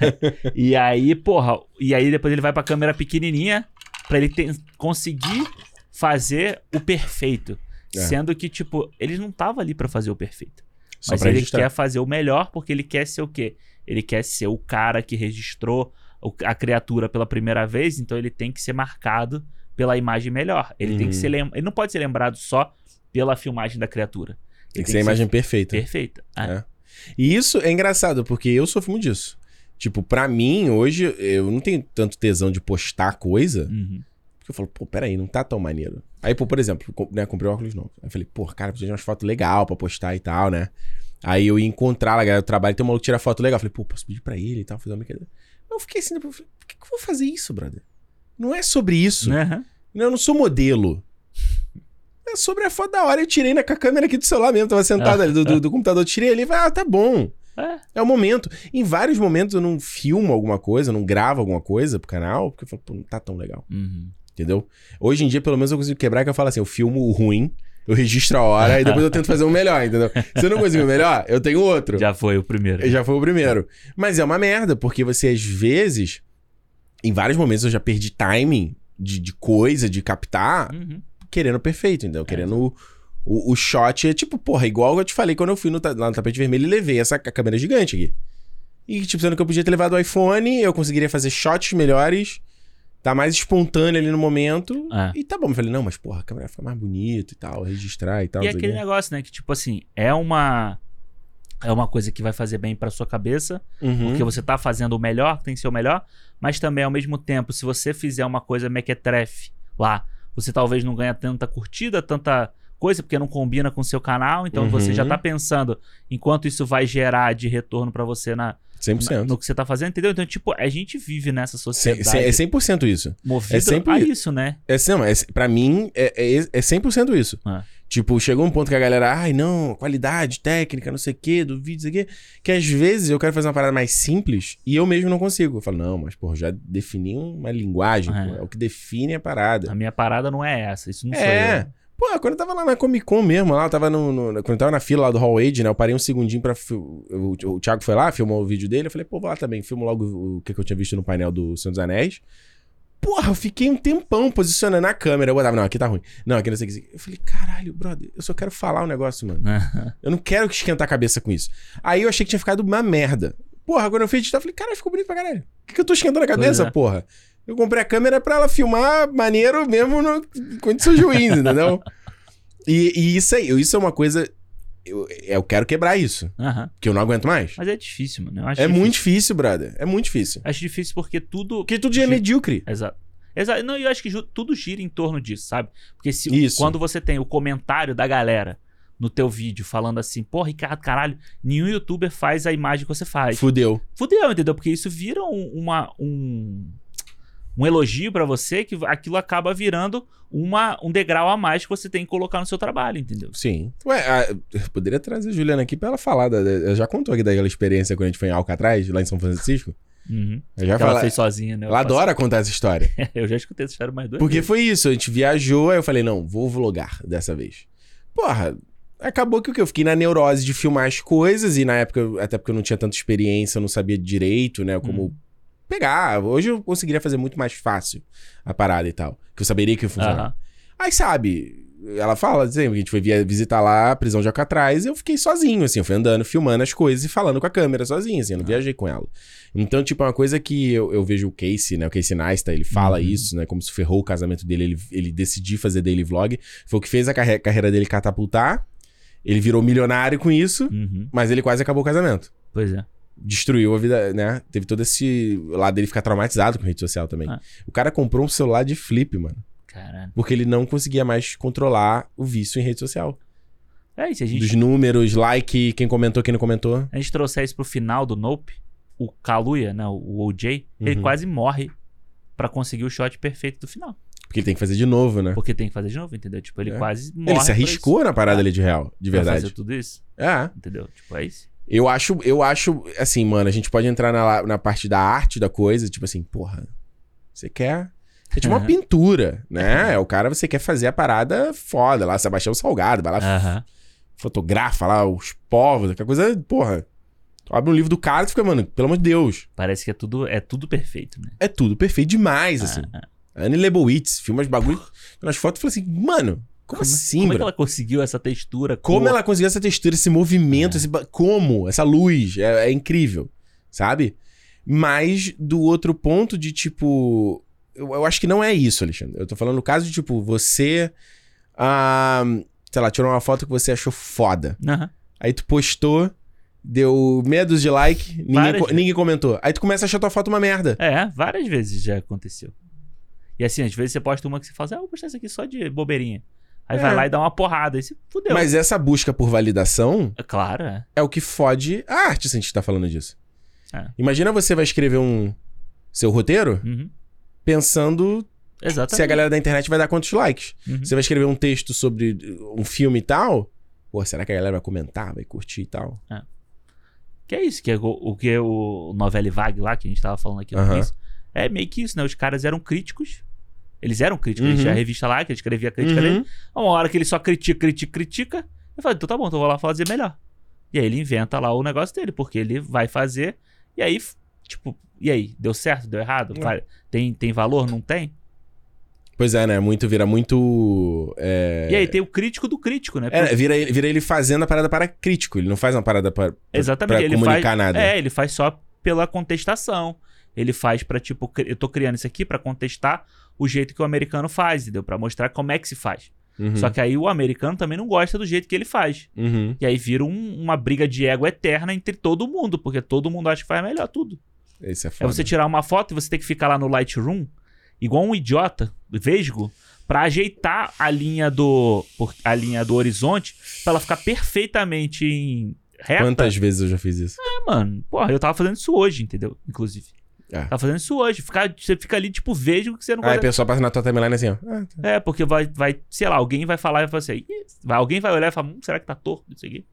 S2: e aí, porra, e aí depois ele vai pra câmera pequenininha pra ele ten- conseguir fazer o perfeito.
S1: É.
S2: Sendo que, tipo, ele não tava ali pra fazer o perfeito.
S1: Só
S2: Mas
S1: pra
S2: ele
S1: registrar.
S2: quer fazer o melhor porque ele quer ser o quê? Ele quer ser o cara que registrou o- a criatura pela primeira vez, então ele tem que ser marcado pela imagem melhor. Ele tem
S1: Uhum.
S2: que ser lem- ele não pode ser lembrado só pela filmagem da criatura.
S1: Tem que
S2: tem
S1: ser a
S2: que
S1: imagem perfeita.
S2: Perfeita. Ah,
S1: É. E isso é engraçado, porque eu sofro muito disso. Tipo, pra mim, hoje, eu não tenho tanto tesão de postar coisa.
S2: uhum.
S1: Porque eu falo, pô, peraí, não tá tão maneiro. Aí, pô, por exemplo, com- né, comprei óculos novo. Aí eu falei, pô, cara, precisa de umas fotos legal pra postar e tal, né? Aí eu ia encontrar lá, galera do trabalho, tem um maluco que tira foto legal. Eu falei, pô, posso pedir pra ele e tal, fazer uma brincadeira. Eu fiquei assim, né, pô, eu falei, por que, que eu vou fazer isso, brother? Não é sobre isso.
S2: Aham.
S1: Eu não sou modelo. É sobre a foto da hora. Eu tirei na, com a câmera aqui do celular mesmo. Tava sentado ali do, do, do computador. eu Tirei ali e falei, ah, tá bom.
S2: É.
S1: É o momento. Em vários momentos eu não filmo alguma coisa, eu não gravo alguma coisa pro canal, porque eu falo, pô, não tá tão legal.
S2: Uhum.
S1: Entendeu? Hoje em dia, pelo menos, eu consigo quebrar que eu falo assim: eu filmo o ruim, eu registro a hora e depois eu tento fazer um melhor, entendeu? Se eu não consigo o melhor, eu tenho outro.
S2: Já foi o primeiro.
S1: Já foi o primeiro. Mas é uma merda, porque você, às vezes, em vários momentos eu já perdi timing de, de coisa, de captar,
S2: Uhum.
S1: querendo o perfeito,
S2: É,
S1: entendeu? Querendo o, o, o shot. É tipo, porra, igual eu te falei quando eu fui no, ta- lá no tapete vermelho e levei essa ca- câmera gigante aqui. E, tipo, sendo que eu podia ter levado o iPhone, eu conseguiria fazer shots melhores, tá mais espontâneo ali no momento.
S2: É.
S1: E tá bom, eu falei, não, mas porra, a câmera fica mais bonita e tal, registrar e tal.
S2: E
S1: não sei o
S2: aquele
S1: quê.
S2: negócio, né? Que, tipo assim, é uma. É uma coisa que vai fazer bem pra sua cabeça,
S1: Uhum.
S2: porque você tá fazendo o melhor, tem que ser o melhor, mas também, ao mesmo tempo, se você fizer uma coisa mequetrefe lá, você talvez não ganha tanta curtida, tanta coisa, porque não combina com o seu canal, então
S1: Uhum.
S2: você já tá pensando em quanto isso vai gerar de retorno pra você na,
S1: 100%.
S2: no que você tá fazendo, entendeu? Então, tipo, a gente vive nessa
S1: Cem-
S2: sociedade
S1: cem- é 100% isso.
S2: movida
S1: é sempre
S2: a
S1: isso.
S2: isso, né?
S1: É, assim, não, é, pra mim, é, é, é 100% isso.
S2: É.
S1: Tipo, chegou um ponto que a galera, ai não, qualidade, técnica, não sei o quê, do vídeo, não sei o quê. Que às vezes eu quero fazer uma parada mais simples e eu mesmo não consigo. Eu falo, não, mas porra, já defini uma linguagem,
S2: É.
S1: pô, é o que define a parada.
S2: A minha parada não é essa, isso não sou eu.
S1: É. Pô, quando eu tava lá na Comic Con mesmo, lá, eu tava no, no- quando eu tava na fila lá do Hall Age, né? Eu parei um segundinho pra. fi- O, o Thiago foi lá, filmou o vídeo dele. Eu falei, pô, vou lá também, filmo logo o que, que eu tinha visto no painel do Senhor dos Anéis. Porra, eu fiquei um tempão posicionando a câmera. Eu botava, não, aqui tá ruim. Não, aqui não sei o que. Eu falei, caralho, brother, eu só quero falar um negócio, mano. Eu não quero esquentar a cabeça com isso. Aí eu achei que tinha ficado uma merda. Porra, quando eu fui editar, eu falei, caralho, ficou bonito pra caralho. Por que, que eu tô esquentando a cabeça,
S2: Pois é.
S1: porra? Eu comprei a câmera pra ela filmar maneiro mesmo no... quando sou juiz, entendeu? E, e isso aí, isso é uma coisa. Eu, eu quero quebrar isso,
S2: Aham.
S1: que eu não aguento mais.
S2: Mas é difícil, mano. Eu acho
S1: É
S2: difícil.
S1: muito difícil, brother. É muito difícil.
S2: Acho difícil porque tudo.
S1: Porque tudo já é
S2: Gi-
S1: medíocre.
S2: Exato. Exato. Não, eu acho que ju- tudo gira em torno disso, sabe? Porque se
S1: Isso.
S2: quando você tem o comentário da galera no teu vídeo falando assim, pô, Ricardo, caralho, nenhum youtuber faz a imagem que você faz.
S1: Fudeu.
S2: Fudeu, entendeu? Porque isso vira um- uma. Um, um elogio pra você, que aquilo acaba virando uma, um degrau a mais que você tem que colocar no seu trabalho, entendeu?
S1: Sim. Ué, a- eu poderia trazer a Juliana aqui pra ela falar. Da, da- ela já contou aqui daquela experiência quando a gente foi em Alcatraz, lá em São Francisco?
S2: Uhum.
S1: Ela já
S2: Que ela
S1: fala.
S2: fez sozinha, né? Eu
S1: Ela
S2: faço-
S1: adora contar essa história.
S2: Eu já escutei essa história mais duas
S1: Porque
S2: vezes.
S1: foi isso, a gente viajou, aí eu falei, não, vou vlogar dessa vez. Porra, acabou que o que? Eu fiquei na neurose de filmar as coisas, e na época, eu- até porque eu não tinha tanta experiência, eu não sabia direito, né? Como
S2: Uhum.
S1: pegar. Hoje eu conseguiria fazer muito mais fácil a parada e tal. Que eu saberia que funcionava.
S2: Aham.
S1: Aí sabe, ela fala, sempre que a gente foi via- visitar lá a prisão de Alcatraz, eu fiquei sozinho, assim, eu fui andando, filmando as coisas e falando com a câmera sozinho, assim, eu não
S2: Ah.
S1: viajei com ela. Então, tipo, é uma coisa que eu, eu vejo o Casey, né, o Casey Neistat, ele fala
S2: Uhum.
S1: isso, né, como se ferrou o casamento dele, ele, ele decidiu fazer daily vlog, foi o que fez a carre- carreira dele catapultar, ele virou milionário com isso,
S2: Uhum.
S1: mas ele quase acabou o casamento.
S2: Pois é.
S1: Destruiu a vida, né? Teve todo esse lado dele ficar traumatizado com rede social também.
S2: Ah.
S1: O cara comprou um celular de flip, mano.
S2: Caralho.
S1: Porque ele não conseguia mais controlar o vício em rede social.
S2: É isso, a gente
S1: Dos números, like, quem comentou, quem não comentou.
S2: a gente trouxer isso pro final do Nope, o Kaluuya, né, o OJ, ele
S1: Uhum.
S2: quase morre pra conseguir o shot perfeito do final.
S1: Porque ele tem que fazer de novo, né?
S2: Porque tem que fazer de novo, entendeu? Tipo, ele
S1: É.
S2: quase morre.
S1: Ele se
S2: pra
S1: arriscou na parada
S2: É.
S1: ali de real, de
S2: isso, Pra
S1: verdade.
S2: fazer tudo isso,
S1: É.
S2: entendeu? Tipo, é isso.
S1: Eu acho, eu acho, assim, mano, a gente pode entrar na, na parte da arte da coisa, tipo assim, porra, você quer. É tipo uma pintura, né? É o cara, você quer fazer a parada foda lá, Sebastião Salgado, vai lá,
S2: Aham.
S1: fotografa lá os povos, aquela coisa, porra. Tu abre um livro do cara e tu fica, mano, pelo amor de Deus.
S2: Parece que é tudo, é tudo perfeito, né?
S1: É tudo perfeito demais, assim.
S2: Ah, ah.
S1: Annie Leibowitz, filma as bagulho nas fotos e fala assim, mano, como, assim,
S2: como é que
S1: bro?
S2: ela conseguiu essa textura?
S1: Como
S2: cor?
S1: ela conseguiu essa textura, esse
S2: É.
S1: movimento, esse ba- como, essa luz, é, é incrível, sabe? Mas do outro ponto de tipo, eu, eu acho que não é isso, Alexandre. Eu tô falando no caso de tipo, você, ah, sei lá, tirou uma foto que você achou foda.
S2: Aham.
S1: Aí tu postou, deu medos de like, ninguém,
S2: Várias
S1: co-
S2: vezes.
S1: ninguém comentou. Aí tu começa a achar tua foto uma merda.
S2: É, várias vezes já aconteceu. E assim, às vezes você posta uma que você fala assim, ah, eu vou postar isso aqui só de bobeirinha. Aí
S1: É.
S2: vai lá e dá uma porrada, aí você fudeu.
S1: Mas essa busca por validação
S2: É Claro, é.
S1: é o que fode a arte se a gente tá falando disso.
S2: É.
S1: Imagina você vai escrever um seu roteiro
S2: Uhum.
S1: pensando
S2: Exatamente.
S1: se a galera da internet vai dar quantos likes.
S2: Uhum.
S1: Você vai escrever um texto sobre uh, um filme e tal. Pô, será que a galera vai comentar, vai curtir e tal?
S2: Que é isso, que é o, o que é o novela Vague lá, que a gente tava falando aqui no
S1: Aham.
S2: início. É meio que isso, né? Os caras eram críticos. Eles eram críticos.
S1: Uhum.
S2: Eles tinham a revista lá, que ele escrevia a crítica dele.
S1: Uhum.
S2: Uma hora que ele só critica, critica, critica. Eu falo, então tá bom, então eu vou lá fazer melhor. E aí ele inventa lá o negócio dele, porque ele vai fazer. E aí, f- tipo, e aí? Deu certo? Deu errado?
S1: É.
S2: Vai- tem, tem valor? Não tem?
S1: Pois é, né? Muito vira muito. É...
S2: E aí tem o crítico do crítico, né?
S1: é, vira, ele- vira ele fazendo a parada para crítico. Ele não faz uma parada para
S2: Exatamente. ele
S1: comunicar né?
S2: faz,
S1: nada.
S2: É, ele faz só pela contestação. Ele faz pra, tipo, cri- eu tô criando isso aqui pra contestar o jeito que o americano faz, entendeu? Pra mostrar como é que se faz.
S1: Uhum.
S2: Só que aí o americano também não gosta do jeito que ele faz.
S1: Uhum.
S2: E aí vira um- uma briga de ego eterna entre todo mundo, porque todo mundo acha que faz melhor tudo.
S1: Esse é
S2: É
S1: foda.
S2: você tirar uma foto e você ter que ficar lá no Lightroom, igual um idiota, vesgo, pra ajeitar a linha do por- a linha do horizonte, pra ela ficar perfeitamente em reta. né,
S1: Quantas vezes eu já fiz isso?
S2: mano, porra, eu tava fazendo isso hoje, entendeu? Inclusive.
S1: É. Ah,
S2: Tava fazendo isso hoje. Ficar, você fica ali, tipo, vejo que você não
S1: Aí
S2: vai.
S1: a pessoa passa na tua timeline assim, ó. Ah, tá.
S2: É, porque vai, vai, sei lá, alguém vai falar e vai falar assim, "Ih, vai, alguém vai olhar e falar, hum, será que tá torto isso aqui?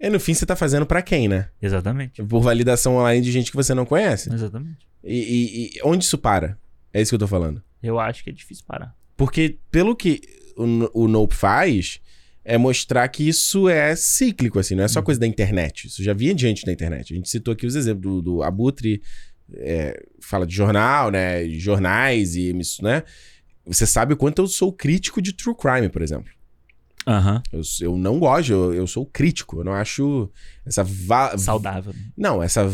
S1: E no fim você tá fazendo pra quem, né?
S2: Exatamente.
S1: Por validação online de gente que você não
S2: É.
S1: conhece.
S2: Exatamente.
S1: E- e- e onde isso para? É isso que eu tô falando.
S2: Eu acho que é difícil parar.
S1: Porque pelo que o, N- o Nope faz, é mostrar que isso é cíclico, assim, não é só
S2: Uhum.
S1: coisa da internet. Isso já vinha diante da internet. A gente citou aqui os exemplos do, do Abutre, é, fala de jornal, né? de Jornais e isso, né? Você sabe o quanto eu sou crítico de true crime, por exemplo.
S2: Aham.
S1: Eu, s- eu não gosto, eu, eu sou crítico. Eu não acho essa. va-
S2: Saudável. né?
S1: Não, essa.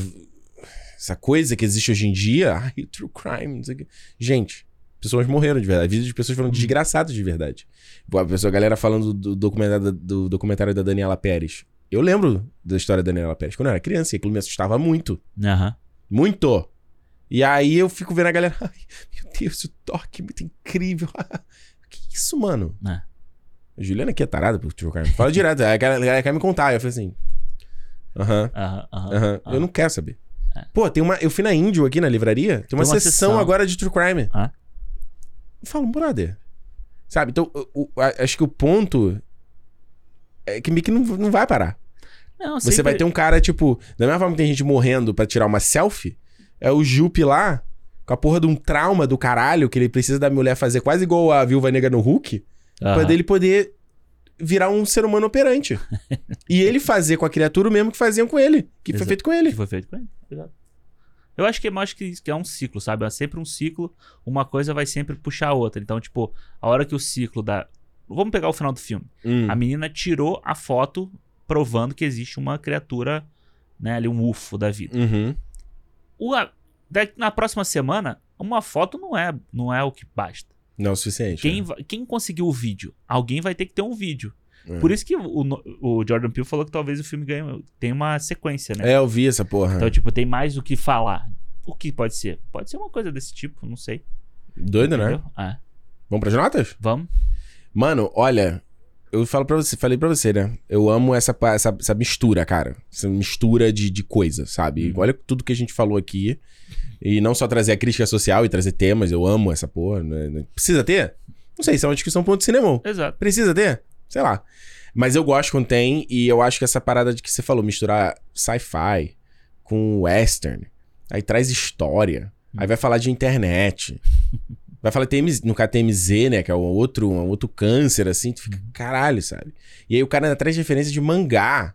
S1: Essa coisa que existe hoje em dia. Ai, true crime, não sei o quê. Gente, pessoas morreram de verdade. Vidas de pessoas foram desgraçadas de verdade. Pô, A pessoa, a galera falando do documentário, do documentário da Daniela Pérez. Eu lembro da história da Daniela Pérez quando eu era criança e aquilo me assustava muito.
S2: Aham.
S1: Muito! E aí eu fico vendo a galera. Ai, meu Deus, o toque é muito incrível. que isso, mano?
S2: É.
S1: A Juliana aqui é tarada pro True Crime. Fala direto. A galera, a galera quer me contar. Eu falei assim. Aham.
S2: Aham. Aham.
S1: Aham.
S2: Ah.
S1: Eu não quero saber. Pô, tem uma. Eu fui na Índio aqui na livraria. É. Tem uma,
S2: Tem
S1: sessão,
S2: uma sessão.
S1: agora de True Crime.
S2: Ah.
S1: Eu falo, brother. Sabe? Então, o- o- a- acho que o ponto. É que meio que não, não vai parar.
S2: Não,
S1: Você vai ter um cara, tipo. Da mesma forma que tem gente morrendo pra tirar uma selfie, é o Jupe lá, com a porra de um trauma do caralho, que ele precisa da mulher fazer quase igual a viúva negra no Hulk.
S2: um.
S1: Pra dele poder virar um ser humano operante. e ele fazer com a criatura o mesmo que faziam com ele. Que foi
S2: Exato.
S1: feito com
S2: Que
S1: ele.
S2: foi feito com ele. Exato. Eu acho que é mais que, que é um ciclo, sabe? É sempre um ciclo, uma coisa vai sempre puxar a outra. Então, tipo, a hora que o ciclo da. Vamos pegar o final do filme.
S1: Hum.
S2: A menina tirou a foto provando que existe uma criatura, né, ali, um UFO da vida.
S1: Uhum.
S2: O, a- da- na próxima semana, uma foto não é, não é o que basta.
S1: Não é o suficiente.
S2: Quem,
S1: né?
S2: va- quem conseguiu o vídeo? Alguém vai ter que ter um vídeo.
S1: É.
S2: Por isso que o, no- o Jordan Peele falou que talvez o filme ganhe, tem uma sequência, né?
S1: É, eu vi essa porra.
S2: Então, tipo, tem mais o que falar. O que pode ser? Pode ser uma coisa desse tipo, não sei.
S1: Doido, né?
S2: Entendeu? É.
S1: Vamos pras notas?
S2: Vamos.
S1: Mano, olha, eu falo pra você, falei pra você, né? Eu amo essa, pa- essa, essa mistura, cara. Essa mistura de, de coisa, sabe?
S2: Uhum.
S1: Olha tudo que a gente falou aqui. E não só trazer a crítica social e trazer temas, eu amo essa porra. né? Precisa ter? Não sei, isso é uma discussão ponto cinema.
S2: Exato.
S1: Precisa ter? Sei lá. Mas eu gosto quando tem, e eu acho que essa parada de que você falou, misturar sci-fi com western, aí traz história, aí vai falar de internet. Vai falar TMZ, no caso TMZ, né? Que é um outro, um outro câncer, assim, tu
S2: Uhum.
S1: fica, caralho, sabe? E aí o cara ainda traz referência de mangá.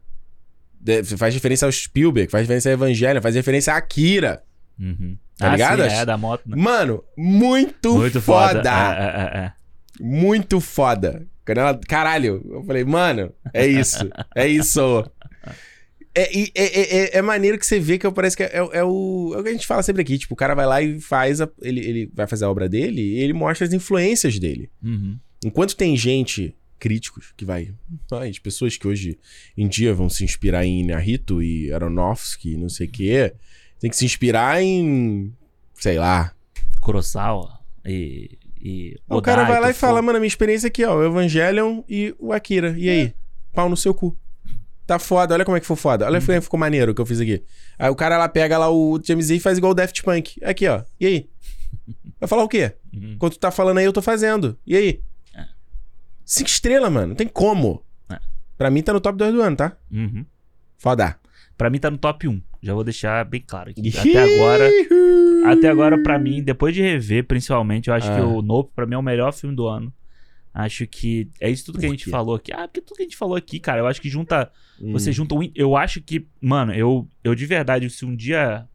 S1: de- Faz referência ao Spielberg, faz referência a Evangelho, faz referência a Akira.
S2: Uhum.
S1: Tá
S2: Ah,
S1: ligado?
S2: Sim, é, da moto, né?
S1: Mano, muito,
S2: Muito foda. É, é, é, é.
S1: muito foda. Quando ela- Caralho, eu falei, mano, é isso, é isso. É, e- é, é, é- é maneiro que você vê que eu- parece que é, é o, é o que a gente fala sempre aqui. Tipo, o cara vai lá e faz a, ele, ele vai fazer a obra dele e ele mostra as influências dele.
S2: Uhum.
S1: Enquanto tem gente, críticos, que vai. As pessoas que hoje em dia vão se inspirar em Narito e Aronofsky, não sei o quê, tem que se inspirar em. sei lá,
S2: Kurosawa e. e
S1: o cara
S2: Odaito,
S1: vai lá e
S2: Fu-
S1: fala, mano, a minha experiência aqui, ó, o Evangelion e o Akira. E aí? Pau no seu cu. Tá foda, olha como é que foi foda.
S2: Uhum.
S1: Olha como é que ficou maneiro o que eu fiz aqui. Aí o cara lá pega lá o James Z e faz igual o Daft Punk. Aqui, ó. E aí? Vai falar o quê?
S2: Uhum.
S1: Enquanto tu tá falando aí, eu tô fazendo. E aí?
S2: É.
S1: Cinco estrelas, mano. Não tem como.
S2: É.
S1: Pra mim tá no top 2 do ano, tá?
S2: Uhum.
S1: Foda.
S2: Pra mim tá no top 1. Já vou deixar bem claro aqui. Até agora. Até agora, pra mim, depois de rever, principalmente, eu acho
S1: Ah.
S2: que o Nope, pra mim, é o melhor filme do ano. Acho que é isso tudo que
S1: Por
S2: a gente
S1: quê?
S2: falou aqui. Ah, porque tudo que a gente falou aqui, cara, eu acho que junta
S1: Hum.
S2: Você junta um. Eu acho que. Mano, eu, eu de verdade, se um dia.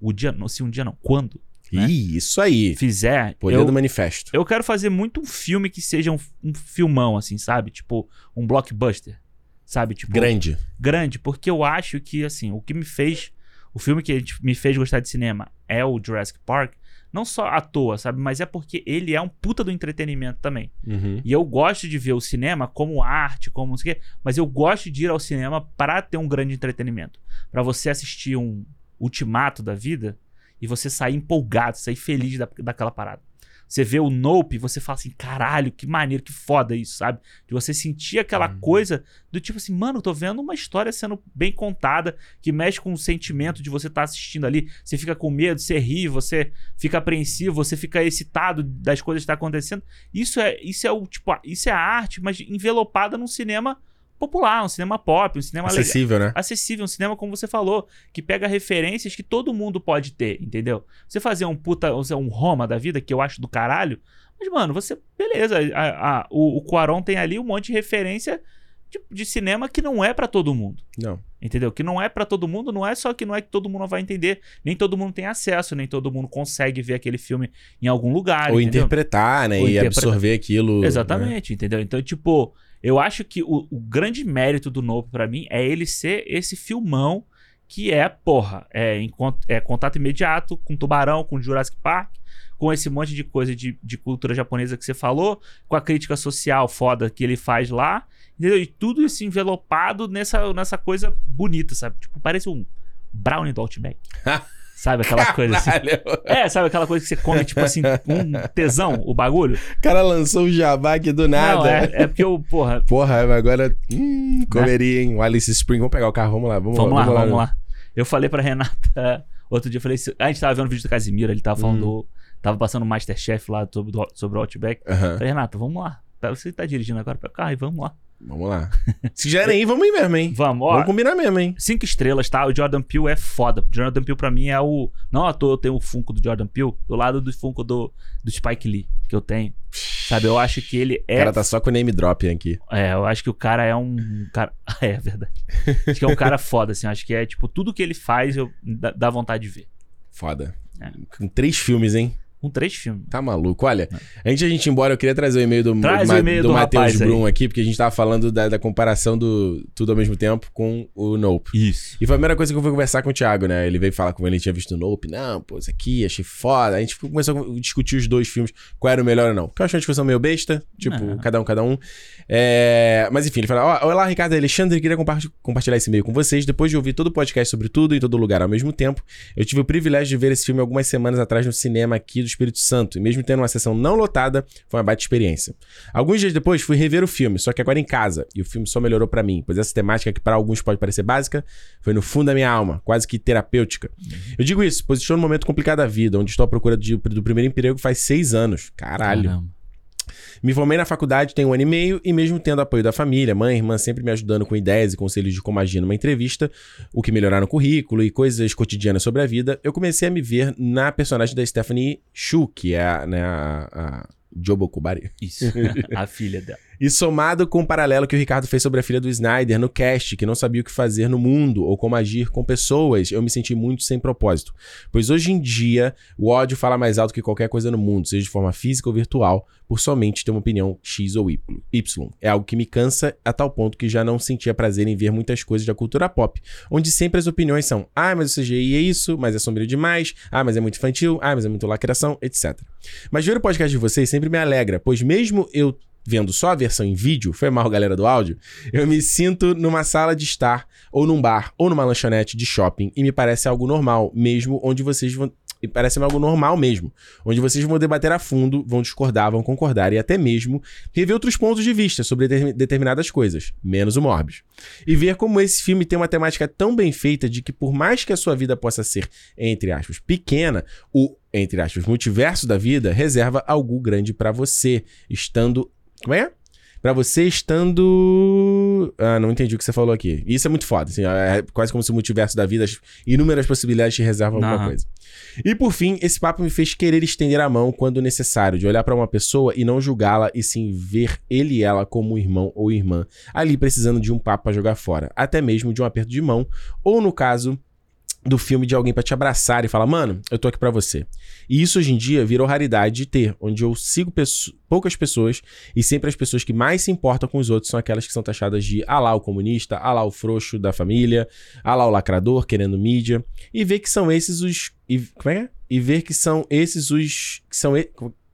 S2: O dia. não, Se um dia não, quando né?
S1: Ih, isso aí.
S2: fizer.
S1: Poder do
S2: Eu,
S1: manifesto.
S2: eu quero fazer muito um filme que seja um, um filmão, assim, sabe? Tipo, um blockbuster. Sabe? Tipo,
S1: Grande.
S2: grande, porque eu acho que, assim, o que me fez. O filme que a gente- me fez gostar de cinema é o Jurassic Park. Não só à toa, sabe? Mas é porque ele é um puta do entretenimento também.
S1: Uhum.
S2: E eu gosto de ver o cinema como arte, como não sei o quê, mas eu gosto de ir ao cinema pra ter um grande entretenimento. Pra você assistir um ultimato da vida e você sair empolgado, sair feliz da, daquela parada. Você vê o Nope e você fala assim, caralho, que maneiro, que foda isso, sabe? De você sentir aquela
S1: Uhum.
S2: coisa do tipo assim, mano, eu tô vendo uma história sendo bem contada, que mexe com o sentimento de você estar assistindo ali. Você fica com medo, você ri, você fica apreensivo, você fica excitado das coisas que tá acontecendo. Isso é, isso é o tipo, a- isso é a arte, mas envelopada num cinema popular, um cinema pop, um cinema legal
S1: Acessível, né?
S2: acessível, um cinema, como você falou, que pega referências que todo mundo pode ter, entendeu? Você fazer um puta, ou seja, um Roma da vida, que eu acho do caralho, mas, mano, você. Beleza, a- a- o, o Cuaron tem ali um monte de referência de, de cinema que não é pra todo mundo.
S1: Não.
S2: Entendeu? Que não é pra todo mundo, não é só que não é que todo mundo vai entender, nem todo mundo tem acesso, nem todo mundo consegue ver aquele filme em algum lugar.
S1: Ou
S2: entendeu?
S1: interpretar, né?
S2: Ou
S1: e
S2: interpretar.
S1: absorver aquilo. né?
S2: Exatamente, entendeu? Então, tipo, eu acho que o, o grande mérito do Nope pra mim é ele ser esse filmão que é, porra, é, em con- é contato imediato com Tubarão, com Jurassic Park, com esse monte de coisa de, de cultura japonesa que você falou, com a crítica social foda que ele faz lá, entendeu? E tudo isso envelopado nessa, nessa coisa bonita, sabe? Tipo, parece um brownie do Outback. sabe aquela coisa assim?
S1: Caralho,
S2: É, sabe aquela coisa que você come, tipo assim, com um tesão, o bagulho?
S1: o cara lançou o jabá aqui do nada.
S2: Não, é, é porque eu, porra,
S1: Porra, mas agora. Hum, comeria, hein? O Alice Spring. Vamos pegar o carro, vamos lá. Vamos,
S2: Vamos, lá,
S1: vamos
S2: vamos lá. Eu falei pra Renata Outro dia eu falei. isso- A gente tava vendo o vídeo do Casimiro, ele tava falando.
S1: Hum.
S2: do- Tava passando o Masterchef lá sobre, do- sobre o Outback.
S1: Aham.
S2: Falei, Renato, vamos lá. Tá- Você tá dirigindo agora para o carro e vamos lá.
S1: Vamos lá. Se quiserem ir, vamos ir mesmo, hein?
S2: Vamos, ó.
S1: Vamos combinar mesmo, hein?
S2: Cinco estrelas, tá? O Jordan Peele é foda. O Jordan Peele pra mim é o. Não à toa eu tenho o Funko do Jordan Peele do lado do Funko do, do Spike Lee, que eu tenho. Sabe? Eu acho que ele
S1: O
S2: é.
S1: cara tá só com name drop aqui.
S2: É, eu acho que o cara é um. Cara... Ah, É, é verdade. Acho que é um cara foda, assim. Acho que é, tipo, tudo que ele faz eu... dá, dá vontade de ver.
S1: Foda.
S2: É.
S1: Com três filmes, hein?
S2: Com três filmes.
S1: Tá maluco. Olha, antes de a gente ir embora, eu queria trazer o e-mail do,
S2: É. Traz
S1: Ma-
S2: o e-mail
S1: do
S2: do
S1: Matheus
S2: rapaz aí.
S1: Brum aqui, porque a gente tava falando da, da comparação do Tudo ao mesmo tempo com o Nope.
S2: Isso.
S1: E foi a primeira coisa que eu fui conversar com o Thiago, né? Ele veio falar com ele, ele tinha visto o Nope. Não, pô, isso aqui, achei foda. A gente ficou- começou a discutir os dois filmes, qual era o melhor ou não. Porque eu achei uma discussão meio besta, tipo,
S2: Não.
S1: cada um, cada um. É, Mas enfim, ele falou: ó, olá, Ricardo e Alexandre, queria compa- compartilhar esse e-mail com vocês. Depois de ouvir todo o podcast sobre tudo em todo lugar ao mesmo tempo, eu tive o privilégio de ver esse filme algumas semanas atrás no cinema aqui do Espírito Santo. E mesmo tendo uma sessão não lotada, foi uma baita experiência. Alguns dias depois, fui rever o filme, só que agora em casa. E o filme só melhorou pra mim, pois essa temática que pra alguns pode parecer básica, foi no fundo da minha alma, quase que terapêutica. Eu digo isso, pois estou num momento complicado da vida, onde estou à procura de- do primeiro emprego faz seis anos. Caralho.
S2: Caramba.
S1: Me formei na faculdade tem um ano e meio e mesmo tendo apoio da família, mãe, irmã sempre me ajudando com ideias e conselhos de como agir numa entrevista, o que melhorar no currículo e coisas cotidianas sobre a vida, eu comecei a me ver na personagem da Stephanie Shu, que é a, né, a, a Jobo Kubari.
S2: Isso. a filha dela.
S1: E somado com o paralelo que o Ricardo fez sobre a filha do Snyder no cast, que não sabia o que fazer no mundo ou como agir com pessoas, eu me senti muito sem propósito. Pois hoje em dia, o ódio fala mais alto que qualquer coisa no mundo, seja de forma física ou virtual, por somente ter uma opinião X ou Y. Y. É algo que me cansa a tal ponto que já não sentia prazer em ver muitas coisas da cultura pop, onde sempre as opiniões são: ah, mas o CGI é isso, mas é sombrio demais, ah, mas é muito infantil, ah, mas é muito lacração, etc. Mas ver o podcast de vocês sempre me alegra, pois mesmo eu vendo só a versão em vídeo, foi mal, galera do áudio, eu me sinto numa sala de estar, ou num bar, ou numa lanchonete de shopping, e me parece algo normal, mesmo onde vocês vão. E parece algo normal mesmo, onde vocês vão debater a fundo, vão discordar, vão concordar e até mesmo rever outros pontos de vista sobre determin- determinadas coisas, menos o Morbius. E ver como esse filme tem uma temática tão bem feita de que, por mais que a sua vida possa ser, entre aspas, pequena, o, entre aspas, multiverso da vida reserva algo grande pra você, estando como é? Pra você estando. Ah, não entendi o que você falou aqui. Isso é muito foda. Assim, é quase como se o multiverso da vida, as inúmeras possibilidades te reservam alguma
S2: Aham.
S1: coisa. E por fim, esse papo me fez querer estender a mão quando necessário, de olhar pra uma pessoa e não julgá-la, e sim ver ele e ela como um irmão ou irmã, ali precisando de um papo pra jogar fora. Até mesmo de um aperto de mão, ou no caso do filme de alguém pra te abraçar e falar, mano, eu tô aqui pra você. E isso hoje em dia virou raridade de ter, onde eu sigo pesso- poucas pessoas e sempre as pessoas que mais se importam com os outros são aquelas que são taxadas de ah lá o comunista, ah lá o frouxo da família, ah lá o lacrador querendo mídia e ver que são esses os e, como é? que é? E ver que são esses os que são e,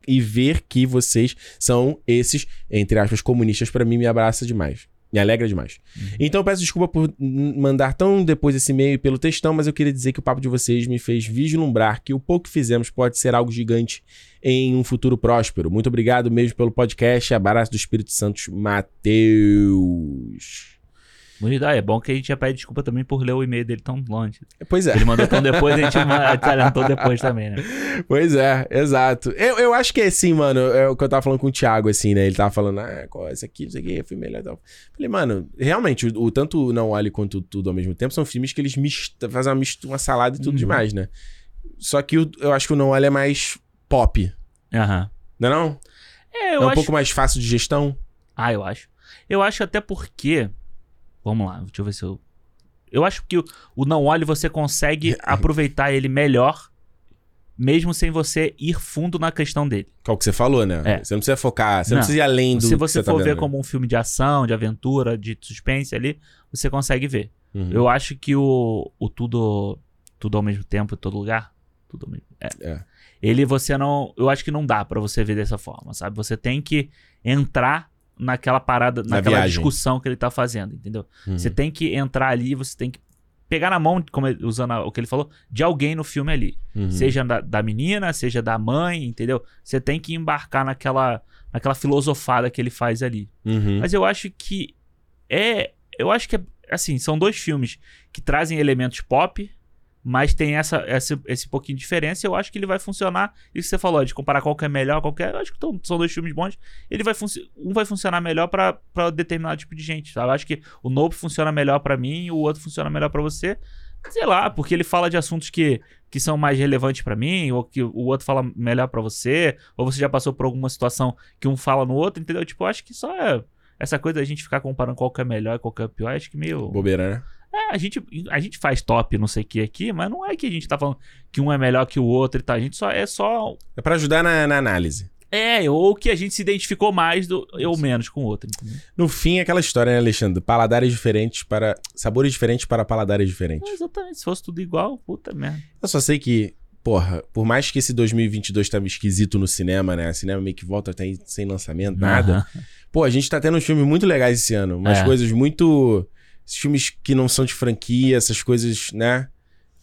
S1: e ver que vocês são esses entre aspas comunistas pra mim me abraça demais. Me alegra demais. Então eu peço desculpa por n- mandar tão depois esse e-mail e pelo textão, mas eu queria dizer que o papo de vocês me fez vislumbrar que o pouco que fizemos pode ser algo gigante em um futuro próspero. Muito obrigado mesmo pelo podcast. Abraço do Espírito Santo, Matheus.
S2: Bonito. Ah, é bom que a gente já pede desculpa também por ler o e-mail dele tão longe.
S1: Pois é,
S2: Ele mandou tão depois, a gente ma- adiantou depois também, né?
S1: pois é, exato. Eu, eu acho que é assim, mano, é o que eu tava falando com o Thiago, assim, né? Ele tava falando, ah, qual é esse aqui, isso aqui, foi melhor. e tal. Falei, mano, realmente, o, o tanto o Não Olhe quanto o Tudo ao mesmo tempo são filmes que eles mista, fazem uma, mista, uma salada e tudo
S2: Uhum.
S1: demais, né? Só que o- eu acho que o Não Olhe é mais pop,
S2: Aham.
S1: não é não?
S2: É,
S1: é
S2: eu
S1: um
S2: acho.
S1: pouco mais fácil de gestão.
S2: Ah, eu acho. Eu acho até porque. Vamos lá, deixa eu ver se eu. Eu acho que o, o não olhe você consegue aproveitar ele melhor, mesmo sem você ir fundo na questão dele.
S1: Qual que você falou, né?
S2: É.
S1: Você não precisa focar, você não,
S2: Não.
S1: precisa ir além do
S2: Se
S1: que
S2: você
S1: tá
S2: for
S1: vendo,
S2: ver
S1: né?
S2: como um filme de ação, de aventura, de suspense ali, você consegue ver.
S1: Uhum.
S2: Eu acho que o, o tudo tudo ao mesmo tempo, em todo lugar, tudo ao mesmo. É.
S1: É.
S2: Ele você não, eu acho que não dá pra você ver dessa forma, sabe? Você tem que entrar naquela parada,
S1: Na
S2: naquela
S1: viagem.
S2: discussão que ele tá fazendo, entendeu?
S1: Uhum.
S2: Você tem que entrar ali, você tem que pegar na mão, como ele- usando a- o que ele falou, de alguém no filme ali.
S1: Uhum.
S2: Seja da, da menina, seja da mãe, entendeu? Você tem que embarcar naquela, naquela filosofada que ele faz ali.
S1: Uhum.
S2: Mas eu acho que é. Eu acho que é. Assim, são dois filmes que trazem elementos pop, Mas tem essa, essa- esse pouquinho de diferença. e Eu acho que ele vai funcionar. Isso que você falou, de comparar qual que é melhor, qual que é. Eu acho que tão- são dois filmes bons. Ele vai funci- um vai funcionar melhor pra pra determinado tipo de gente, sabe? Eu acho que o Nope funciona melhor pra mim e o outro funciona melhor pra você. Sei lá, porque ele fala de assuntos que, que são mais relevantes pra mim, ou que o outro fala melhor pra você, ou você já passou por alguma situação que um fala no outro, entendeu? Tipo, eu acho que só é essa coisa da gente ficar comparando qual que é melhor e qual que é pior, acho que meio.
S1: Bobeira, né?
S2: É, a gente, a gente faz top, não sei o que aqui, mas não é que a gente tá falando que um é melhor que o outro e tal. A gente só é só.
S1: É pra ajudar na, na análise.
S2: É, ou que a gente se identificou mais do, ou menos com o outro. entendeu?
S1: No fim, é aquela história, né, Alexandre? Paladares diferentes para. Sabores diferentes para paladares diferentes.
S2: É, exatamente. Se fosse tudo igual, puta merda.
S1: Eu só sei que, porra, por mais que esse 2022 tava esquisito no cinema, né? Cinema meio que volta até aí sem lançamento, nada.
S2: Aham.
S1: Pô, a gente tá tendo uns filmes muito legais esse ano. Umas
S2: É.
S1: coisas muito. Esses filmes que não são de franquia, essas coisas, né?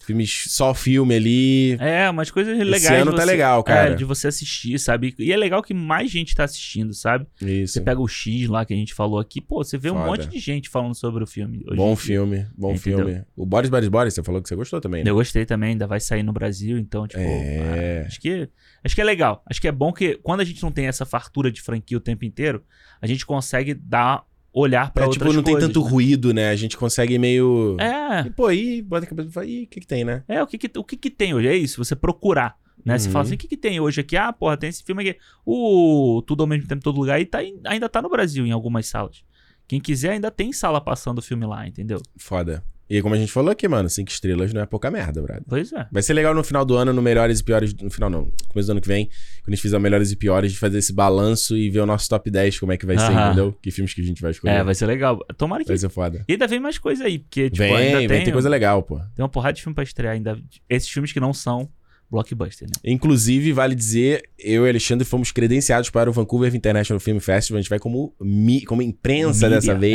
S1: Filmes só filme ali.
S2: É, umas coisas legais.
S1: esse ano
S2: de
S1: tá
S2: você-
S1: legal,
S2: É,
S1: cara.
S2: de você assistir, sabe? E é legal que mais gente tá assistindo, sabe?
S1: Isso.
S2: Você pega o X lá que a gente falou aqui, pô, você vê um
S1: Foda.
S2: monte de gente falando sobre o filme. hoje em
S1: Bom
S2: dia.
S1: filme, bom
S2: Entendeu?
S1: filme. O Boris Boris Boris, você falou que você gostou também, né?
S2: Eu gostei também, ainda vai sair no Brasil, então, tipo,
S1: É.
S2: ah, acho que acho que é legal. Acho que é bom que quando a gente não tem essa fartura de franquia o tempo inteiro, a gente consegue dar olhar pra
S1: É,
S2: outras
S1: tipo, não tem
S2: coisas,
S1: tanto
S2: né?
S1: ruído, né? A gente consegue meio. E,
S2: É.
S1: pô, aí bota a cabeça e fala, ih, o que que tem, né?
S2: É, o que que, o que que tem hoje? É isso, você procurar, né? Você
S1: Uhum.
S2: fala assim, o que que tem hoje aqui? Ah, porra, tem esse filme aqui. O Tudo ao mesmo tempo, todo lugar, e tá, em- ainda tá no Brasil em algumas salas. Quem quiser ainda tem sala passando o filme lá, entendeu?
S1: Foda. E como a gente falou aqui, mano, cinco estrelas não é pouca merda, brother.
S2: Pois é.
S1: Vai ser legal no final do ano, no Melhores e Piores. No final, não. Começo do ano que vem, quando a gente fizer o Melhores e Piores, de fazer esse balanço e ver o nosso top 10, como é que vai ser,
S2: Aham.
S1: entendeu? Que filmes que a gente vai escolher.
S2: É,
S1: vai...
S2: vai ser legal. Tomara que.
S1: ser foda.
S2: E ainda vem mais coisa aí, porque, tipo,
S1: é. vem,
S2: ainda
S1: vem,
S2: tem.
S1: tem coisa legal, pô.
S2: Tem uma porrada de filme pra estrear ainda. Esses filmes que não são blockbuster, né?
S1: Inclusive, vale dizer, eu e Alexandre fomos credenciados para o Vancouver International Film Festival. A gente vai como, mi- como imprensa
S2: Mídia.
S1: dessa vez,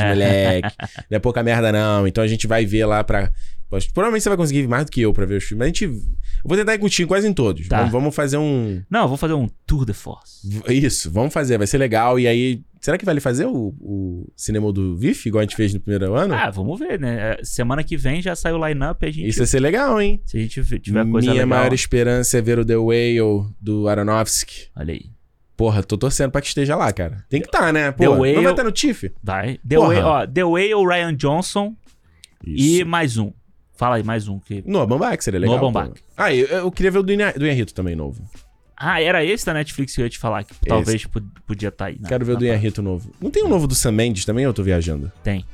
S2: É.
S1: moleque. Não é pouca merda, não. Então a gente vai ver lá pra. Mas Provavelmente você vai conseguir mais do que eu pra ver os filmes. Mas a gente. Eu vou tentar ir contigo quase em todos.
S2: Tá.
S1: Vamos- vamos fazer um.
S2: Não, eu vou fazer um tour de force.
S1: V- Isso, vamos fazer, vai ser legal. E aí, será que vale fazer o, o cinema do VIF, igual a gente fez no primeiro ano?
S2: Ah, vamos ver, né? É, Semana que vem já sai o line-up e a gente.
S1: Isso ia ser legal, hein?
S2: Se a gente v- tiver coisa
S1: Minha
S2: legal.
S1: maior esperança é ver o The Whale do Aronofsky.
S2: Olha aí.
S1: Porra, tô torcendo pra que esteja lá, cara. Tem que estar, tá, né? Pô,
S2: The Whale-
S1: não vai estar no TIFF?
S2: Vai. The
S1: Porra.
S2: Way, ó, The Way, o Ryan Johnson e
S1: Isso.
S2: mais um. Fala aí, mais um. Que...
S1: No Bambac seria legal.
S2: Noah
S1: pô.
S2: Baumbach.
S1: Ah, eu, eu queria ver o do Inha- do Inharito também novo.
S2: Ah, era esse da Netflix que eu ia te falar, que talvez pod- podia estar aí. né?
S1: Quero ver o
S2: Na
S1: do
S2: parada.
S1: Inharito novo. Não tem um novo do Sam Mendes também? ou Eu tô viajando.
S2: Tem.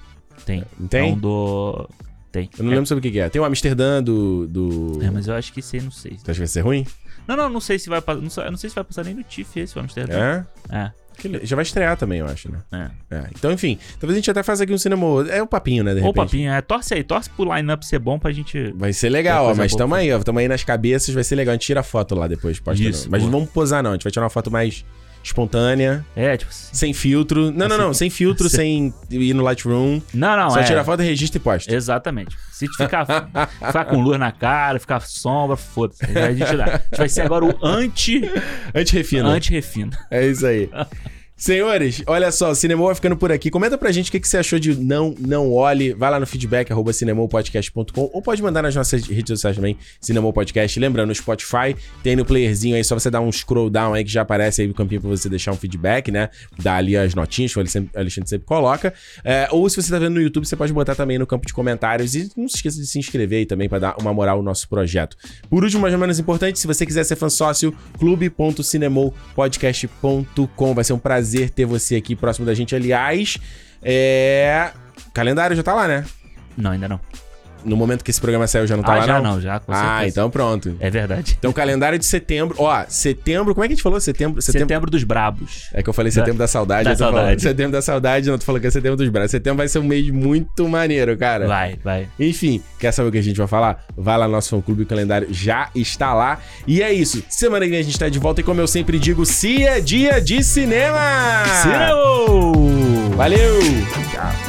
S2: Tem.
S1: Não tem?
S2: É um do. Tem.
S1: Eu não
S2: É,
S1: lembro sobre o que, que é. Tem o Amsterdã do. do...
S2: É, mas eu acho que esse aí não sei.
S1: Você acha que vai ser ruim?
S2: Não, não, não sei se vai passar. Não, sei- não sei se vai passar nem no TIFF esse, o Amsterdã.
S1: É?
S2: É,
S1: Que le- Já vai estrear também, eu acho, né?
S2: é.
S1: É, então, enfim, talvez a gente até faça aqui um cinema. ou outro. É um papinho, né? De
S2: Ô,
S1: repente.
S2: papinho, é, torce aí, torce pro line-up ser bom pra gente.
S1: Vai ser legal,
S2: É
S1: ó,
S2: coisa
S1: mas
S2: boa,
S1: tamo aí, ó. Tamo aí nas cabeças, vai ser legal. A gente tira a foto lá depois, posta
S2: Isso,
S1: não. Mas não
S2: boa.
S1: vamos posar, não. A gente vai tirar uma foto mais espontânea,
S2: É, tipo assim.
S1: sem filtro. Não, não, não, sem filtro, sem ir no Lightroom.
S2: Não, não,
S1: Só
S2: é.
S1: tira a foto, registra e posta.
S2: Exatamente. Se ficar, ficar com luz na cara, ficar sombra, foda-se. A gente dá. A gente vai ser agora o anti, É.
S1: Anti-refina.
S2: anti-refino.
S1: É isso aí. Senhores, olha só, o Cinemol vai ficando por aqui. Comenta pra gente o que, que você achou de Não Não Olhe. Vai lá no feedback, arroba cinemolpodcast.com ou pode mandar nas nossas redes sociais também, Cinemol Podcast. Lembrando, no Spotify tem no playerzinho aí, só você dar um scroll down aí que já aparece aí o campinho pra você deixar um feedback, né? Dá ali as notinhas que o Alexandre Alexandre sempre coloca. É, ou se você tá vendo no YouTube, você pode botar também no campo de comentários. E não se esqueça de se inscrever aí também pra dar uma moral ao nosso projeto. Por último, mas não menos importante, se você quiser ser fã sócio, clube.cinemopodcast.com. Vai ser um prazer ter você aqui próximo da gente. Aliás, é... o calendário já tá lá, né?
S2: Não, ainda não.
S1: No momento que esse programa saiu, já não tá
S2: ah,
S1: lá,
S2: já não, já, com certeza.
S1: ah, então pronto.
S2: É verdade.
S1: Então, calendário de setembro. Ó, setembro. Como é que a gente falou? Setembro. Setembro.
S2: Setembro, dos Brabos.
S1: É que eu falei setembro da, saudade.
S2: da
S1: eu tô falando
S2: saudade.
S1: setembro da saudade, não, tu falou que é setembro dos braços. Setembro vai ser um mês muito maneiro, cara.
S2: Vai, vai.
S1: Enfim, quer saber o que a gente vai falar? Vai lá no nosso fã clube, o calendário já está lá. E é isso. Semana que vem a gente tá de volta e como eu sempre digo, se é dia de cinema!
S2: Cireu!
S1: Valeu! Tchau.